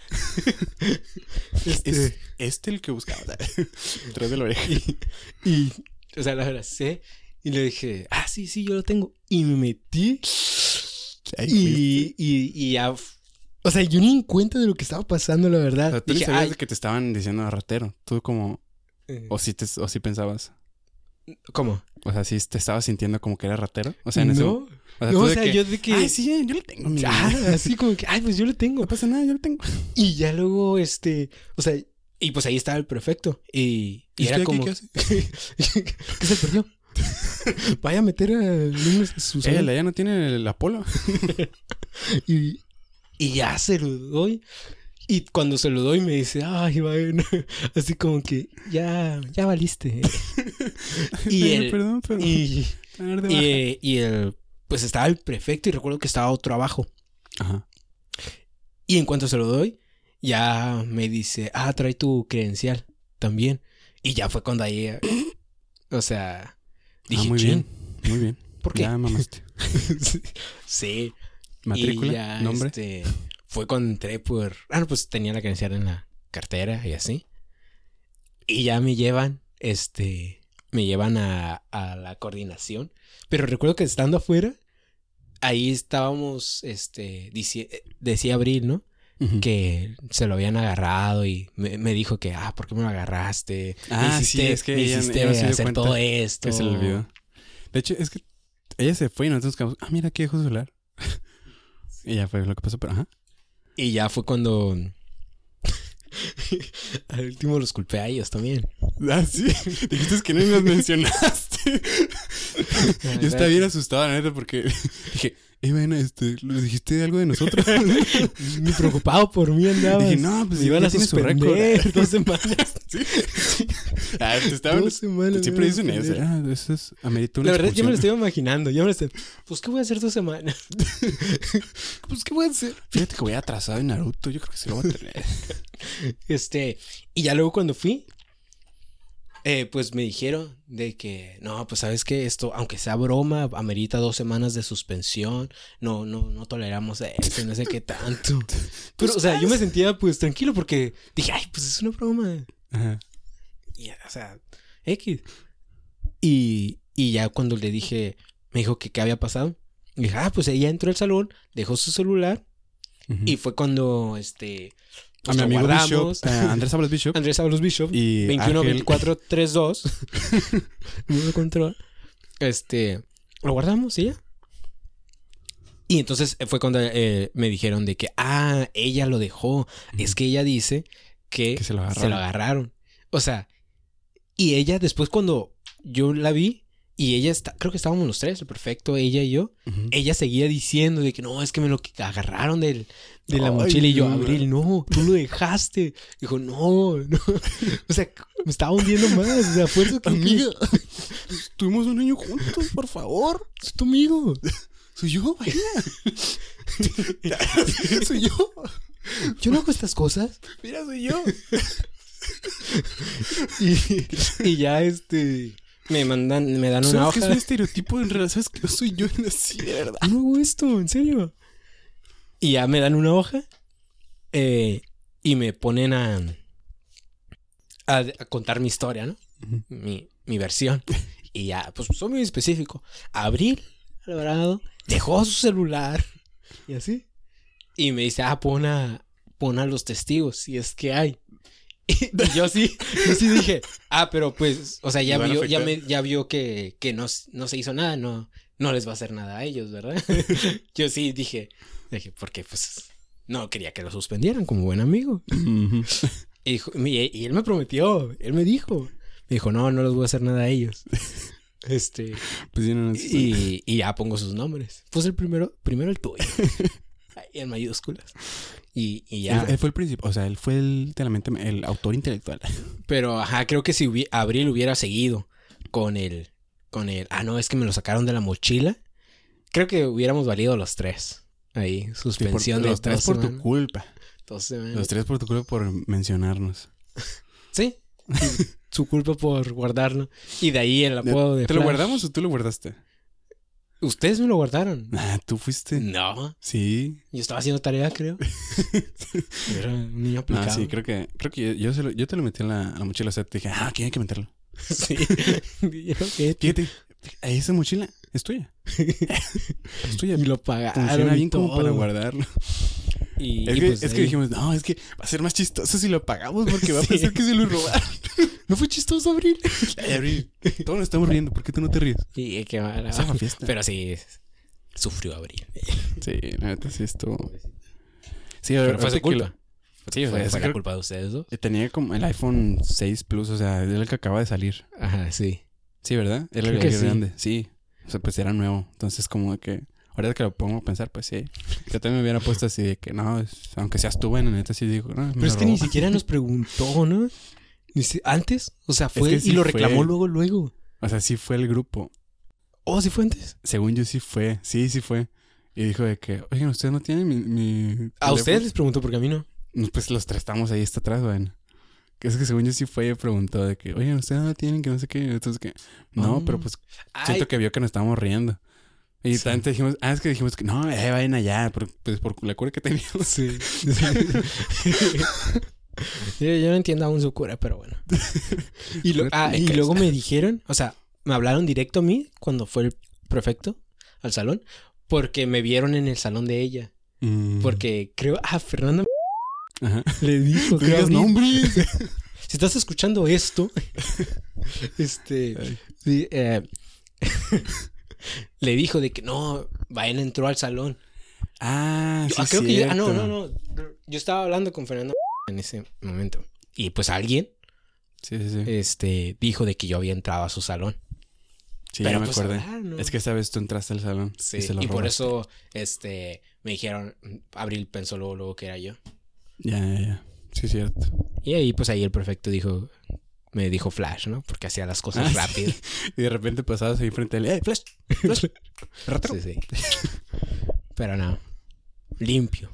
[SPEAKER 1] Es este el que buscaba. atrás de la oreja.
[SPEAKER 2] Y, o sea, la abracé y le dije, ah, sí, sí, yo lo tengo. Y me metí
[SPEAKER 1] Ay,
[SPEAKER 2] y, y, y ya. f- O sea, yo ni en cuenta de lo que estaba pasando, la
[SPEAKER 1] O sea,
[SPEAKER 2] verdad.
[SPEAKER 1] tú ni
[SPEAKER 2] Dije,
[SPEAKER 1] sabías
[SPEAKER 2] "Ay,
[SPEAKER 1] que te estaban diciendo ratero. Tú como...
[SPEAKER 2] eh,
[SPEAKER 1] O sí, te, o sí pensabas.
[SPEAKER 2] ¿Cómo?
[SPEAKER 1] O sea, sí te estabas sintiendo como que era ratero. O sea, en
[SPEAKER 2] no,
[SPEAKER 1] eso... O sea,
[SPEAKER 2] no,
[SPEAKER 1] tú
[SPEAKER 2] o
[SPEAKER 1] de
[SPEAKER 2] sea,
[SPEAKER 1] que,
[SPEAKER 2] yo de que.
[SPEAKER 1] Ay, sí, eh, yo lo tengo. mira".
[SPEAKER 2] ah, así como que, ay, pues yo lo tengo.
[SPEAKER 1] No pasa nada, yo lo tengo.
[SPEAKER 2] Y ya luego, este, o sea, y pues ahí estaba el prefecto. Y, y era como,
[SPEAKER 1] hace?
[SPEAKER 2] ¿qué se perdió? Vaya a meter a alumnos a su
[SPEAKER 1] Eh,
[SPEAKER 2] sala.
[SPEAKER 1] la ya no tiene el Apolo.
[SPEAKER 2] Y, y ya se lo doy. Y cuando se lo doy me dice, ay, bueno, así como que ya, ya valiste. Y
[SPEAKER 1] Ay,
[SPEAKER 2] el-
[SPEAKER 1] Perdón, pero...
[SPEAKER 2] Y,
[SPEAKER 1] a ver, de
[SPEAKER 2] y,
[SPEAKER 1] baja.
[SPEAKER 2] eh, y el, pues estaba el prefecto y recuerdo que estaba otro abajo.
[SPEAKER 1] Ajá. Ah,
[SPEAKER 2] Y en cuanto se lo doy, ya me dice, ah, trae tu credencial también. Y ya fue cuando ahí, eh, o sea, dije,
[SPEAKER 1] ah, muy
[SPEAKER 2] "Chin,
[SPEAKER 1] bien. Muy bien.
[SPEAKER 2] ¿por qué?
[SPEAKER 1] Ya mamaste.
[SPEAKER 2] sí.
[SPEAKER 1] Matrícula,
[SPEAKER 2] Y ya,
[SPEAKER 1] nombre.
[SPEAKER 2] este, fue cuando entré por. Ah, no, pues tenía la credencial en la cartera y así. Y ya me llevan, este. Me llevan a, a la coordinación. Pero recuerdo que estando afuera, ahí estábamos, este. dici- eh, decía Abril, ¿no?
[SPEAKER 1] Ujú.
[SPEAKER 2] este, Que se lo habían agarrado y me, me dijo que, ah, ¿por qué me lo agarraste? Me
[SPEAKER 1] Ah, sí,
[SPEAKER 2] hiciste-
[SPEAKER 1] es que
[SPEAKER 2] me
[SPEAKER 1] ella-
[SPEAKER 2] hiciste
[SPEAKER 1] ella no se dio
[SPEAKER 2] hacer
[SPEAKER 1] cuenta
[SPEAKER 2] todo esto.
[SPEAKER 1] Que se le olvidó. De hecho, es que ella se fue y nosotros quedamos, ah, mira, aquí dejó su celular. y ya fue lo que pasó, pero ajá.
[SPEAKER 2] Y ya fue cuando. Al último los culpé a ellos también.
[SPEAKER 1] Ah, sí. Dijiste que no nos mencionaste.
[SPEAKER 2] Ah,
[SPEAKER 1] Yo estaba bien asustado, la neta, porque dije, eh, bueno, este, ¿les dijiste algo de nosotros?
[SPEAKER 2] Ni preocupado por mí andaba.
[SPEAKER 1] dije, no, pues
[SPEAKER 2] me iban
[SPEAKER 1] ya
[SPEAKER 2] a
[SPEAKER 1] tiene su
[SPEAKER 2] suspender dos semanas.
[SPEAKER 1] Sí. Ah, te estaban-
[SPEAKER 2] dos semanas.
[SPEAKER 1] siempre
[SPEAKER 2] me
[SPEAKER 1] dicen
[SPEAKER 2] iban a
[SPEAKER 1] eso.
[SPEAKER 2] suspender.
[SPEAKER 1] Ah, eso es, amerita una
[SPEAKER 2] La verdad, yo me lo
[SPEAKER 1] expulsión.
[SPEAKER 2] estoy imaginando. Yo me lo estoy. Pues, ¿qué voy a hacer dos semanas?
[SPEAKER 1] Pues, ¿qué voy a hacer? Fíjate que voy atrasado en Naruto. Yo creo que se lo voy a tener.
[SPEAKER 2] Este. Y ya luego cuando fui. eh, pues me dijeron de que no, pues sabes que esto, aunque sea broma, amerita dos semanas de suspensión. No, no, no toleramos eso, no sé qué tanto.
[SPEAKER 1] Pues,
[SPEAKER 2] Pero, o sea, yo me sentía pues tranquilo porque dije, ay, pues es una broma.
[SPEAKER 1] Ajá.
[SPEAKER 2] Y, o sea, X. Y, y ya cuando le dije, me dijo que qué había pasado. Y dije, ah, pues ella entró al salón, dejó su celular.
[SPEAKER 1] Ujú.
[SPEAKER 2] Y fue cuando,
[SPEAKER 1] Mm.
[SPEAKER 2] este,
[SPEAKER 1] a
[SPEAKER 2] pues,
[SPEAKER 1] mi
[SPEAKER 2] lo
[SPEAKER 1] amigo
[SPEAKER 2] guardamos.
[SPEAKER 1] Bishop, eh, Andrés Ablas Bishop
[SPEAKER 2] Andrés Avalos Bishop.
[SPEAKER 1] y
[SPEAKER 2] 21,
[SPEAKER 1] Ángel-
[SPEAKER 2] 24, 3, 2. Número de control. Este, lo guardamos y ya. Y entonces fue cuando eh, me dijeron de que, ah, ella lo dejó. Es que ella dice que,
[SPEAKER 1] Que se lo agarraron.
[SPEAKER 2] agarraron. O sea, y ella después cuando yo la vi, y ella está, creo que estábamos los tres, el perfecto, ella y yo,
[SPEAKER 1] Ujú.
[SPEAKER 2] ella seguía diciendo de que no, es que me lo qui- agarraron del, de la
[SPEAKER 1] Ay,
[SPEAKER 2] mochila y yo,
[SPEAKER 1] no.
[SPEAKER 2] Abril, no, tú lo dejaste. Dijo, no, no. O sea, me estaba hundiendo más. O sea, fuerza que
[SPEAKER 1] Amiga, estuvimos un año juntos, por favor.
[SPEAKER 2] es tu amigo.
[SPEAKER 1] Soy yo, vaya. soy yo.
[SPEAKER 2] Yo no hago estas cosas.
[SPEAKER 1] Mira, soy yo.
[SPEAKER 2] Y, y ya este. Me mandan, me dan una
[SPEAKER 1] ¿Sabes que
[SPEAKER 2] hoja.
[SPEAKER 1] es un estereotipo en realidad? ¿Sabes que no soy yo así, de verdad?
[SPEAKER 2] Yo no hago esto, en serio. Y ya me dan una hoja eh, y me ponen a, a, a contar mi historia, ¿no?
[SPEAKER 1] Ujú.
[SPEAKER 2] mi, mi versión. Y ya, pues soy muy específico. Abril Alvarado dejó su celular y así. Y me dice, ah, pon a, pon a los testigos, si es que hay. Y yo sí, yo sí dije, ah, pero pues, o sea, ya
[SPEAKER 1] Me van a
[SPEAKER 2] vio, ya, me,
[SPEAKER 1] afectar.
[SPEAKER 2] ya vio que, que no, s- no se hizo nada, no, no les va a hacer nada a ellos, ¿verdad? yo sí dije, dije, porque pues no quería que lo suspendieran como buen amigo. Y, dijo- y- y él me prometió, él me dijo. Me dijo, no, no les voy a hacer nada a ellos. Este,
[SPEAKER 1] Pues sí, no, no, sí.
[SPEAKER 2] y, y ya pongo sus nombres. Pues el primero, primero el tuyo. Ahí en mayúsculas. Y, y ya.
[SPEAKER 1] Él, él fue el principal, o sea, él fue el, de la mente- el autor intelectual.
[SPEAKER 2] Pero ajá, creo que si hubie- Abril hubiera seguido con el, con el, ah, no, es que me lo sacaron de la mochila. Creo que hubiéramos valido los tres. Ahí,
[SPEAKER 1] Sí, por-
[SPEAKER 2] suspensión de
[SPEAKER 1] los tres
[SPEAKER 2] dos
[SPEAKER 1] por tu
[SPEAKER 2] semanas.
[SPEAKER 1] culpa.
[SPEAKER 2] Dos semanas.
[SPEAKER 1] Los tres por tu culpa por mencionarnos.
[SPEAKER 2] Sí. Y Su culpa por guardarlo. Y de ahí el apodo de
[SPEAKER 1] ¿Te lo
[SPEAKER 2] Flash.
[SPEAKER 1] guardamos o tú lo guardaste?
[SPEAKER 2] Ustedes me lo guardaron.
[SPEAKER 1] Ah, tú fuiste.
[SPEAKER 2] Mm. No.
[SPEAKER 1] Sí.
[SPEAKER 2] Yo estaba haciendo tarea, creo. Era un niño aplicado.
[SPEAKER 1] Ah, sí, creo que, creo que yo, yo se lo- yo te lo metí en la, en la mochila. O sea, te dije, ah, aquí hay que meterlo.
[SPEAKER 2] Sí. pues, Y yo, ¿qué?
[SPEAKER 1] Fíjate, ahí esa mochila es tuya. es tuya.
[SPEAKER 2] Y Ah, lo
[SPEAKER 1] Funciona
[SPEAKER 2] pagaron. y
[SPEAKER 1] bien como
[SPEAKER 2] todo.
[SPEAKER 1] para guardarlo.
[SPEAKER 2] Y,
[SPEAKER 1] Es,
[SPEAKER 2] y
[SPEAKER 1] que,
[SPEAKER 2] pues
[SPEAKER 1] es que
[SPEAKER 2] ahí-
[SPEAKER 1] dijimos, no, es que va a ser más chistoso si lo apagamos porque va a
[SPEAKER 2] Sí.
[SPEAKER 1] pensar que se lo robaron.
[SPEAKER 2] No fue chistoso abrir.
[SPEAKER 1] Ay, Abril, todos nos estamos riendo. ¿Por qué tú no te ríes?
[SPEAKER 2] Y qué mala.
[SPEAKER 1] Esa fue fiesta.
[SPEAKER 2] Pero sí, sufrió Abril.
[SPEAKER 1] Sí, la neta sí esto. Sí,
[SPEAKER 2] Pero fue
[SPEAKER 1] ahorita
[SPEAKER 2] su
[SPEAKER 1] que
[SPEAKER 2] culpa. Sí,
[SPEAKER 1] fue-
[SPEAKER 2] fue, fue
[SPEAKER 1] creo-
[SPEAKER 2] la culpa de ustedes dos.
[SPEAKER 1] lo- Eh, Tenía como el iPhone 6 Plus, o sea, es el que acaba de salir.
[SPEAKER 2] Ajá, sí.
[SPEAKER 1] Sí, ¿verdad? Era el
[SPEAKER 2] Creo que
[SPEAKER 1] que
[SPEAKER 2] sí.
[SPEAKER 1] grande. Sí. O sea, pues era nuevo. Entonces, como que. Ahora que lo pongo a pensar, pues sí. Yo también me hubiera puesto así de que no, es- aunque seas tú, bueno, neta sí digo, no, me
[SPEAKER 2] Pero es
[SPEAKER 1] lo
[SPEAKER 2] que ni
[SPEAKER 1] robó.
[SPEAKER 2] siquiera nos preguntó, ¿no? Ni si- antes, o sea, fue
[SPEAKER 1] que sí
[SPEAKER 2] y lo
[SPEAKER 1] fue.
[SPEAKER 2] reclamó luego, luego.
[SPEAKER 1] O sea, sí fue el grupo.
[SPEAKER 2] Oh, sí fue antes.
[SPEAKER 1] Según yo sí fue, sí, sí fue. Y dijo de que, oigan, ¿ustedes no tienen mi... mi
[SPEAKER 2] A
[SPEAKER 1] teléfono?"
[SPEAKER 2] ustedes les preguntó porque a mí no.
[SPEAKER 1] No, Pues los tres estamos ahí hasta atrás, bueno. Que es que según yo sí fue y preguntó de que, oigan, ¿ustedes no tienen que no sé qué? Entonces que, no,
[SPEAKER 2] Ah.
[SPEAKER 1] pero pues
[SPEAKER 2] Ay,
[SPEAKER 1] siento que vio que nos estábamos riendo. Y
[SPEAKER 2] Sí.
[SPEAKER 1] también te dijimos, ah, es que dijimos que no, eh, vayan allá, por- pues por la cura que teníamos.
[SPEAKER 2] sí. yo, yo no entiendo aún su cura, pero bueno. Y, lo- ah, y
[SPEAKER 1] Mm.
[SPEAKER 2] luego me dijeron, o sea, me hablaron directo a mí cuando fue el prefecto al salón, porque me vieron en el salón de ella.
[SPEAKER 1] Mm.
[SPEAKER 2] Porque creo, ah, Fernanda
[SPEAKER 1] Ajá.
[SPEAKER 2] le dijo,
[SPEAKER 1] No
[SPEAKER 2] creo,
[SPEAKER 1] digas
[SPEAKER 2] a mí,
[SPEAKER 1] nombres.
[SPEAKER 2] si estás escuchando esto, este,
[SPEAKER 1] Ay.
[SPEAKER 2] sí, eh, le dijo de que no, Baena entró al salón.
[SPEAKER 1] Ah, sí
[SPEAKER 2] Ah, creo que yo- ah, no,
[SPEAKER 1] cierto.
[SPEAKER 2] no, no, yo estaba hablando con Fernando en ese momento. Y pues alguien,
[SPEAKER 1] Sí, sí, sí.
[SPEAKER 2] este, dijo de que yo había entrado a su salón.
[SPEAKER 1] sí,
[SPEAKER 2] pero
[SPEAKER 1] ya me
[SPEAKER 2] pues,
[SPEAKER 1] acordé.
[SPEAKER 2] ah, no.
[SPEAKER 1] Es que esta vez tú entraste al salón.
[SPEAKER 2] Sí,
[SPEAKER 1] y se lo
[SPEAKER 2] y por
[SPEAKER 1] robaste.
[SPEAKER 2] eso, este, me dijeron, Abril pensó luego, luego que era yo.
[SPEAKER 1] Ya, ya, ya. Sí, cierto.
[SPEAKER 2] Y ahí, pues ahí el prefecto dijo, me dijo Flash, ¿no? Porque hacía las cosas
[SPEAKER 1] Ah, sí.
[SPEAKER 2] rápido.
[SPEAKER 1] Y de repente pasabas ahí frente a él. ¡Eh, Flash! ¡Flash! ¡Ratero!
[SPEAKER 2] Sí, sí. Pero no. Limpio.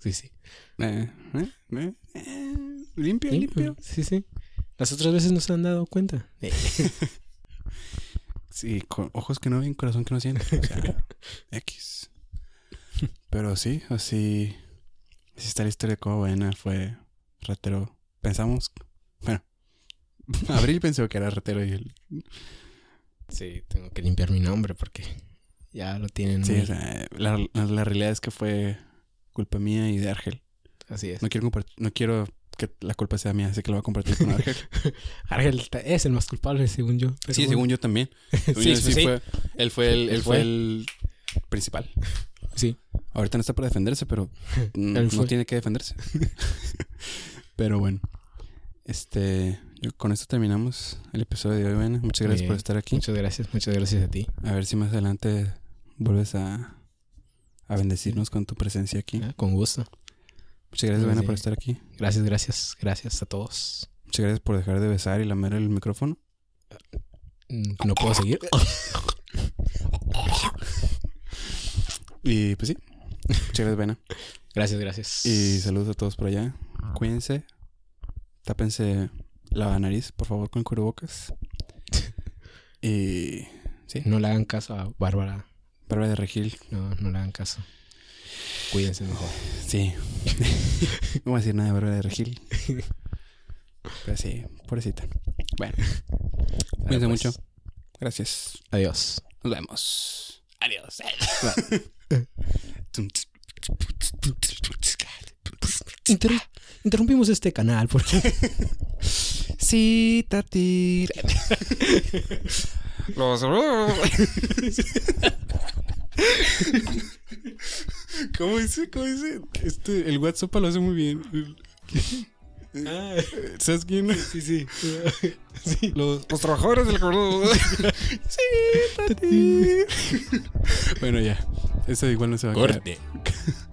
[SPEAKER 2] Sí, sí.
[SPEAKER 1] Eh, eh, eh, eh, limpio, limpio.
[SPEAKER 2] Sí, pues. sí. Las otras veces no se han dado cuenta. Eh,
[SPEAKER 1] Sí, con ojos que no ven, corazón que no siente. O sea, X. Pero sí, así. Así está la historia de cómo Baena fue ratero. Pensamos. Bueno. Abril pensó que era ratero y él.
[SPEAKER 2] Sí, tengo que limpiar mi nombre porque ya lo tienen.
[SPEAKER 1] Sí,
[SPEAKER 2] muy-
[SPEAKER 1] o sea, la, la- la realidad es que fue culpa mía y de Argel.
[SPEAKER 2] Así es.
[SPEAKER 1] No quiero compartir, no quiero que la culpa sea mía, así que lo voy a compartir con Argel.
[SPEAKER 2] Argel ta- es el más culpable, según yo. pero
[SPEAKER 1] sí,
[SPEAKER 2] bueno.
[SPEAKER 1] según yo también. Según
[SPEAKER 2] Sí, pues
[SPEAKER 1] yo,
[SPEAKER 2] sí, sí.
[SPEAKER 1] Fue, él fue el, él
[SPEAKER 2] Él
[SPEAKER 1] fue
[SPEAKER 2] fue.
[SPEAKER 1] el principal.
[SPEAKER 2] Sí.
[SPEAKER 1] Ahorita no está para defenderse, pero mm,
[SPEAKER 2] Él
[SPEAKER 1] no
[SPEAKER 2] fue.
[SPEAKER 1] tiene que defenderse. pero bueno. Este, yo- con esto terminamos el episodio de hoy, Bueno. Muchas gracias
[SPEAKER 2] Bien.
[SPEAKER 1] por estar aquí.
[SPEAKER 2] Muchas gracias, muchas gracias a ti.
[SPEAKER 1] A ver si más adelante vuelves a, a bendecirnos con tu presencia aquí.
[SPEAKER 2] Ah, Con gusto.
[SPEAKER 1] Muchas gracias, Vena,
[SPEAKER 2] Sí.
[SPEAKER 1] por estar aquí.
[SPEAKER 2] Gracias, gracias, gracias a todos.
[SPEAKER 1] Muchas gracias por dejar de besar y lamer el micrófono.
[SPEAKER 2] Mm, No puedo seguir.
[SPEAKER 1] Y pues sí. Muchas gracias, Vena.
[SPEAKER 2] Gracias, gracias.
[SPEAKER 1] Y saludos a todos por allá.
[SPEAKER 2] Ah.
[SPEAKER 1] Cuídense. Tápense la nariz, por favor, con cubrebocas. Y sí,
[SPEAKER 2] No le hagan caso a Bárbara.
[SPEAKER 1] Bárbara de Regil.
[SPEAKER 2] No, no le hagan caso. Cuídense mejor.
[SPEAKER 1] Sí. no voy a decir nada de Bárbara de Regil. Pero sí, pobrecita. Bueno, cuídense
[SPEAKER 2] Pero, pues,
[SPEAKER 1] mucho. Gracias.
[SPEAKER 2] Adiós.
[SPEAKER 1] Nos vemos. Adiós.
[SPEAKER 2] Inter- interrumpimos este canal porque
[SPEAKER 1] Sí, Tati. Los. ¿Cómo dice? ¿Cómo dice? Este, el WhatsApp lo hace muy bien. ¿Sabes quién? Ah. Sí, sí. Los, los trabajadores del Sí, Tati. bueno, ya. Eso igual no se va a quedar.